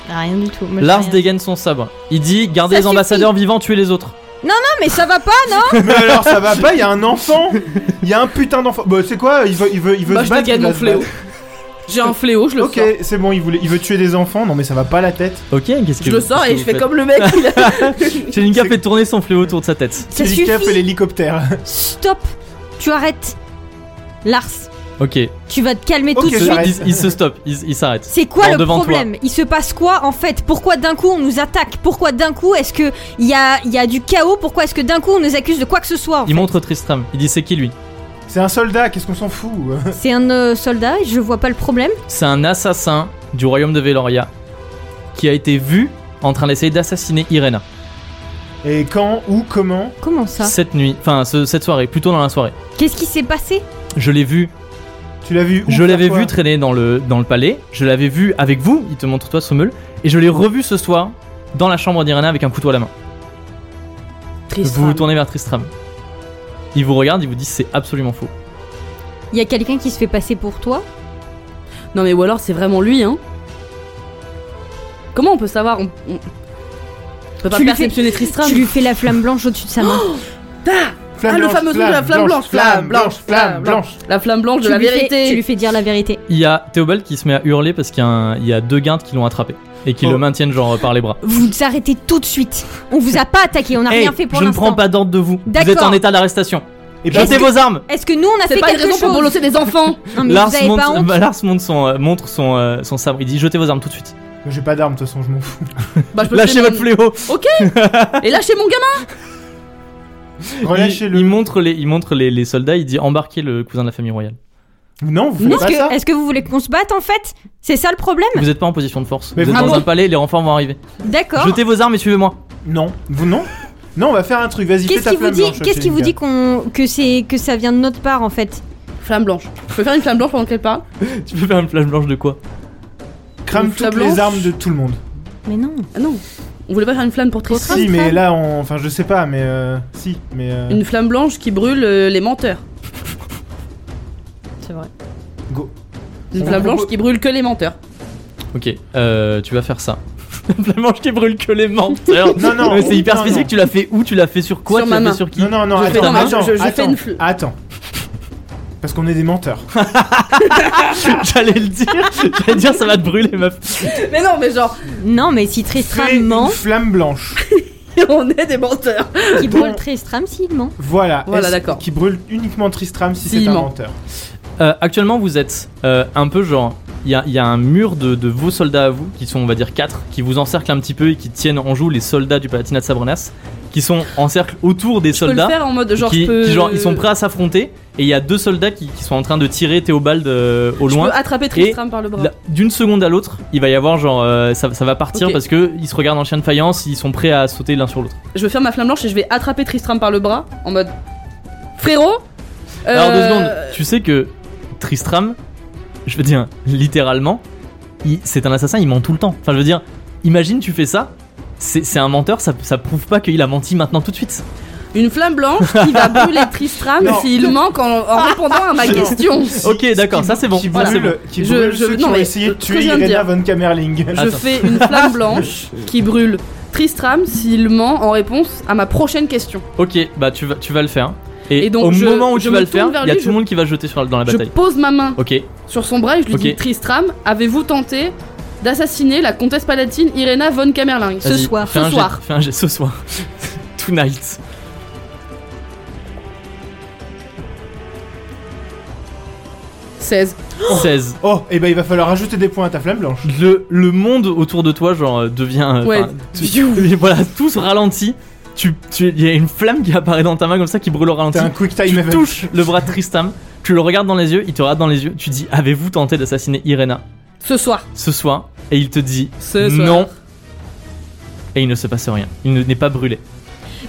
Ah, Rien du tout. Moi, je Lars sais rien. dégaine son sabre. Il dit Gardez Ça les ambassadeurs vivants, tuez les autres. Non mais ça va pas non Mais alors ça va pas, il y a un enfant Il y a un putain d'enfant Bah c'est quoi Il veut, il veut, il veut Moi, se Bah, je battre dégaine il va mon se fléau. battre. J'ai un fléau, je le Ok, sors. c'est bon, il, voulait, il veut tuer des enfants, non mais ça va pas la tête Ok, qu'est-ce que Je le vous- sors qu'est-ce et que je vous fais faites comme le mec il a- Chelinka fait tourner son fléau autour de sa tête. Ça C'est Cap et suffit. l'hélicoptère Stop. Tu arrêtes. Lars, Ok, tu vas te calmer Ok, tout de se- suite. j'arrête. il, il se stoppe, il, il s'arrête. C'est quoi Bon, le devant toi. problème Il se passe quoi en fait Pourquoi d'un coup on nous attaque Pourquoi d'un coup est-ce que il y a, il y a du chaos Pourquoi est-ce que d'un coup on nous accuse de quoi que ce soit en Il montre Tristram, il dit c'est qui lui C'est un soldat, qu'est-ce qu'on s'en fout C'est un euh, soldat, je vois pas le problème. C'est un assassin du royaume de Veloria qui a été vu en train d'essayer d'assassiner Irena Et quand, où, comment Comment ça cette nuit, enfin ce- cette soirée, plutôt dans la soirée. Qu'est-ce qui s'est passé Je l'ai vu, Tu l'as vu où, je faire l'avais quoi vu traîner dans le dans le palais, je l'avais vu avec vous, il te montre toi Sommel, et je l'ai revu ce soir dans la chambre d'Irena avec un couteau à la main. Triste. Vous vous tournez vers Tristram. Il vous regarde, il vous dit c'est absolument faux. Il y a quelqu'un qui se fait passer pour toi Non mais ou alors c'est vraiment lui, hein Comment on peut savoir on, on- on peut pas Tu lui perceptionner fais- Tristram. Tu lui fais la flamme blanche au-dessus de sa main. Ah Flamme Ah, le blanche, fameux truc de la flamme blanche, flamme blanche, flamme blanche. la flamme blanche de Tu la lui fais- vérité. tu lui fais dire la vérité. Il y a Théobald qui se met à hurler parce qu'il y a, un- il y a deux guindes qui l'ont attrapé et qui Oh. le maintiennent genre par les bras. Vous arrêtez tout de suite. On vous a pas attaqué, on a Hey, rien fait pour je ne prends l'instant. pas d'ordre de vous. Vous D'accord. êtes en état d'arrestation. Et Jetez que- vos armes. Est-ce que nous on a C'est fait pas une quelque raison chose pour bolosser des enfants. Non, mais Lars vous avez pas monte, honte bah, Lars monte son, euh, montre son, euh, son sabre. Il dit jetez vos armes tout de suite. J'ai pas d'armes, de toute façon, je m'en fous. Bah, je peux Lâchez le faire, votre mais- fléau. Et lâchez mon gamin. Il, Relâchez-le. il montre les, il montre les, les soldats. Il dit embarquez le cousin de la famille royale. Non, vous Non, faites Est-ce Euh, pas ça que, est-ce que vous voulez qu'on se batte en fait C'est ça le problème Vous n'êtes pas en position de force. Mais vous êtes vous- dans Ah un bon palais. Les renforts vont arriver. D'accord. Jetez vos armes et suivez-moi. Non, vous non Non, on va faire un truc, vas-y, fais Qu'est-ce ta qui vous flamme dit, blanche. qu'est-ce qui vous dit qu'on, que, c'est, que ça vient de notre part en fait Flamme blanche. Je peux faire une flamme blanche pendant qu'elle parle. Tu peux faire une flamme blanche de quoi Crame Une flamme toutes les blanche armes de tout le monde. Mais non. Ah non. On voulait pas faire une flamme pour Tristram. Si, mais crame. là, on... enfin, je sais pas, mais euh, si, mais euh, Une flamme blanche qui brûle euh, les menteurs. C'est vrai. go. Une On flamme propose- blanche qui brûle que les menteurs. Ok, euh, tu vas faire ça. La planche qui brûle que les menteurs. Non, non, Mais c'est hyper non, spécifique. non. Tu l'as fait où Tu l'as fait sur quoi Sur Tu ma l'as fait main. sur qui Non, non, non, Je fais attends, dans ma- attends, je- je fais attends, une fle- attends. Parce qu'on est des menteurs. J'allais le dire. J'allais dire ça va te brûler, meuf. Mais non, mais genre, Non, mais si Fais Tristram une ment, flamme blanche. on est des menteurs. qui Bon. brûle Tristram s'il ment. Voilà. Voilà, Est-ce- d'accord. Qui brûle uniquement Tristram si S'il c'est un ment. menteur. Euh, actuellement, vous êtes euh, un peu genre. Il y a, il y a un mur de, de vos soldats à vous, qui sont, on va dire, 4, qui vous encerclent un petit peu et qui tiennent en joue les soldats du Palatinat de Sabrenas, qui sont en cercle autour des Je peux le soldats. faire en mode genre, qui, je peux. qui, genre, ils sont prêts à s'affronter et il y a deux soldats qui, qui sont en train de tirer Théobald euh, au Je loin. peux Ah, attraper Tristram par le bras. La- D'une seconde à l'autre, il va y avoir genre euh, ça, ça va partir Ok. parce que ils se regardent en chien de faïence, ils sont prêts à sauter l'un sur l'autre. Je vais faire ma flamme blanche et je vais attraper Tristram par le bras en mode frérot. euh, Alors deux secondes, tu sais que Tristram, je veux dire littéralement, il- c'est un assassin, il ment tout le temps. Enfin je veux dire, imagine tu fais ça, c'est c'est un menteur, ça, ça prouve pas qu'il a menti maintenant tout de suite. Une flamme blanche qui va brûler Tristram Non. s'il manque en, en Ah. répondant à ma Non. question. Ok, Qui- d'accord, qui- ça, c'est bon, Qui ça, c'est brûle, qui Je- brûle je- ceux qui non, ont mais essayé de ce que je tuer viens de Irena dire. von Ah. Kamerling. Je Attends. fais une flamme blanche qui brûle Tristram s'il ment en réponse à ma prochaine question. Ok, bah tu vas, tu vas le faire. Et, Et donc, au je- moment où je tu me vas le faire, tourne vers il y a lui, tout le je- monde qui va se jeter sur, dans la Je bataille. pose ma main Ok, sur son bras et je lui Ok. dis Tristram, avez-vous tenté d'assassiner la comtesse palatine Irena von Kamerling Ce vas-y, soir, fais ce un jet- soir. fais un jet ce soir. Tonight. Ce 16. 16. Oh, et ben il va falloir ajouter des points à ta flamme blanche. le, le monde autour de toi genre euh, devient euh, Ouais. enfin, tu- voilà tout se ralentit tu tu- il y a une flamme qui apparaît dans ta main comme ça qui brûle au ralenti T'as un quick tu time event. touches le bras de Tristam tu le regardes dans les yeux il te regarde dans les yeux tu dis avez-vous tenté d'assassiner Irena Ce soir. ce soir et il te dit Ce soir. non et il ne se passe rien il ne- n'est pas brûlé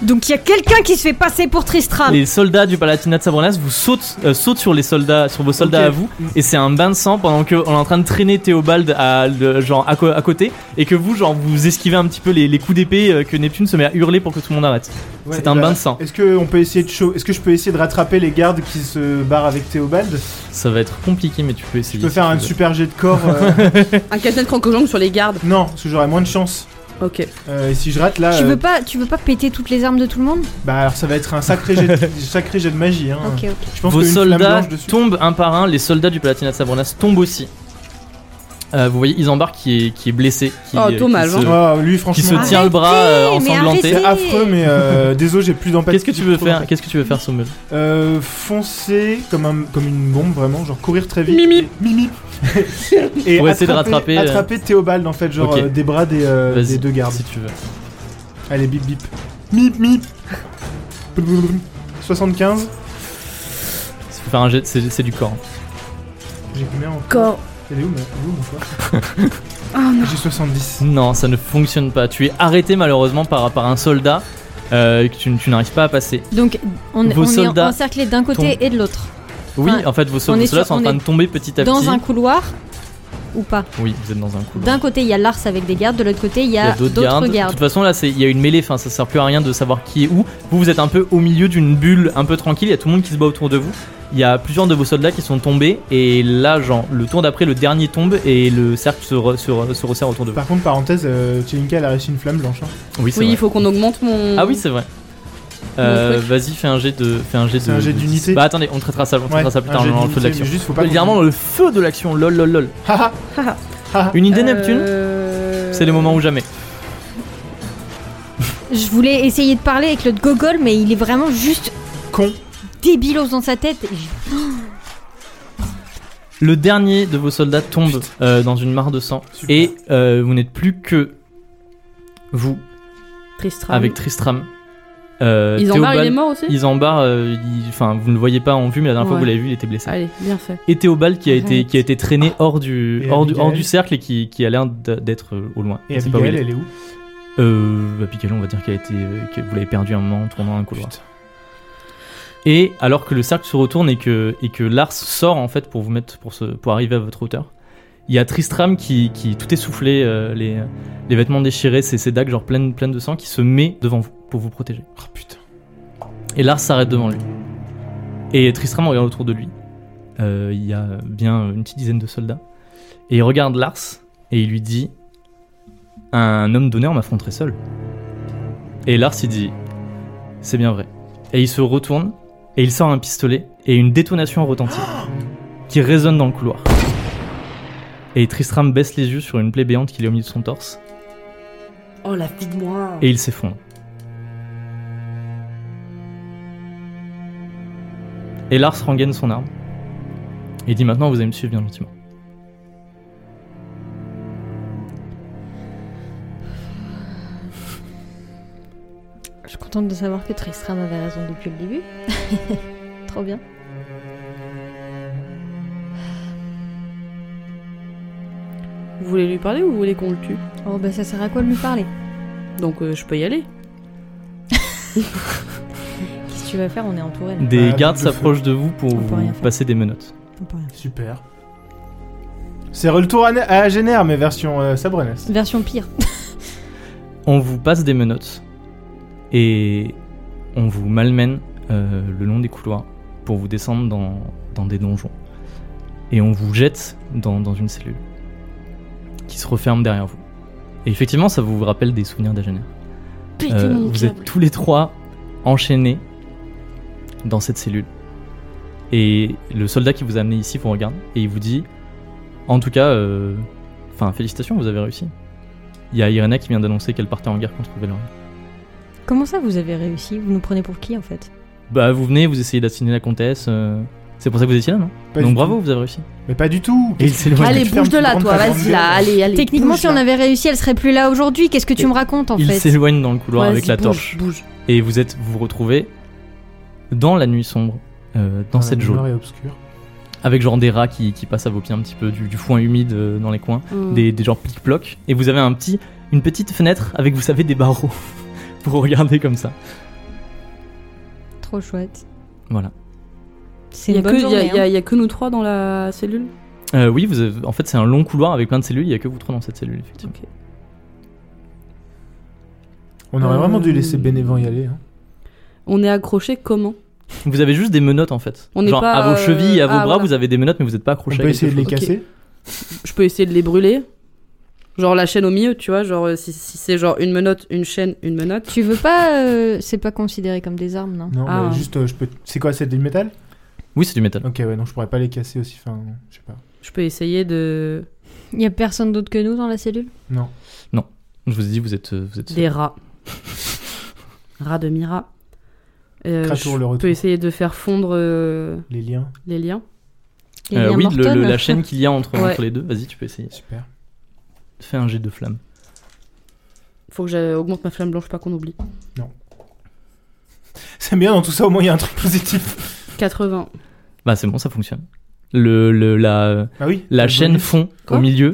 Donc il y a quelqu'un qui se fait passer pour Ah. Tristram. les soldats du Palatinat de Sabronas vous sautent, euh, sautent sur les soldats sur vos soldats Ok. à vous et c'est un bain de sang pendant que on est en train de traîner Théobald à le- genre à, co- à côté et que vous genre vous esquivez un petit peu les, les coups d'épée euh, que Neptune se met à hurler pour que tout le monde arrête. Ouais, c'est un et bah, bain de sang. Est-ce que on peut essayer de chau- Est-ce que je peux essayer de rattraper les gardes qui se barrent avec Théobald Ça va être compliqué mais tu peux essayer. Je peux faire si un tu veux. super jet de corps. euh, Un capitaine crancojong sur les gardes. non, parce que j'aurais moins de chance. Ok. Euh, et si je rate là, Tu euh, veux pas, tu veux pas péter toutes les armes de tout le monde bah alors ça va être un sacré jet, de- sacré jet de magie. Hein. Ok, ok. Je pense Vos que une flamme soldats blanche dessus- tombent un par un, les soldats du Palatinat de Sabronas tombent aussi. Euh, vous voyez Isambard qui est, qui est blessé, qui, Oh, euh, qui dommage, se, Ah, lui qui se franchement. tient le bras euh, Arrêtez, mais ensanglanté. C'est arrêtez. affreux, mais euh, désolé, j'ai plus d'empathie. Qu'est-ce que tu veux Trop faire d'empathie. Qu'est-ce que tu veux faire Sommel Euh, foncer comme, un, comme une bombe, vraiment, genre courir très vite. Mimi. Mimi Et Pour essayer de rattraper, euh, Attraper Théobald, en fait, genre Ok. euh, des bras des, euh, Vas-y des deux gardes. si tu veux. Allez, bip bip. Bip bip. 75. Faut faire un jet, c'est c'est du corps. J'ai combien en Corps. Elle est où, ma- elle est où, mon poids Oh non. J'ai 70. Non, ça ne fonctionne pas. Tu es arrêté malheureusement par, par un soldat euh, que tu, tu n'arrives pas à passer. Donc, on, Vos on est soldats encerclé d'un côté et de l'autre. Oui, Enfin, en fait, vos sol- on vos est soldats sur- sont en on train est de tomber petit à petit. Dans un couloir ou pas Oui, vous êtes dans un couloir. D'un côté, il y a Lars avec des gardes, de l'autre côté, il y Il y a a d'autres gardes. De toute façon, là, c'est- il y a une mêlée, enfin, ça sert plus à rien de savoir qui est où. Vous, vous êtes un peu au milieu d'une bulle un peu tranquille, il y a tout le monde qui se bat autour de vous. Il y a plusieurs de vos soldats qui sont tombés, et là, genre, le tour d'après, le dernier tombe, et le cercle se, re- se re- se resserre autour de vous. Par contre, parenthèse, euh, Tchelinka, elle a réussi une flamme blanche. hein. Oui, c'est vrai. Oui, il faut qu'on augmente mon. Ah oui, c'est vrai. Euh, truc. Vas-y, fais un jet de. Fais un jet C'est de. un jet de- d'unité. Bah attendez, on traitera ça, on traitera ça plus un tard jet dans le feu de d'unité, l'action. mais Juste, faut pas. Évidemment, dans le feu de l'action, lol lol lol. Ah, ah, ah. Une idée Neptune Euh, C'est le moment où jamais. Je voulais essayer de parler avec le gogol, mais il est vraiment juste Con. débilos dans sa tête. Et je- Le dernier de vos soldats tombe euh, dans une mare de sang Super. et euh, vous n'êtes plus que vous Tristram. avec Tristram. Euh, Ils en Théobald- parlent, il est mort aussi Isambard, euh, il- enfin vous ne le voyez pas en vue, mais la dernière fois que vous Ouais. l'avez vu, il était blessé. Allez, bien fait. Et Théobald qui a été Arrête. qui a été traîné hors du Ah. Et hors du, hors Abigail du cercle et qui, qui a l'air d- d'être euh, au loin. Et On sait pas où il Abigail, est. elle est où Euh, Abigail, on va dire qu'elle a été, euh, que vous l'avez perdu un moment en tournant un couloir. Putain. Et alors que le cercle se retourne et que, et que Lars sort en fait pour vous mettre pour, se, pour arriver à votre hauteur, il y a Tristram qui, qui tout essoufflé, euh, les, les vêtements déchirés, ses, ses dagues genre pleines, pleines de sang, qui se met devant vous pour vous protéger. Oh putain. Et Lars s'arrête devant lui. Et Tristram regarde autour de lui. Euh, il y a bien une petite dizaine de soldats. Et il regarde Lars et il lui dit Un homme d'honneur m'affronterait seul. Et Lars il dit C'est bien vrai. Et il se retourne et il sort un pistolet et une détonation retentit qui résonne dans le couloir. Et Tristram baisse les yeux sur une plaie béante qu'il a au milieu de son torse Oh la fille de moi et il s'effondre. Et Lars rengaine son arme. Et dit maintenant vous allez me suivre bien gentiment. Je suis contente de savoir que Tristram avait raison depuis le début. Trop bien. Vous voulez lui parler ou vous voulez qu'on le tue Oh, bah ça sert à quoi de lui parler Donc euh, je peux y aller. Qu'est-ce que tu vas faire On est entouré là. Des Ah, gardes double feu. s'approchent de vous pour peut vous rien faire. passer des menottes. On peut rien. Super. C'est retour à à Agener, mais version euh, Sabrenas. Version pire. On vous passe des menottes et on vous malmène euh, le long des couloirs pour vous descendre dans, dans des donjons. Et on vous jette dans, dans une cellule qui se referme derrière vous. Et effectivement, ça vous rappelle des souvenirs d'Agener. Euh, vous êtes tous les trois enchaînés dans cette cellule. Et le soldat qui vous a amené ici vous regarde et il vous dit En tout cas, euh, enfin, félicitations, vous avez réussi. Il y a Irena qui vient d'annoncer qu'elle partait en guerre contre Valorant. Comment ça vous avez réussi Vous nous prenez pour qui en fait Bah, vous venez, vous essayez d'assassiner la comtesse. euh, C'est pour ça que vous étiez là, non Pas Donc du bravo, tout. vous avez réussi. Mais pas du tout. Et il s'éloigne. Parce que allez, tu fermes bouge de plus là, grande toi, ta grande vas-y gueule. là, allez, allez. Techniquement, bouge, si on là. avait réussi, elle serait plus là aujourd'hui. Qu'est-ce que tu Et- me racontes en Il fait s'éloigne dans le couloir Vas-y, avec la bouge, torche. Bouge. Et vous êtes, vous vous retrouvez dans la nuit sombre, euh, dans Ah, cette la jaune. lumière est obscure. avec genre des rats qui, qui passent à vos pieds un petit peu, du, du foin humide euh, dans les coins, Mm. des, des genre plic-ploc, et vous avez un petit, une petite fenêtre avec, vous savez, des barreaux pour regarder comme ça. Trop chouette. Voilà. C'est Il y, une a bonne que- il y a- journée. il y a- hein. il y a que nous trois dans la cellule. Euh, oui, vous avez- en fait, c'est un long couloir avec plein de cellules, il y a que vous trois dans cette cellule, effectivement. Ok. On aurait Euh, vraiment dû laisser Bénévent y aller. hein. On est accroché comment Vous avez juste des menottes en fait. On n'est genre pas, à vos euh, chevilles et à vos ah, bras, voilà. vous avez des menottes, mais vous n'êtes pas On accroché à peut quelque essayer de les chose. chose. casser. Je peux essayer de les brûler. Genre la chaîne au milieu, tu vois, genre euh, si, si c'est genre une menotte, une chaîne, une menotte. Tu veux pas euh, C'est pas considéré comme des armes, non Non, Ah. mais juste, euh, je peux. C'est quoi, c'est du métal Oui, c'est du métal. Ok, ouais, non, je pourrais pas les casser aussi. Enfin, je sais pas. Je peux essayer de Il y a personne d'autre que nous dans la cellule Non. Je vous ai dit, vous êtes. euh, Vous êtes des rats. rats de Mira. Euh, Cratour, le je retour. peux essayer de faire fondre euh, Les liens. les liens. Il y a Euh, bien oui, le- Morton. le- la chaîne qu'il y a entre, Ouais. entre les deux, vas-y, tu peux essayer. Super. Fais un jet de flamme. Faut que j'augmente ma flamme blanche, pas qu'on oublie. C'est bien dans tout ça, au moins il y a un truc positif. 80. Bah c'est bon, ça fonctionne. Le, le- la Ah oui la le chaîne bonus. fond Quoi au milieu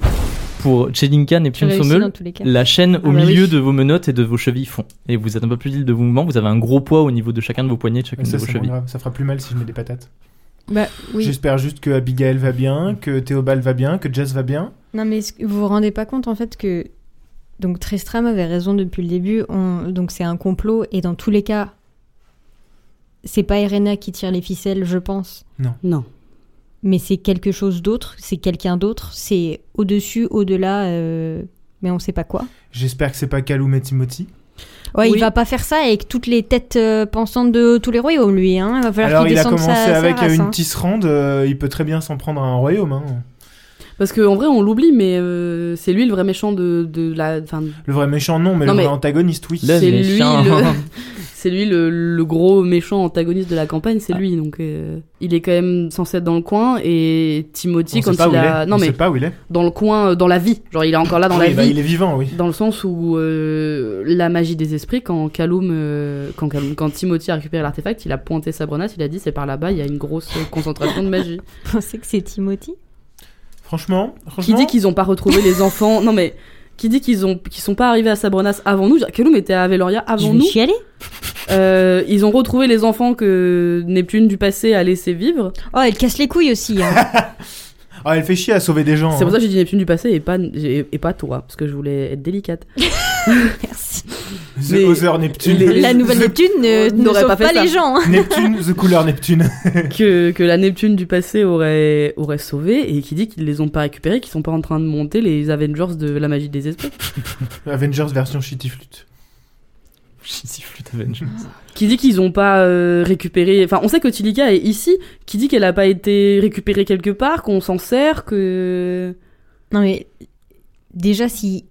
pour Chedinkan et J'ai Pium réussi Sommel. dans tous les cas. La chaîne au Ah bah milieu oui. de vos menottes et de vos chevilles fond. Et vous êtes un peu plus libre de vos mouvements, vous avez un gros poids au niveau de chacun de vos poignets, de Ouais, chacune ça, de vos c'est moins chevilles. grave. Ça fera plus mal si je mets des patates. Bah oui. J'espère juste que Abigail va bien, que Théobald va bien, que Jess va bien. Non mais est-ce que vous vous rendez pas compte en fait que donc Tristram avait raison depuis le début. on- Donc c'est un complot et dans tous les cas, c'est pas Irena qui tire les ficelles, je pense. Non. Mais c'est quelque chose d'autre. C'est quelqu'un d'autre. C'est au dessus, au delà. euh, Mais on sait pas quoi. J'espère que c'est pas Kaloum et Timothy. Ouais, Oui. il va pas faire ça avec toutes les têtes euh, pensantes de tous les royaumes, lui. Hein. Il va falloir Alors qu'il il a descende commencé sa, sa avec euh, race, une hein. tisserande, euh, il peut très bien s'en prendre à un royaume. hein. Parce qu'en vrai, on l'oublie, mais euh, c'est lui le vrai méchant de, de la. Enfin, Le vrai méchant non, mais Non, le mais- vrai antagoniste oui. Le c'est lui, méchant. le, c'est lui le, le gros méchant antagoniste de la campagne, Ah. c'est lui. Donc, euh, il est quand même censé être dans le coin. Et Timothy, On quand sait pas il où a. il est. Non, on mais sait pas où il est. dans le coin, euh, dans la vie. Genre, il est encore là dans la Oui, bah, vie. il est vivant oui. Dans le sens où euh, la magie des esprits, quand Kaloum, euh, quand, Kaloum- quand Timothy a récupéré l'artefact, il a pointé sa grenade, il a dit c'est par là-bas, il y a une grosse euh, concentration de magie. Vous pensez que c'est Timothy Franchement, qui franchement. dit qu'ils ont pas retrouvé les enfants Non mais qui dit qu'ils ont qu'ils sont pas arrivés à Sabronas avant nous Kaloum était à Veloria Je avant vais nous. chialer. Euh, ils ont retrouvé les enfants que Neptune du passé a laissé vivre. Oh, elle casse les couilles aussi. hein. Ah, elle fait chier à sauver des gens. C'est pour hein. ça que j'ai dit Neptune du passé et pas et, et pas toi parce que je voulais être délicate. Merci. The Mais- Other Neptune. Les- La nouvelle The- Neptune Euh, ne, ne n'aurait sauve pas pas, fait ça. les gens. hein. Neptune, The Couleur Neptune. que, que la Neptune du passé aurait, aurait sauvé et qui dit qu'ils les ont pas récupérés, qu'ils sont pas en train de monter les Avengers de la magie des esprits. Avengers version Shitty Flute. Si flûte Avenger. Qui dit qu'ils ont pas euh, récupéré. Enfin, on sait que Tilika est ici, qui dit qu'elle a pas été récupérée quelque part, qu'on s'en sert, que. Non mais déjà si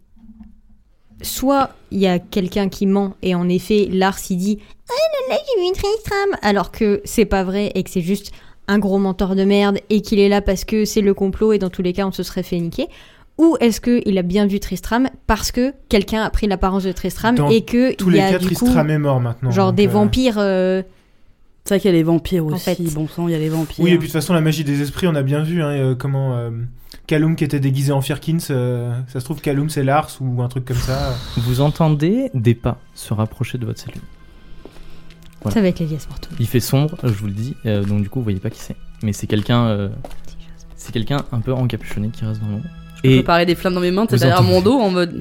soit il y a quelqu'un qui ment et en effet Lars il dit oh là là j'ai vu une Tristram alors que c'est pas vrai et que c'est juste un gros menteur de merde et qu'il est là parce que c'est le complot et dans tous les cas on se serait fait niquer ou est-ce que il a bien vu Tristram parce que quelqu'un a pris l'apparence de Tristram Dans et que Tous il y les a cas, du coup Tristram est mort maintenant. genre donc, des euh, vampires euh, C'est vrai qu'il y a les vampires En aussi, fait. bon sang, il y a les vampires. Oui, et puis de toute façon, la magie des esprits, on a bien vu hein, euh, comment euh, Kaloum qui était déguisé en Firkins, euh, ça se trouve Kaloum c'est Lars ou un truc comme ça. Vous entendez des pas se rapprocher de votre cellule. Voilà. ça va être Lévias Morton Il fait sombre, je vous le dis, euh, donc du coup vous voyez pas qui c'est. Mais c'est quelqu'un, euh, c'est quelqu'un un peu encapuchonné qui reste dans l'ombre. Je peux Et préparer des flammes dans mes mains, t'es Vous derrière entendez- mon dos en mode.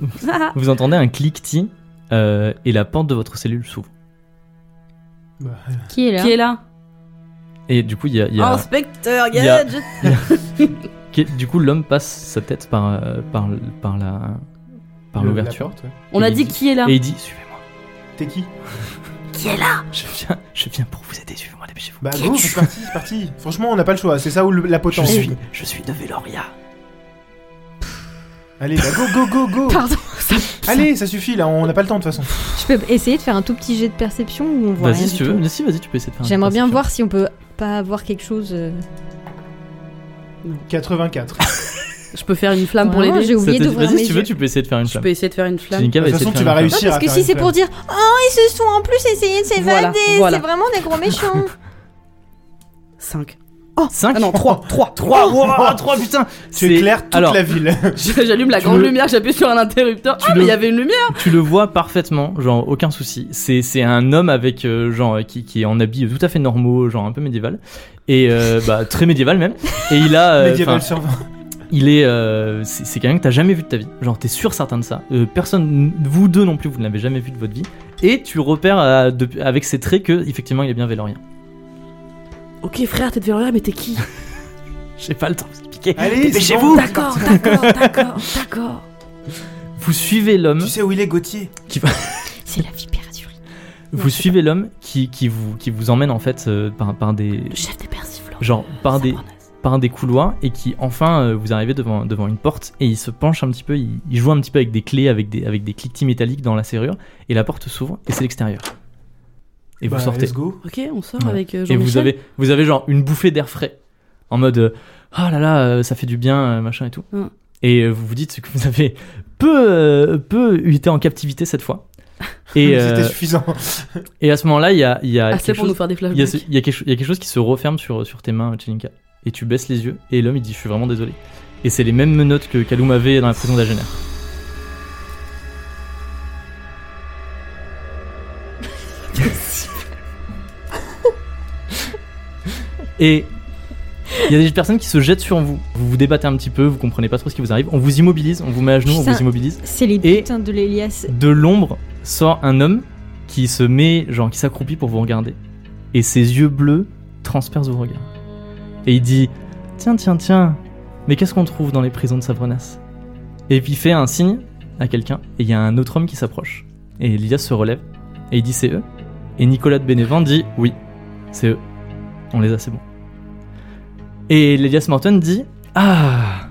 vous entendez un cliquetis euh, et la porte de votre cellule s'ouvre. Bah, qui est là qui est là Et du coup il y a, il y Oh, a- Inspecteur il y a- Gadget qui- du coup l'homme passe sa tête par euh, par l- par la par le- l'ouverture la porte, ouais. On a il dit dit- qui est là et il dit suivez-moi. T'es qui Je viens, je viens pour vous aider. Suivez-moi, dépêchez-vous. Bah go, c'est parti, c'est parti. Franchement, on n'a pas le choix, c'est ça ou le- la Je potence. suis, je suis de Veloria. Allez, bah, go, go, go, go. pardon Allez, ça suffit là, on n'a pas le temps de toute façon. je peux essayer de faire un tout petit jet de perception ou on voit rien Vas-y si du tu tout veux. Mais si vas-y tu peux essayer de faire. un J'aimerais bien perception. voir si on peut pas avoir quelque chose. euh, 84. Je peux faire une flamme pour vraiment, l'aider J'ai Ça oublié te dit- d'ouvrir Vas-y mes si tu yeux. veux tu peux essayer de faire une Je flamme. peux essayer de faire une flamme. Jenica va De toute essayer façon, de tu vas faire une Non, flamme. réussir à parce que faire si une c'est flamme. pour dire oh ils se sont en plus essayé de Voilà, s'évader, voilà. c'est vraiment des gros méchants. 5. 5 Ah non, 3, 3, 3 3 putain Tu éclaires toute Alors, euh, la ville. J'allume la Tu grande le- lumière, j'appuie sur un interrupteur. Tu Ah, mais le- il y avait une lumière tu le vois parfaitement, genre aucun souci. C'est c'est un homme avec euh, genre euh, qui, qui est en habit tout à fait normaux, genre un peu médiéval et euh, bah très médiéval même. Et il a euh, Medieval enfin, Survivor. il est euh, c'est c'est quelqu'un que t'as jamais vu de ta vie. Genre t'es sûr certain de ça. Euh, personne vous deux non plus vous ne l'avez jamais vu de votre vie et tu repères euh, de- avec ses traits que effectivement il est bien vélorien. Ok frère, t'es de Veloria, mais t'es qui J'ai pas le temps de vous expliquer. Allez, c'est Dépêchez-vous. bon. D'accord, d'accord, d'accord, d'accord. Vous suivez l'homme Tu sais où il est Gauthier C'est la vie piraterie. Vous suivez l'homme qui, qui, vous, qui vous emmène en fait euh, par, par des Le chef des persifleurs. genre par des Sabronas. par des couloirs et qui enfin euh, vous arrivez devant devant une porte et il se penche un petit peu, il, il joue un petit peu avec des clés avec des avec des cliquetis métalliques dans la serrure et la porte s'ouvre et c'est l'extérieur. Et vous Bah, sortez. Let's go. Ok, on sort Ouais. avec euh, Et Jean-Michel. vous avez vous avez genre une bouffée d'air frais en mode euh, ah là là euh, ça fait du bien euh, machin et tout. Mm. Et euh, vous vous dites que vous avez peu euh, peu été en captivité cette fois Et, C'était euh, suffisant. et à ce moment-là, il y a, il y a Assez Ah, quelque Ah, pour nous chose- faire des il y a flashbacks. ce- il y a quelque chose- il y a quelque chose qui se referme sur, sur tes mains, Chelinka. Et tu baisses les yeux, et l'homme il dit Je suis vraiment désolé. Et c'est les mêmes menottes que Kaloum avait dans la prison d'Agener. Et il y a des personnes qui se jettent sur vous. Vous vous débattez un petit peu, vous comprenez pas trop ce qui vous arrive. On vous immobilise, on vous met à genoux, on Putain. vous immobilise. C'est les Et- putains de l'Elias. De l'ombre sort un homme qui se met, genre, qui s'accroupit pour vous regarder. Et ses yeux bleus transpercent vos regards. Et il dit Tiens, tiens, tiens, mais qu'est-ce qu'on trouve dans les prisons de Savronas Et puis il fait un signe à quelqu'un, et il y a un autre homme qui s'approche. Et Elias se relève, et il dit C'est eux Et Nicolas de Bénévent dit Oui, c'est eux. On les a, c'est bon. Et Elias Morton dit Ah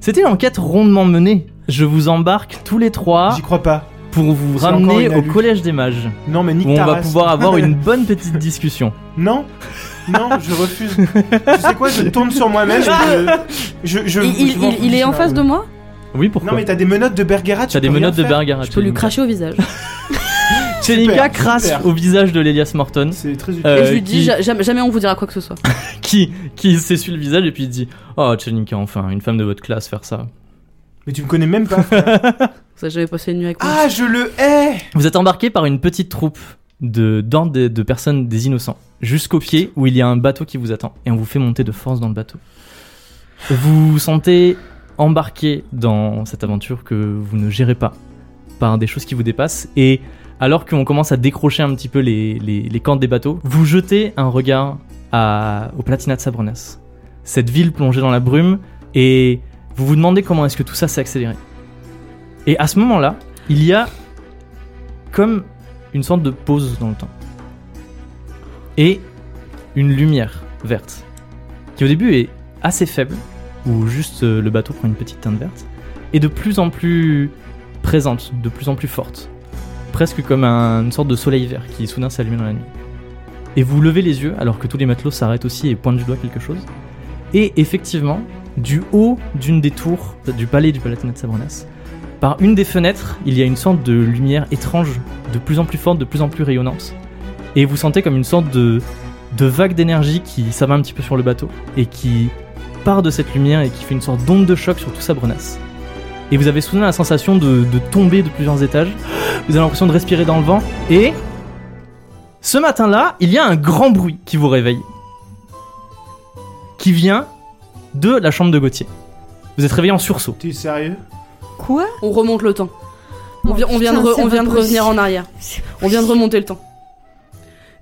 C'était l'enquête rondement menée. Je vous embarque tous les trois J'y crois pas. pour vous C'est encore ramener une au alu. collège des mages Non, mais nique où on ta va race. pouvoir avoir une bonne petite discussion. Non, non, je refuse. tu sais quoi, je tourne sur moi-même. et Je, je, je, Il, il- je m'en il- fous il de est ça, en face ouais. de moi Oui, pourquoi Non, mais t'as des menottes de Bergara. T'as des menottes de Bergara. Je peux lui cracher au visage. Chelinka Super, crasse super. au visage de l'Elias Morton C'est très utile. Euh, Et je lui dis qui- ja- jamais, jamais on vous dira quoi que ce soit. qui, qui s'essuie le visage et puis il dit Oh, Chelinka, enfin, une femme de votre classe faire ça. Mais tu me connais même pas. Ça, j'avais passé une nuit avec moi. ah, je le hais. Vous êtes embarqué par une petite troupe de, dans des- de personnes, des innocents, jusqu'au pied où il y a un bateau qui vous attend. Et on vous fait monter de force dans le bateau. Vous vous sentez embarqué dans cette aventure que vous ne gérez pas, par des choses qui vous dépassent. Et alors qu'on commence à décrocher un petit peu les, les, les cordes des bateaux, vous jetez un regard à, au Platina de Sabronas. Cette ville plongée dans la brume, et vous vous demandez comment est-ce que tout ça s'est accéléré. Et à ce moment-là, il y a comme une sorte de pause dans le temps. Et une lumière verte, qui au début est assez faible, où juste euh, le bateau prend une petite teinte verte, est de plus en plus présente, de plus en plus forte. Presque comme un- une sorte de soleil vert qui soudain s'allume dans la nuit. Et vous levez les yeux, alors que tous les matelots s'arrêtent aussi et pointent du doigt quelque chose. Et effectivement, du haut d'une des tours du palais du Palatinat de Sabronas, par une des fenêtres, il y a une sorte de lumière étrange, de plus en plus forte, de plus en plus rayonnante. Et vous sentez comme une sorte de, de vague d'énergie qui s'abat un petit peu sur le bateau et qui part de cette lumière et qui fait une sorte d'onde de choc sur tout sa brenasse. Et vous avez soudain la sensation de, de tomber de plusieurs étages. Vous avez l'impression de respirer dans le vent. Et ce matin-là, il y a un grand bruit qui vous réveille. Qui vient de la chambre de Gauthier. Vous êtes réveillé en sursaut. T'es sérieux Quoi On remonte le temps. On, vient, on vient de, Putain, re- c'est on vient de pas revenir en possible. arrière. On vient de remonter le temps.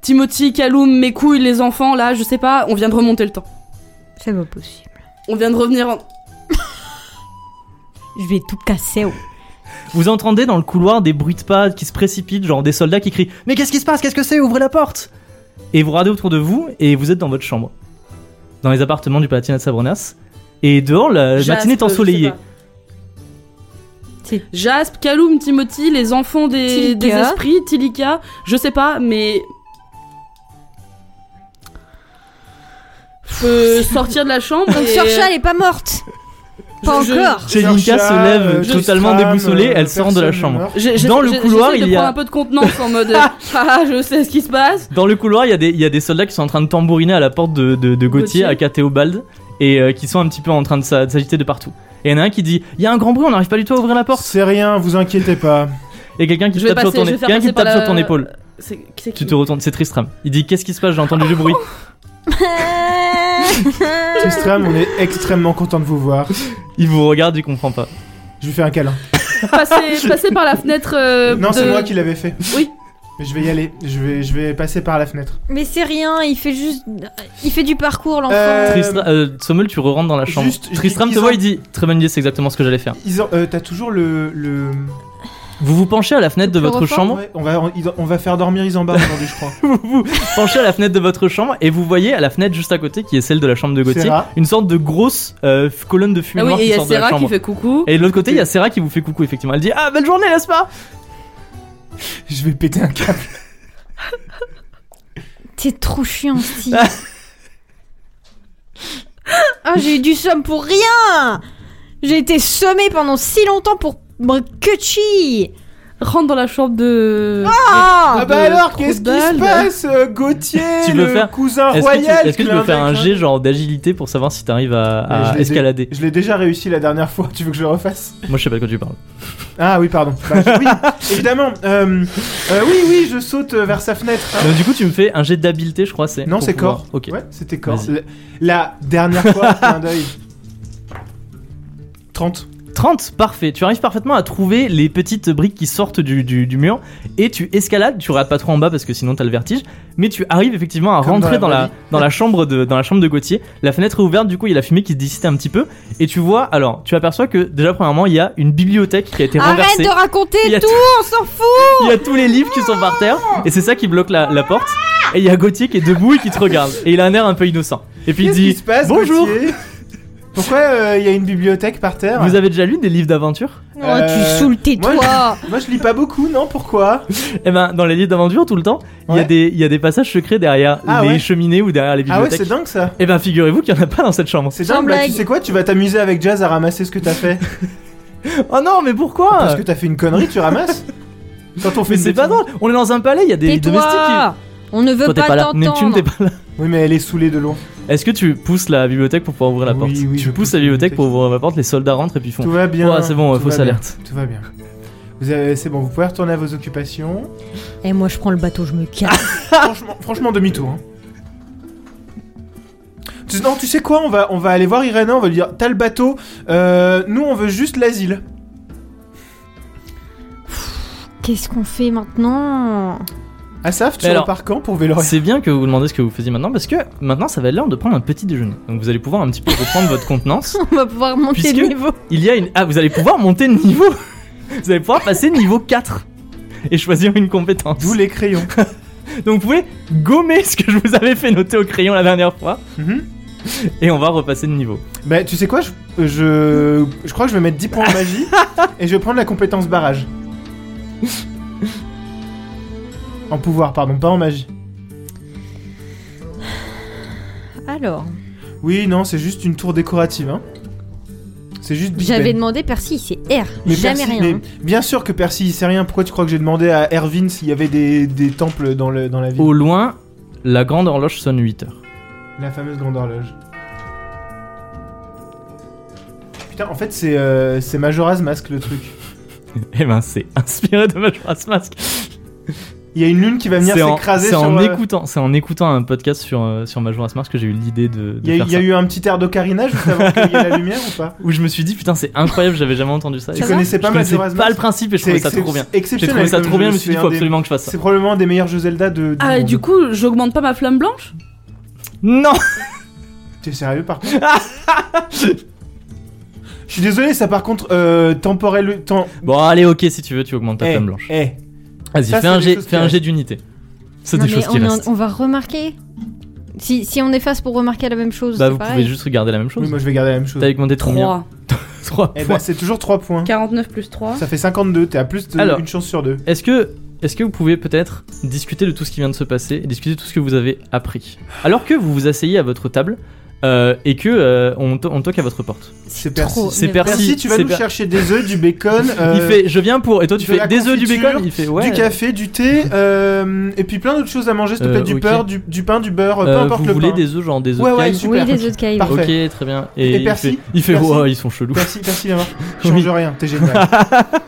Timothy, Kaloum, mes couilles, les enfants, là, je sais pas, on vient de remonter le temps. C'est pas possible. On vient de revenir en. Je vais tout casser. oh. Vous entendez dans le couloir des bruits de pas qui se précipitent, genre des soldats qui crient Mais qu'est-ce qui se passe Qu'est-ce que c'est Ouvrez la porte Et vous regardez autour de vous et vous êtes dans votre chambre. Dans les appartements du Palatinat de Sabronas. Et dehors, la Jaspe, Euh, matinée est ensoleillée. C'est- Jasp, Kaloum, Timothy, les enfants des, Tilika. des esprits, Tilika, je sais pas, mais. Je peux sortir de la chambre. Donc et- Sorcha, elle est pas morte. Pas Je- encore. Chelinka Chercha, se lève euh, je- totalement Stram, déboussolée, euh, elle sort de la personne chambre. meurt. J'ai- j'ai- Dans le j'ai- couloir, j'essaie de il y a- prendre un peu de contenance en mode. ah, je sais ce qui se passe. Dans le couloir, il y, a des- il y a des soldats qui sont en train de tambouriner à la porte de, de, de Gauthier, Gauthier. à Cathéobald, et euh, qui sont un petit peu en train de s'a- de s'agiter de partout. Et il y en a un qui dit Il y a un grand bruit, on n'arrive pas du tout à ouvrir la porte. C'est rien, vous inquiétez pas. Et quelqu'un qui Je vais tape, sur, passer, ton, je vais faire quelqu'un qui passer par tape sur la- ton épaule. C'est c'est qui Tu te retournes, c'est Tristram. Il dit Qu'est-ce qui se passe J'ai entendu du bruit. Tristram, on est extrêmement content de vous voir. Il vous regarde, il comprend pas. Je lui fais un câlin. passer, passer par la fenêtre. euh, non, c'est de- moi qui l'avais fait. Oui. Mais je vais y aller. Je vais, je vais passer par la fenêtre. Mais c'est rien, il fait juste. Il fait du parcours, l'enfant. Euh, Tristram, euh, Sommel, tu re-rentres dans la chambre. juste, je Tristram dis te qu'ils voit, ont- il dit Très bonne idée, c'est exactement ce que j'allais faire. Ils ont- euh, T'as toujours le. le... Vous vous penchez à la fenêtre de Le votre chloroforme chambre. Ouais, on, va, on, ils- on va faire dormir Isambard aujourd'hui, je crois. Vous vous penchez à la fenêtre de votre chambre et vous voyez à la fenêtre juste à côté, qui est celle de la chambre de Gauthier, Serra. une sorte de grosse euh, f- colonne de fumée Ah oui, noire et qui il y a sort de la Serra qui chambre. fait coucou. Et de l'autre côté, il y a Serra qui vous fait coucou, effectivement. Elle dit Ah, belle journée, n'est-ce pas Je vais péter un câble. T'es trop chiant, Steve. ah, j'ai eu du somme pour rien J'ai été sommée pendant si longtemps pour. Brr, Que chi rentre dans la chambre de. Ah, bah alors, qu'est-ce qui se Croudal. passe, euh, Gauthier, Tu peux le faire- cousin Est-ce que tu, Ah, royal est-ce que tu clin peux faire un d'œil, jet genre d'agilité pour savoir si t'arrives à, Mais je à l'ai dé- escalader Je l'ai déjà réussi la dernière fois, tu veux que je le refasse Moi je sais pas de quoi tu parles. Ah oui, pardon. Bah, je- oui, évidemment. euh, euh, oui, oui, je saute euh, vers sa fenêtre. hein. Donc, du coup tu me fais un jet d'habileté je crois c'est. Non, pour c'est pouvoir- corps. Ok. Ouais, c'était corps. Vas-y. La, la dernière fois, clin d'œil. 30. 30, parfait. Tu arrives parfaitement à trouver les petites briques qui sortent du, du- du mur et tu escalades. Tu regardes pas trop en bas parce que sinon t'as le vertige, mais tu arrives effectivement à Comme rentrer dans dans la la, vraie dans la chambre de dans la chambre de Gauthier. La fenêtre est ouverte, du coup il y a la fumée qui se dissipait un petit peu et tu vois. Alors tu aperçois que déjà premièrement il y a une bibliothèque qui a été Arrête renversée. de Il y a raconter tout, on s'en fout Il y a tous les livres qui sont par terre et c'est ça qui bloque la, la porte. Et il y a Gauthier qui est debout et qui te regarde et il a un air un peu innocent. Et puis il Qu'est-ce qui dit se passe bonjour. Gauthier Pourquoi euh, il y a une bibliothèque par terre Vous Oh, avez déjà lu des livres d'aventure Non, Euh, tu saoules, tais-toi moi, Moi, je lis pas beaucoup, non Pourquoi Eh ben, dans les livres d'aventure, tout le temps, il y a Ouais. des- il y, a des passages secrets derrière Ah les ouais. cheminées ou derrière les Ah ouais, bibliothèques. c'est dingue ça. eh ben, figurez-vous qu'il n'y en a pas dans cette chambre. C'est Sans dingue. Bah, tu blague. sais quoi Tu vas t'amuser avec Jazz à ramasser ce que t'as fait. Ah Oh non, mais pourquoi Parce que t'as fait une connerie, tu ramasses. Quand on fait Mais une c'est pas bêtise. drôle, on est dans un palais, il y a des domestiques qui. Tais-toi On ne veut Toi, t'es pas pas là, Neptune, t'es t'entendre pas là. Oui, mais elle est saoulée de loin. Est-ce que tu pousses la bibliothèque pour pouvoir ouvrir la Oui, porte oui, Tu je pousse pousses la la bibliothèque bibliothèque. pour ouvrir la porte, les soldats rentrent et puis ils font. Tout va bien. Ouais, c'est bon, tout fausse va bien, alerte. Tout va bien. Vous avez- C'est bon, vous pouvez retourner à vos occupations. Et Eh, moi je prends le bateau, je me casse franchement, franchement demi-tour. hein. Tu- Non, tu sais quoi on va, on va aller voir Irena, on va lui dire T'as le bateau, euh, nous on veut juste l'asile. Ah. Qu'est-ce qu'on fait maintenant Asaf, tu Mais alors- repars quand pour Véloria C'est bien que vous demandez ce que vous faisiez maintenant parce que maintenant ça va être l'heure de prendre un petit déjeuner. Donc vous allez pouvoir un petit peu reprendre votre contenance. On va pouvoir monter Puisque- le niveau Il y a une. Ah, vous allez pouvoir monter de niveau Vous allez pouvoir passer niveau 4 et choisir une compétence. D'où les crayons. Donc vous pouvez gommer ce que je vous avais fait noter au crayon la dernière fois Mhm. et on va repasser de niveau. Bah, tu sais quoi je, je, je crois que je vais mettre 10 points de magie et je vais prendre la compétence barrage. en pouvoir, pardon, pas en magie. Alors, Oui, non, c'est juste une tour décorative. Hein. C'est juste Big j'avais Ben. demandé Percy, c'est R, Mais jamais Percy- rien hein. mais bien sûr que Percy il sait rien. Pourquoi tu crois que j'ai demandé à Erwin s'il y avait des, des temples dans, le, dans la ville Au loin, la grande horloge sonne 8 heures. La fameuse grande horloge. Putain, en fait, c'est euh, c'est Majora's Mask le truc. Eh ben c'est inspiré de Majora's Mask. Il y a une lune qui va venir C'est en, s'écraser c'est sur. en euh, écoutant, c'est en écoutant un podcast sur euh, sur Majora's Mask que j'ai eu l'idée de, de Il y faire a, il y a ça. eu un petit air d'ocarina juste avant qu'il y ait la lumière ou pas Où je me suis dit putain c'est incroyable, j'avais jamais entendu ça. Tu Et va connaissais pas je connaissais Majora's pas le Mask principe et je trouvais ça excep- trop bien. J'ai exceptionnel trouvé ça comme trop jeu, bien, je me c'est suis dit un faut des- absolument que je fasse ça. C'est probablement un des meilleurs jeux Zelda de. du Ah, et monde. du coup, j'augmente pas ma flamme blanche Non, T'es sérieux par contre Je suis désolé, ça par contre, euh, temporel. Temps... bon allez ok si tu veux tu augmentes ta flamme blanche. Vas-y Eh, ça, fais c'est un des jet, choses qui fais un restent. jet d'unité. C'est Non, des mais choses qui on, est en- restent. on va remarquer. Si, si on efface pour remarquer la même chose, Bah c'est vous pareil. pouvez juste regarder la même Oui, chose. moi je vais garder la même chose. T'as augmenté combien 3. Trois Eh points. ben, c'est toujours 3 points. 49 plus 3. Ça fait 52, t'es à plus d'une Alors. chance sur deux. Est-ce que, est-ce que vous pouvez peut-être discuter de tout ce qui vient de se passer et discuter de tout ce que vous avez appris Alors que vous vous asseyez à votre table euh, et que euh, on, to- on toque à votre porte. C'est trop. C'est mais Percy. Merci, tu vas c'est nous per- chercher des œufs, du bacon, Il euh, fait, je viens pour. Et toi, tu de la fais des œufs du confiture, bacon. Il fait, ouais. du café, du thé, euh, et puis plein d'autres choses à manger, s'il te Euh, plaît, du ok. beurre, du, du pain, du beurre, euh, peu importe vous le voulez pain. des œufs, genre des œufs Ouais, ouais, cailles super. Oui, des œufs de caille. Parfait. Ok, très bien. Et, Et il Percy fait, il fait, Percy oh, ils sont chelous. Merci, merci, viens voir. Change Oui. rien, t'es génial.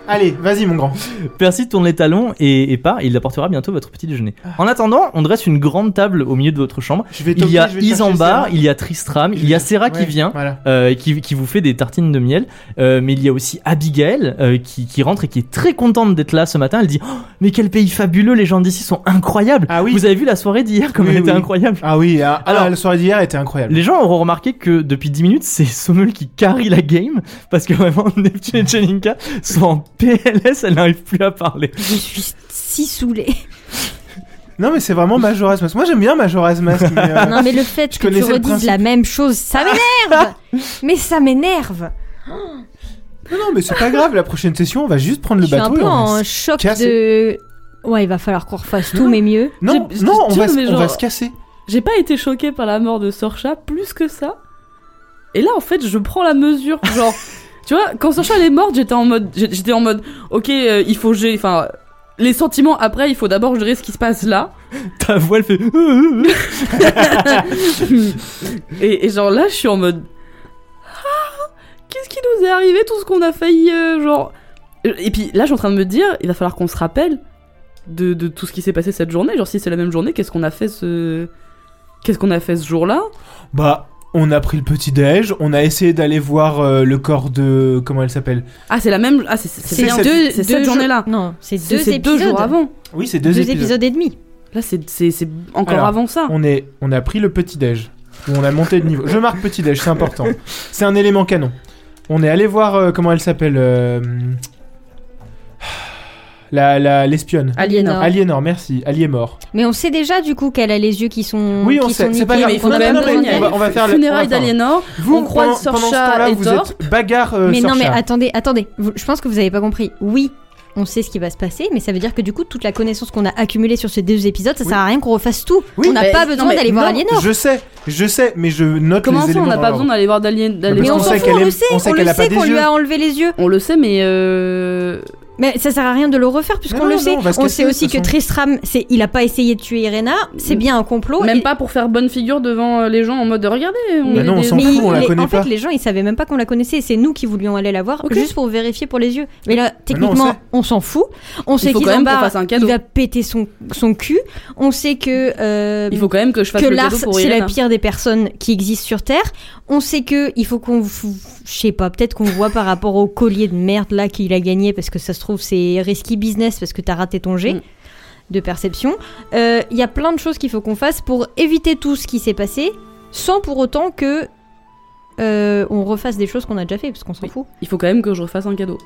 Allez, vas-y, mon grand. Percy tourne les talons et, et part. Il apportera bientôt votre petit déjeuner. Ah. En attendant, on dresse une grande table au milieu de votre chambre. Je vais Il y a toquer, je vais chercher Isambard, Sarah. il y a Tristram, Je il y a vais- Serra Ouais, qui vient. Voilà. euh, qui, qui vous fait des tartines de miel. Euh, mais il y a aussi Abigail euh, qui, qui rentre et qui est très contente d'être là ce matin. Elle dit Oh, Mais quel pays fabuleux, les gens d'ici sont incroyables Ah oui. Vous avez vu la soirée d'hier comme Oui, elle était oui. incroyable Ah oui, ah, Alors- ah, la soirée d'hier était incroyable. les gens auront remarqué que depuis 10 minutes, c'est Sommel qui carry la game parce que vraiment Neptune et Jelinka sont en PLS, elle n'arrive plus à parler. Je suis si saoulée. Non, mais c'est vraiment Majora's Mask. Moi, j'aime bien Majora's Mask, mais, euh, Non, mais le fait Je que tu connaissais le redises principe. Ah. la même chose, ça m'énerve Mais ça m'énerve non, non, mais c'est pas grave. La prochaine session, on va juste prendre Je le suis un bateau. et peu on va en se- choc casser. de... Ouais, il va falloir qu'on refasse tout, mais mieux. Non, J'ai- non, on j'ai- va, se- mais on genre- va se casser. J'ai pas été choquée par la mort de Sorcha plus que ça. Et là, en fait, je prends la mesure. Genre, Tu vois, quand Sacha elle est morte, j'étais en mode, j'étais en mode, ok, euh, il faut gérer, enfin, les sentiments après, il faut d'abord gérer ce qui se passe là. Ta voix elle fait. et, et genre là, je suis en mode, Ah, qu'est-ce qui nous est arrivé, tout ce qu'on a failli, euh, genre. Et puis là, je suis en train de me dire, il va falloir qu'on se rappelle de, de tout ce qui s'est passé cette journée. Genre si c'est la même journée, qu'est-ce qu'on a fait ce, qu'est-ce qu'on a fait ce jour-là Bah, on a pris le petit déj, on a essayé d'aller voir euh, le corps de comment elle s'appelle. Ah, c'est la même, ah c'est c'est- C'est bien cette- deux, c'est c'est cette deux journée-là. jours- Non, c'est C'est deux c'est épisodes. deux jours avant. Oui, c'est deux, Deux, épisodes et demi. Là, c'est c'est- c'est encore Alors, avant ça. On est, on a pris le petit déj. Où on a monté de niveau. Je marque petit déj, c'est important. C'est un élément canon. On est allé voir euh, comment elle s'appelle. euh, La, la- l'espionne. Aliénor. Aliénor. Aliénor, merci. Aliénor. Mais on sait déjà du coup qu'elle a les yeux qui sont. Oui, on qui sait, sont c'est pas niqués. grave. mais il faut On a quand pas même besoin gagner. d'y on va, aller. on va faire le- on Funérailles va faire- d'Aliénor. Vous, On croise pendant, pendant ce Sorcha temps-là, et vous Thor. êtes bagarre euh, Mais non, mais Sorcha. attendez, attendez. Vous- Je pense que vous avez pas compris. Oui, on sait ce qui va se passer, mais ça veut dire que du coup, toute la connaissance qu'on a accumulée sur ces deux épisodes, ça Oui. sert à rien qu'on refasse tout. Oui, on n'a mais- pas non, besoin mais d'aller voir non, Aliénor. Je sais, je sais, mais je note Comment les ça, éléments. on n'a dans pas l'ordre. besoin d'aller voir d'Alien Mais Mais parce on qu'on s'en sait fout, qu'elle on aime- le sait, on sait on qu'elle a le pas sait des qu'on lui yeux. a enlevé les yeux. On le sait, mais euh, Mais ça sert à rien de le refaire puisqu'on Non, le non, sait. on va se On, casser, sait de aussi toute que façon. Mm. Tristram, c'est, il a pas essayé de tuer Irena. C'est bien un complot. même Et- pas pour faire bonne figure devant euh, les gens en mode regardez. On Bah est non, on des- s'en mais fout, il- on la les- connaît en pas. fait, les gens, ils savaient même pas qu'on la connaissait. C'est nous qui voulions aller la voir Ok. juste pour vérifier pour les yeux. Mais là, Bah non, on techniquement, sait. on s'en fout. On Il sait faut qu'il quand même qu'on embarque- fasse un cadeau. il va péter son, son cul. On sait que euh, Il faut quand même que je fasse que le Lars, cadeau pour c'est la Irena. pire des personnes qui existent sur Terre. On sait que il faut qu'on, f- je sais pas, peut-être qu'on voit par rapport au collier de merde là qu'il a gagné parce que ça se trouve c'est risky business parce que t'as raté ton jet Mm. de perception. Euh, Il y a plein de choses qu'il faut qu'on fasse pour éviter tout ce qui s'est passé, sans pour autant que euh, on refasse des choses qu'on a déjà fait parce qu'on s'en Oui. fout. Il faut quand même que je refasse un cadeau.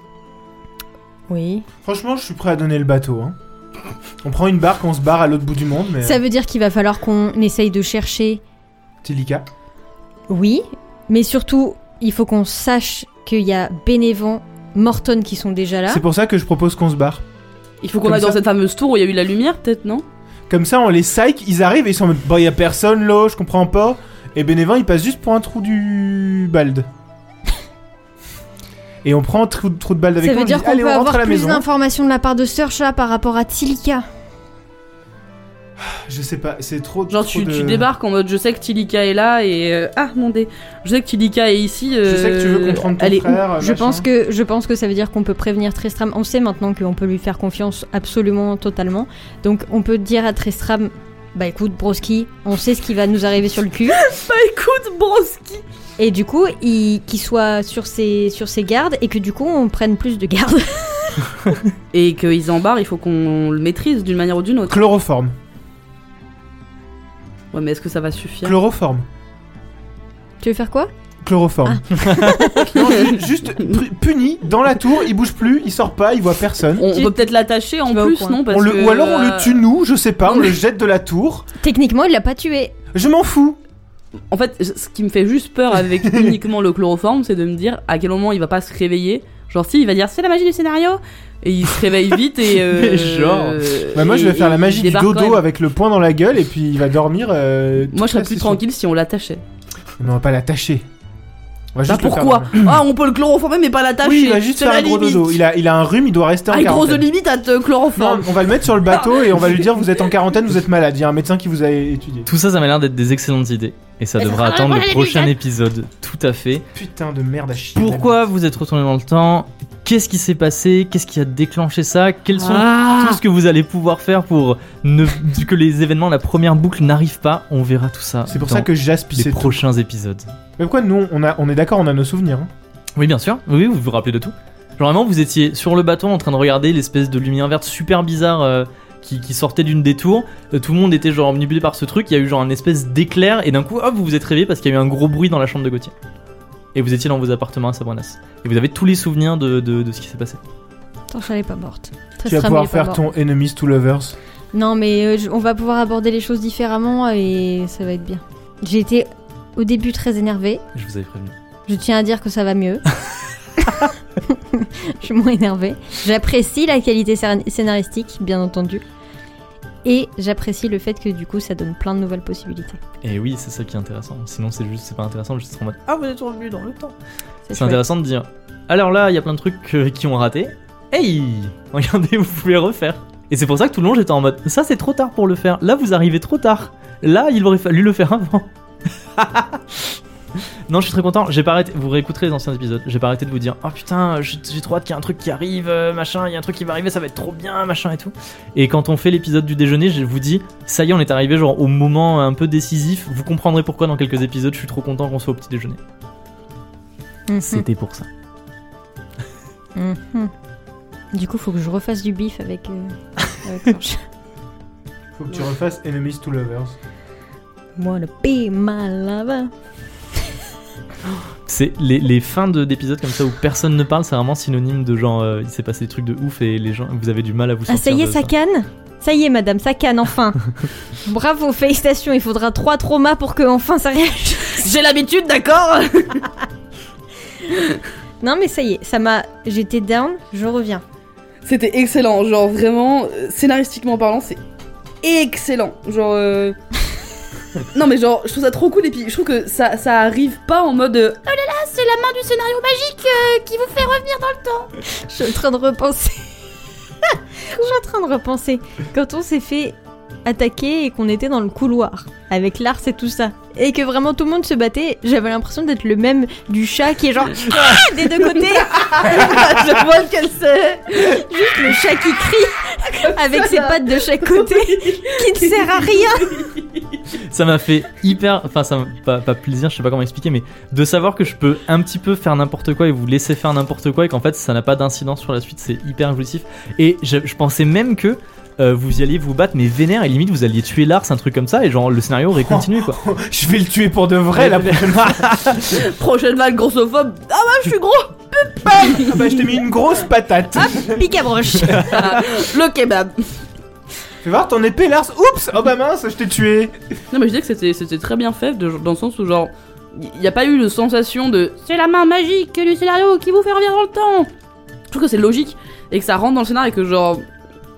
Oui. Franchement, je suis prêt à donner le bateau. hein. On prend une barque, on se barre à l'autre bout du monde, mais Ça veut dire qu'il va falloir qu'on essaye de chercher Tilika. Oui, mais surtout, il faut qu'on sache qu'il y a Bénévent, Morton qui sont déjà là. C'est pour ça que je propose qu'on se barre. Il faut qu'on Comme aille dans ça. cette fameuse tour où il y a eu la lumière, peut-être, non Comme ça, on les psych, ils arrivent et ils sont en mode Bah, y a personne là, je comprends pas. Et Bénévent, il passe juste pour un trou du balde. et on prend un trou, trou de balde avec Ça nous, veut on dire dit, qu'on Allez, peut on rentre à avoir la plus maison. hein. Ah, d'informations de la part de Searcha par rapport à Tilika. Je sais pas, c'est trop. Genre, trop tu, de- tu débarques en mode je sais que Tilika est là et. euh, ah, mon dé. Je sais que Tilika est ici. Je sais que tu veux euh, comprendre ton elle est où frère. euh, Je machin. pense, que, je pense que ça veut dire qu'on peut prévenir Tristram. On sait maintenant qu'on peut lui faire confiance absolument, totalement. Donc on peut dire à Tristram, bah écoute Broski, on sait ce qui va nous arriver sur le cul. Bah écoute, Broski Et du coup, il- qu'il soit sur ses, sur ses gardes et que du coup on prenne plus de gardes. Et qu'ils en barrent, il faut qu'on le maîtrise d'une manière ou d'une autre. Chloroforme. Ouais, mais est-ce que ça va suffire Chloroforme. tu veux faire quoi Chloroforme. Ah. Non, ju- juste pu- puni dans la tour, il bouge plus, il sort pas, il voit personne. On Tu- peut peut-être l'attacher en vas au plus, coin. non parce On le- que, Ou alors on euh, le tue nous, je sais pas, non, on mais- le jette de la tour. Techniquement, il l'a pas tué. Je m'en fous. En fait, ce qui me fait juste peur avec uniquement le chloroforme, c'est de me dire à quel moment il va pas se réveiller. Genre, si, il va dire c'est la magie du scénario Et il se réveille vite et. euh, Mais genre. euh, Bah moi je et- vais faire et la il magie du débarque quand dodo même. avec le poing dans la gueule et puis il va dormir. euh, toute Moi, je serais la plus session. tranquille si on l'attachait. Mais on va pas l'attacher. On Bah va Bah, juste le faire pourquoi dormir. Ah, on peut le chloroformer, mais pas l'attacher. Oui, il va juste C'est faire la un gros limite. dodo. Il a, il a un rhume, il doit rester en Ah, une grosse quarantaine. limite à te Non, chloroforme. on va le mettre sur le bateau et on va lui dire vous êtes en quarantaine, vous êtes malade. Il y a un médecin qui vous a étudié. Tout ça, ça m'a l'air d'être des excellentes idées. Et ça Mais ça devra sera attendre vraiment le la prochain épisode, tout à fait. Putain de merde à chier. Pourquoi vous êtes retourné dans le temps Qu'est-ce qui s'est passé Qu'est-ce qui a déclenché ça Quels sont Ah. tout ce que vous allez pouvoir faire pour ne... que les événements, la première boucle n'arrive pas On verra tout ça. C'est pour dans ça que les j'aspissais trop. prochains épisodes. Mais pourquoi nous on a, on est d'accord, on a nos souvenirs. hein. Oui, bien sûr. Oui, oui, vous vous rappelez de tout. Normalement, vous étiez sur le bateau en train de regarder l'espèce de lumière verte super bizarre euh, qui, qui sortait d'une des tours. Euh, tout le monde était genre omnibulé par ce truc. Il y a eu genre une espèce d'éclair et d'un coup, hop, vous vous êtes réveillé parce qu'il y a eu un gros bruit dans la chambre de Gauthier. Et vous étiez dans vos appartements à Sabranas. Et vous avez tous les souvenirs de, de- de ce qui s'est passé. Torchal est pas morte. Tu vas Tristram, il pouvoir est pas faire mort. ton enemies to lovers. Non, mais euh, je- on va pouvoir aborder les choses différemment et ça va être bien. J'ai été au début très énervée. Je vous avais prévenu. Je tiens à dire que ça va mieux. je suis moins énervée. J'apprécie la qualité scén- scénaristique, bien entendu. Et j'apprécie le fait que du coup ça donne plein de nouvelles possibilités. Et oui, c'est ça qui est intéressant. Sinon, c'est juste, c'est pas intéressant, juste en mode, Ah, vous êtes revenu dans le temps. C'est chouette. intéressant de dire Alors là, il y a plein de trucs euh, qui ont raté. Hey Regardez, vous pouvez le refaire. Et c'est pour ça que tout le long, j'étais en mode ça, c'est trop tard pour le faire. Là, vous arrivez trop tard. Là, il aurait fallu le faire avant. non, je suis très content. J'ai pas arrêté. Vous réécouterez les anciens épisodes. J'ai pas arrêté de vous dire oh putain, j'ai j'ai trop hâte qu'il y ait un truc qui arrive, euh, machin. Il y a un truc qui va arriver, ça va être trop bien, machin et tout. Et quand on fait l'épisode du déjeuner, je vous dis ça y est, on est arrivé genre au moment un peu décisif. Vous comprendrez pourquoi dans quelques épisodes. Je suis trop content qu'on soit au petit déjeuner. C'était pour ça. Mhm. Du coup, faut que je refasse du bif avec. euh, avec son chien. Faut que tu refasses Enemies to Lovers. Wanna be my lover. C'est les, les fins de- d'épisodes comme ça où personne ne parle, c'est vraiment synonyme de genre euh, il s'est passé des trucs de ouf et les gens vous avez du mal à vous Ah, sortir ça y est, de ça canne Ça y est, madame, ça canne enfin. Bravo, félicitations. Il faudra trois traumas pour que enfin ça réagisse. J'ai l'habitude, d'accord Non, mais ça y est, ça m'a. J'étais down, je reviens. C'était excellent, genre vraiment, euh, scénaristiquement parlant, c'est excellent. Genre. euh, non, mais genre, je trouve ça trop cool et puis je trouve que ça, ça arrive pas en mode. euh, Oh là là, c'est la main du scénario magique euh, qui vous fait revenir dans le temps. Je suis en train de repenser. je suis en train de repenser. Quand on s'est fait attaquer et qu'on était dans le couloir avec Lars et tout ça, et que vraiment tout le monde se battait, j'avais l'impression d'être le même du chat qui est genre Ah des deux côtés. je vois qu'elle c'est. Juste le chat qui crie avec ses pattes de chaque côté, qui ne sert à rien. Ça m'a fait hyper. Enfin, ça m'a pas, pas plaisir, je sais pas comment expliquer, mais de savoir que je peux un petit peu faire n'importe quoi et vous laisser faire n'importe quoi et qu'en fait ça n'a pas d'incidence sur la suite, c'est hyper jouissif. Et je, je pensais même que. euh, vous y alliez vous battre, mais vénère, et limite vous alliez tuer Lars, un truc comme ça, et genre le scénario aurait continué quoi. Je vais le tuer pour de vrai la prochaine fois. Prochaine vague grossophobe. Ah bah, je suis gros. Ah bah, je t'ai mis une grosse patate. Pique à broche. Le kebab. Fais voir ton épée, Lars. Oups, oh bah mince, je t'ai tué. Non, mais je disais que c'était- c'était très bien fait de- dans le sens où, genre, il n'y a pas eu de sensation de c'est la main magique du scénario qui vous fait revenir dans le temps. Je trouve que c'est logique et que ça rentre dans le scénario et que, genre,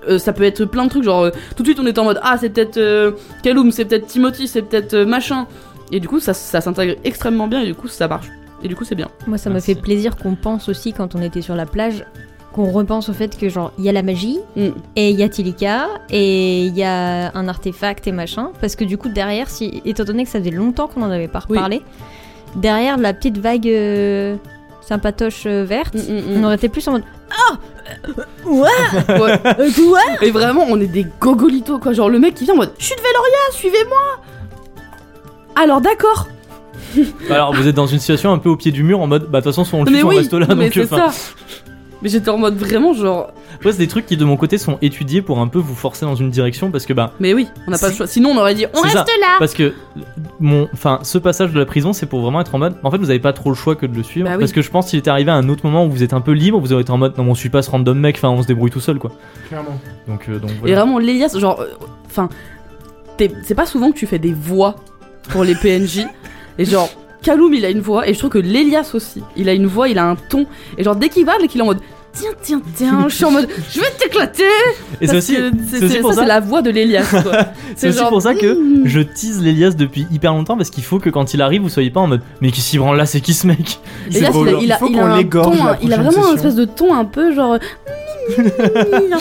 euh, ça peut être plein de trucs. Genre, euh, tout de suite, on est en mode ah, c'est peut-être euh, Kaloum, c'est peut-être Timothy, c'est peut-être euh, machin. Et du coup, ça, ça s'intègre extrêmement bien et du coup, ça marche. Et du coup, c'est bien. Moi, ça m'a Merci. fait plaisir qu'on pense aussi quand on était sur la plage, qu'on repense au fait que genre il y a la magie Mm. et il y a Tilika et il y a un artefact et machin, parce que du coup derrière, si étant donné que ça faisait longtemps qu'on en avait pas Oui. reparlé, derrière la petite vague euh, sympatoche euh, verte, Mm, mm, on mm. aurait été plus en mode ah ouais Euh, quoi Et vraiment, on est des gogolitos quoi. Genre, le mec qui vient en mode je suis de Veloria, suivez-moi. Alors, d'accord. Alors vous êtes dans une situation un peu au pied du mur en mode bah de toute façon soit on le tue, mais soit oui, on reste là, mais donc c'est enfin, ça. Mais j'étais en mode vraiment genre, Après, c'est des trucs qui, de mon côté, sont étudiés pour un peu vous forcer dans une direction parce que, bah, mais oui, on n'a pas le Si. choix. Sinon, on aurait dit on C'est reste ça. là. parce que mon, enfin, ce passage de la prison, c'est pour vraiment être en mode. En fait, vous avez pas trop le choix que de le suivre Bah oui. parce que je pense qu'il était arrivé à un autre moment où vous êtes un peu libre, vous aurez été en mode non, mais on suit pas ce random mec, enfin, on se débrouille tout seul, quoi. Clairement. Donc, euh, donc Et voilà. vraiment, Lélias, genre, euh, enfin, t'es- c'est pas souvent que tu fais des voix pour les PNJ. et genre, Kaloum, il a une voix, et je trouve que Lélias aussi, il a une voix, il a un ton. Et genre, dès qu'il parle, qu'il est en mode. Tiens, tiens, tiens, je suis en mode, je vais t'éclater! Et c'est Parce aussi, que c'est aussi c'est- pour ça, ça, c'est la voix de l'Elias, quoi. c'est aussi genre, pour ça que mm. je tease l'Elias depuis hyper longtemps parce qu'il faut que quand il arrive, vous soyez pas en mode mais qui s'y branle là, c'est qui ce mec Et là, drôle. hein. il a, il a- Il faut il a qu'on un l'égorge ton, hein, la il a prochaine vraiment session. un espèce de ton un peu genre. euh, Mimi, mimi, genre, Hum, nanana,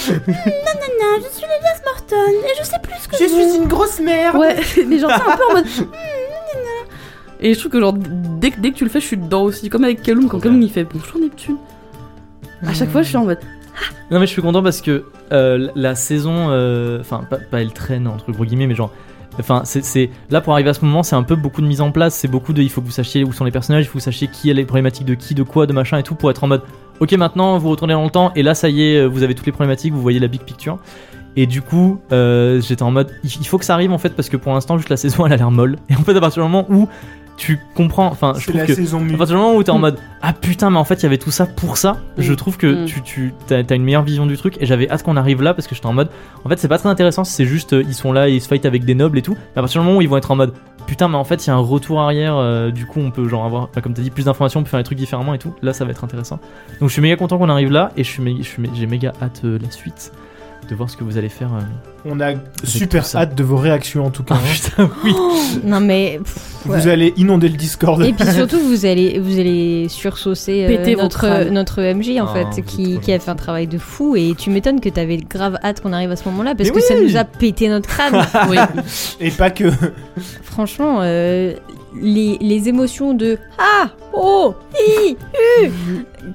je suis Lilias Morton et je sais plus ce que je suis. une grosse merde. Ouais, mais genre c'est un peu en mode. Hum, nanana. Et je trouve que genre dès, que- dès que tu le fais, je suis dedans aussi. Comme avec Kaloum, quand Trop bien. Kaloum il fait bonjour Neptune. À chaque fois, je suis en mode. Non mais je suis content parce que euh, la- la saison, euh, enfin pas, pas elle traîne entre gros guillemets, mais genre, enfin c'est- c'est là pour arriver à ce moment, c'est un peu beaucoup de mise en place, c'est beaucoup de, il faut que vous sachiez où sont les personnages, il faut que vous sachiez qui est les problématiques de qui, de quoi, de machin et tout pour être en mode, ok maintenant vous retournez dans le temps et là ça y est, euh, vous avez toutes les problématiques, vous voyez la big picture. Et du coup, euh, j'étais en mode, il il faut que ça arrive en fait parce que pour l'instant juste la saison elle a l'air molle. Et en fait à partir du moment où tu comprends, enfin je C'est trouve la que saison à mute. partir du moment où t'es en Mm. mode Ah putain, mais en fait il y avait tout ça pour ça, je trouve que Mm. tu, tu t'as, t'as une meilleure vision du truc et j'avais hâte qu'on arrive là parce que j'étais en mode En fait, c'est pas très intéressant si c'est juste euh, ils sont là et ils se fight avec des nobles et tout. Mais à partir du moment où ils vont être en mode Putain, mais en fait il y a un retour arrière, euh, du coup on peut genre avoir, enfin, comme t'as dit, plus d'informations, on peut faire les trucs différemment et tout. Là ça va être intéressant. Donc je suis méga content qu'on arrive là et je suis mé- je suis mé- j'ai méga hâte euh, de la suite. de voir ce que vous allez faire. euh. On a super tout ça. hâte de vos réactions en tout cas. Ah, hein. putain, oui. Non mais. pff, ouais. Vous allez inonder le Discord. Et puis surtout, vous allez, vous allez sursaucer euh, Péter votre notre, crâne. notre MJ en Ah, vous fait, êtes trop qui, qui a gentil. fait un travail de fou. Et tu m'étonnes que t'avais grave hâte qu'on arrive à ce moment-là parce Mais que ça oui nous a pété notre crâne. Oui. Et pas que. Franchement, euh, les, les émotions de ah, oh, hi, hu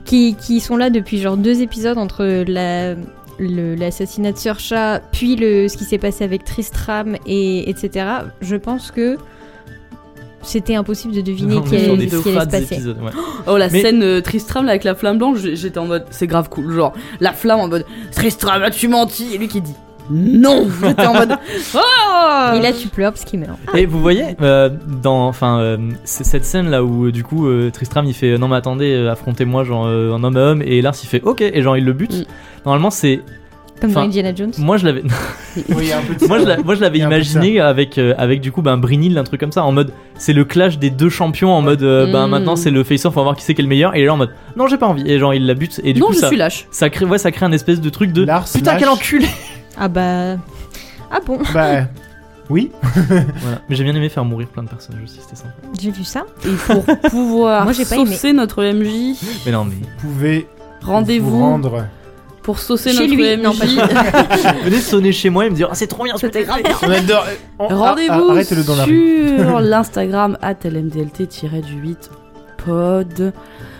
qui, qui sont là depuis genre deux épisodes entre la le- l'assassinat de Sir Shah, puis le, ce qui s'est passé avec Tristram, et etc. Je pense que c'était impossible de deviner On est qui sur allait- des ce qui allait se fades passer. épisodes, ouais. Oh la Mais- scène euh, Tristram là, avec la flamme blanche, j'ai- j'étais en mode c'est grave cool, genre la flamme en mode Tristram là tu menti et lui qui dit non, j'étais en mode oh Et là, tu pleures parce qu'il meurt. Ah. Et vous voyez, euh, dans, enfin, euh, c'est cette scène là où euh, du coup euh, Tristram il fait euh, non mais attendez, euh, affrontez-moi genre euh, en homme à homme et Lars il fait ok et genre il le bute. Mm. Normalement c'est, Comme Enfin, dans Indiana Jones. moi je l'avais, Oui, un peu de moi je ça. l'a- moi, je l'avais Il y a un peu de imaginé avec euh, avec du coup ben Brinil un truc comme ça en mode c'est le clash des deux champions en mode euh, ben Mm. maintenant c'est le face-off on va voir qui c'est qui est le meilleur et il est là en mode non j'ai pas envie et genre il la bute et du non coup je ça suis lâche. ça crée ouais ça crée un espèce de truc de Lars putain lâche. quel enculé Ah bah. Ah bon Bah, oui. voilà. mais j'ai bien aimé faire mourir plein de personnes je sais c'était sympa J'ai vu ça. Et pour pouvoir Moi, j'ai pas aimé. saucer notre MJ, mais non mais Vous pouvez vous rendez-vous rendre. pour saucer Chez notre lui. MJ. Non, pas chez venez sonner chez moi et me dire ah c'est trop bien ce que t'as fait. On adore. on- Rendez-vous ah, Arrête-le dans la rue. sur l'Instagram at lmdlt-8 pod.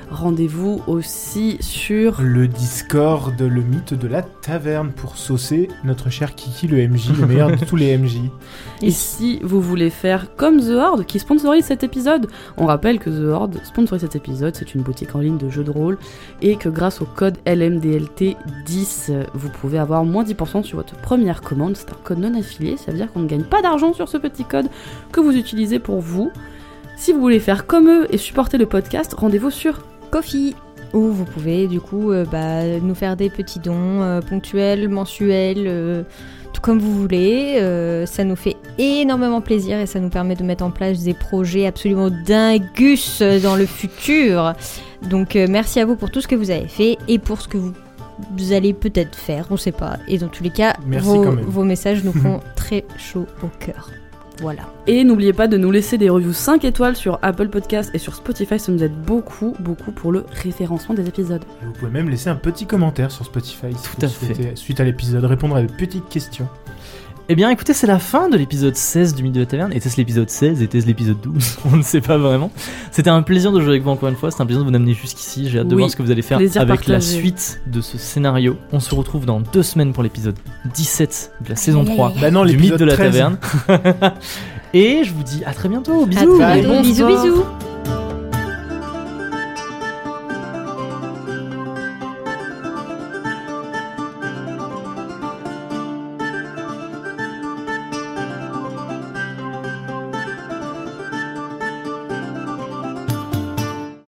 Rendez-vous aussi sur Le Discord, le mythe de la taverne pour saucer notre cher Kiki, le MJ, le meilleur de tous les MJ. Et si vous voulez faire comme The Horde qui sponsorise cet épisode, on rappelle que The Horde sponsorise cet épisode, c'est une boutique en ligne de jeux de rôle et que grâce au code LMDLT10, euh, vous pouvez avoir moins 10% sur votre première commande. C'est un code non affilié, ça veut dire qu'on ne gagne pas d'argent sur ce petit code que vous utilisez pour vous. Si vous voulez faire comme eux et supporter le podcast, rendez-vous sur Coffee où vous pouvez du coup euh, bah, nous faire des petits dons euh, ponctuels, mensuels, euh, tout comme vous voulez. Euh, ça nous fait énormément plaisir et ça nous permet de mettre en place des projets absolument dingus euh, dans le futur. Donc euh, merci à vous pour tout ce que vous avez fait et pour ce que vous, vous allez peut-être faire, on sait pas. Et dans tous les cas, Merci vos, quand même. vos messages nous font très chaud au cœur. Voilà. Et n'oubliez pas de nous laisser des reviews 5 étoiles sur Apple Podcast et sur Spotify, ça nous aide beaucoup, beaucoup pour le référencement des épisodes. Et Vous pouvez même laisser un petit commentaire sur Spotify si Tout vous à souhaitez, suite à l'épisode, répondre à des petites questions. Eh bien écoutez, c'est la fin de l'épisode 16 du Mythe de la Taverne. Était-ce l'épisode 16 Était-ce l'épisode 12 On ne sait pas vraiment. C'était un plaisir de jouer avec vous encore une fois, c'était un plaisir de vous amener jusqu'ici. J'ai hâte de Oui, voir ce que vous allez faire avec plaisir la partagé. suite de ce scénario. On se retrouve dans deux semaines pour l'épisode 17 de la saison Aïe, aïe, 3 aïe. Bah non, du Mythe l'épisode de la 13. Taverne. Et je vous dis à très bientôt, À bisous très Bye. bientôt. Bonsoir. bisous bisous.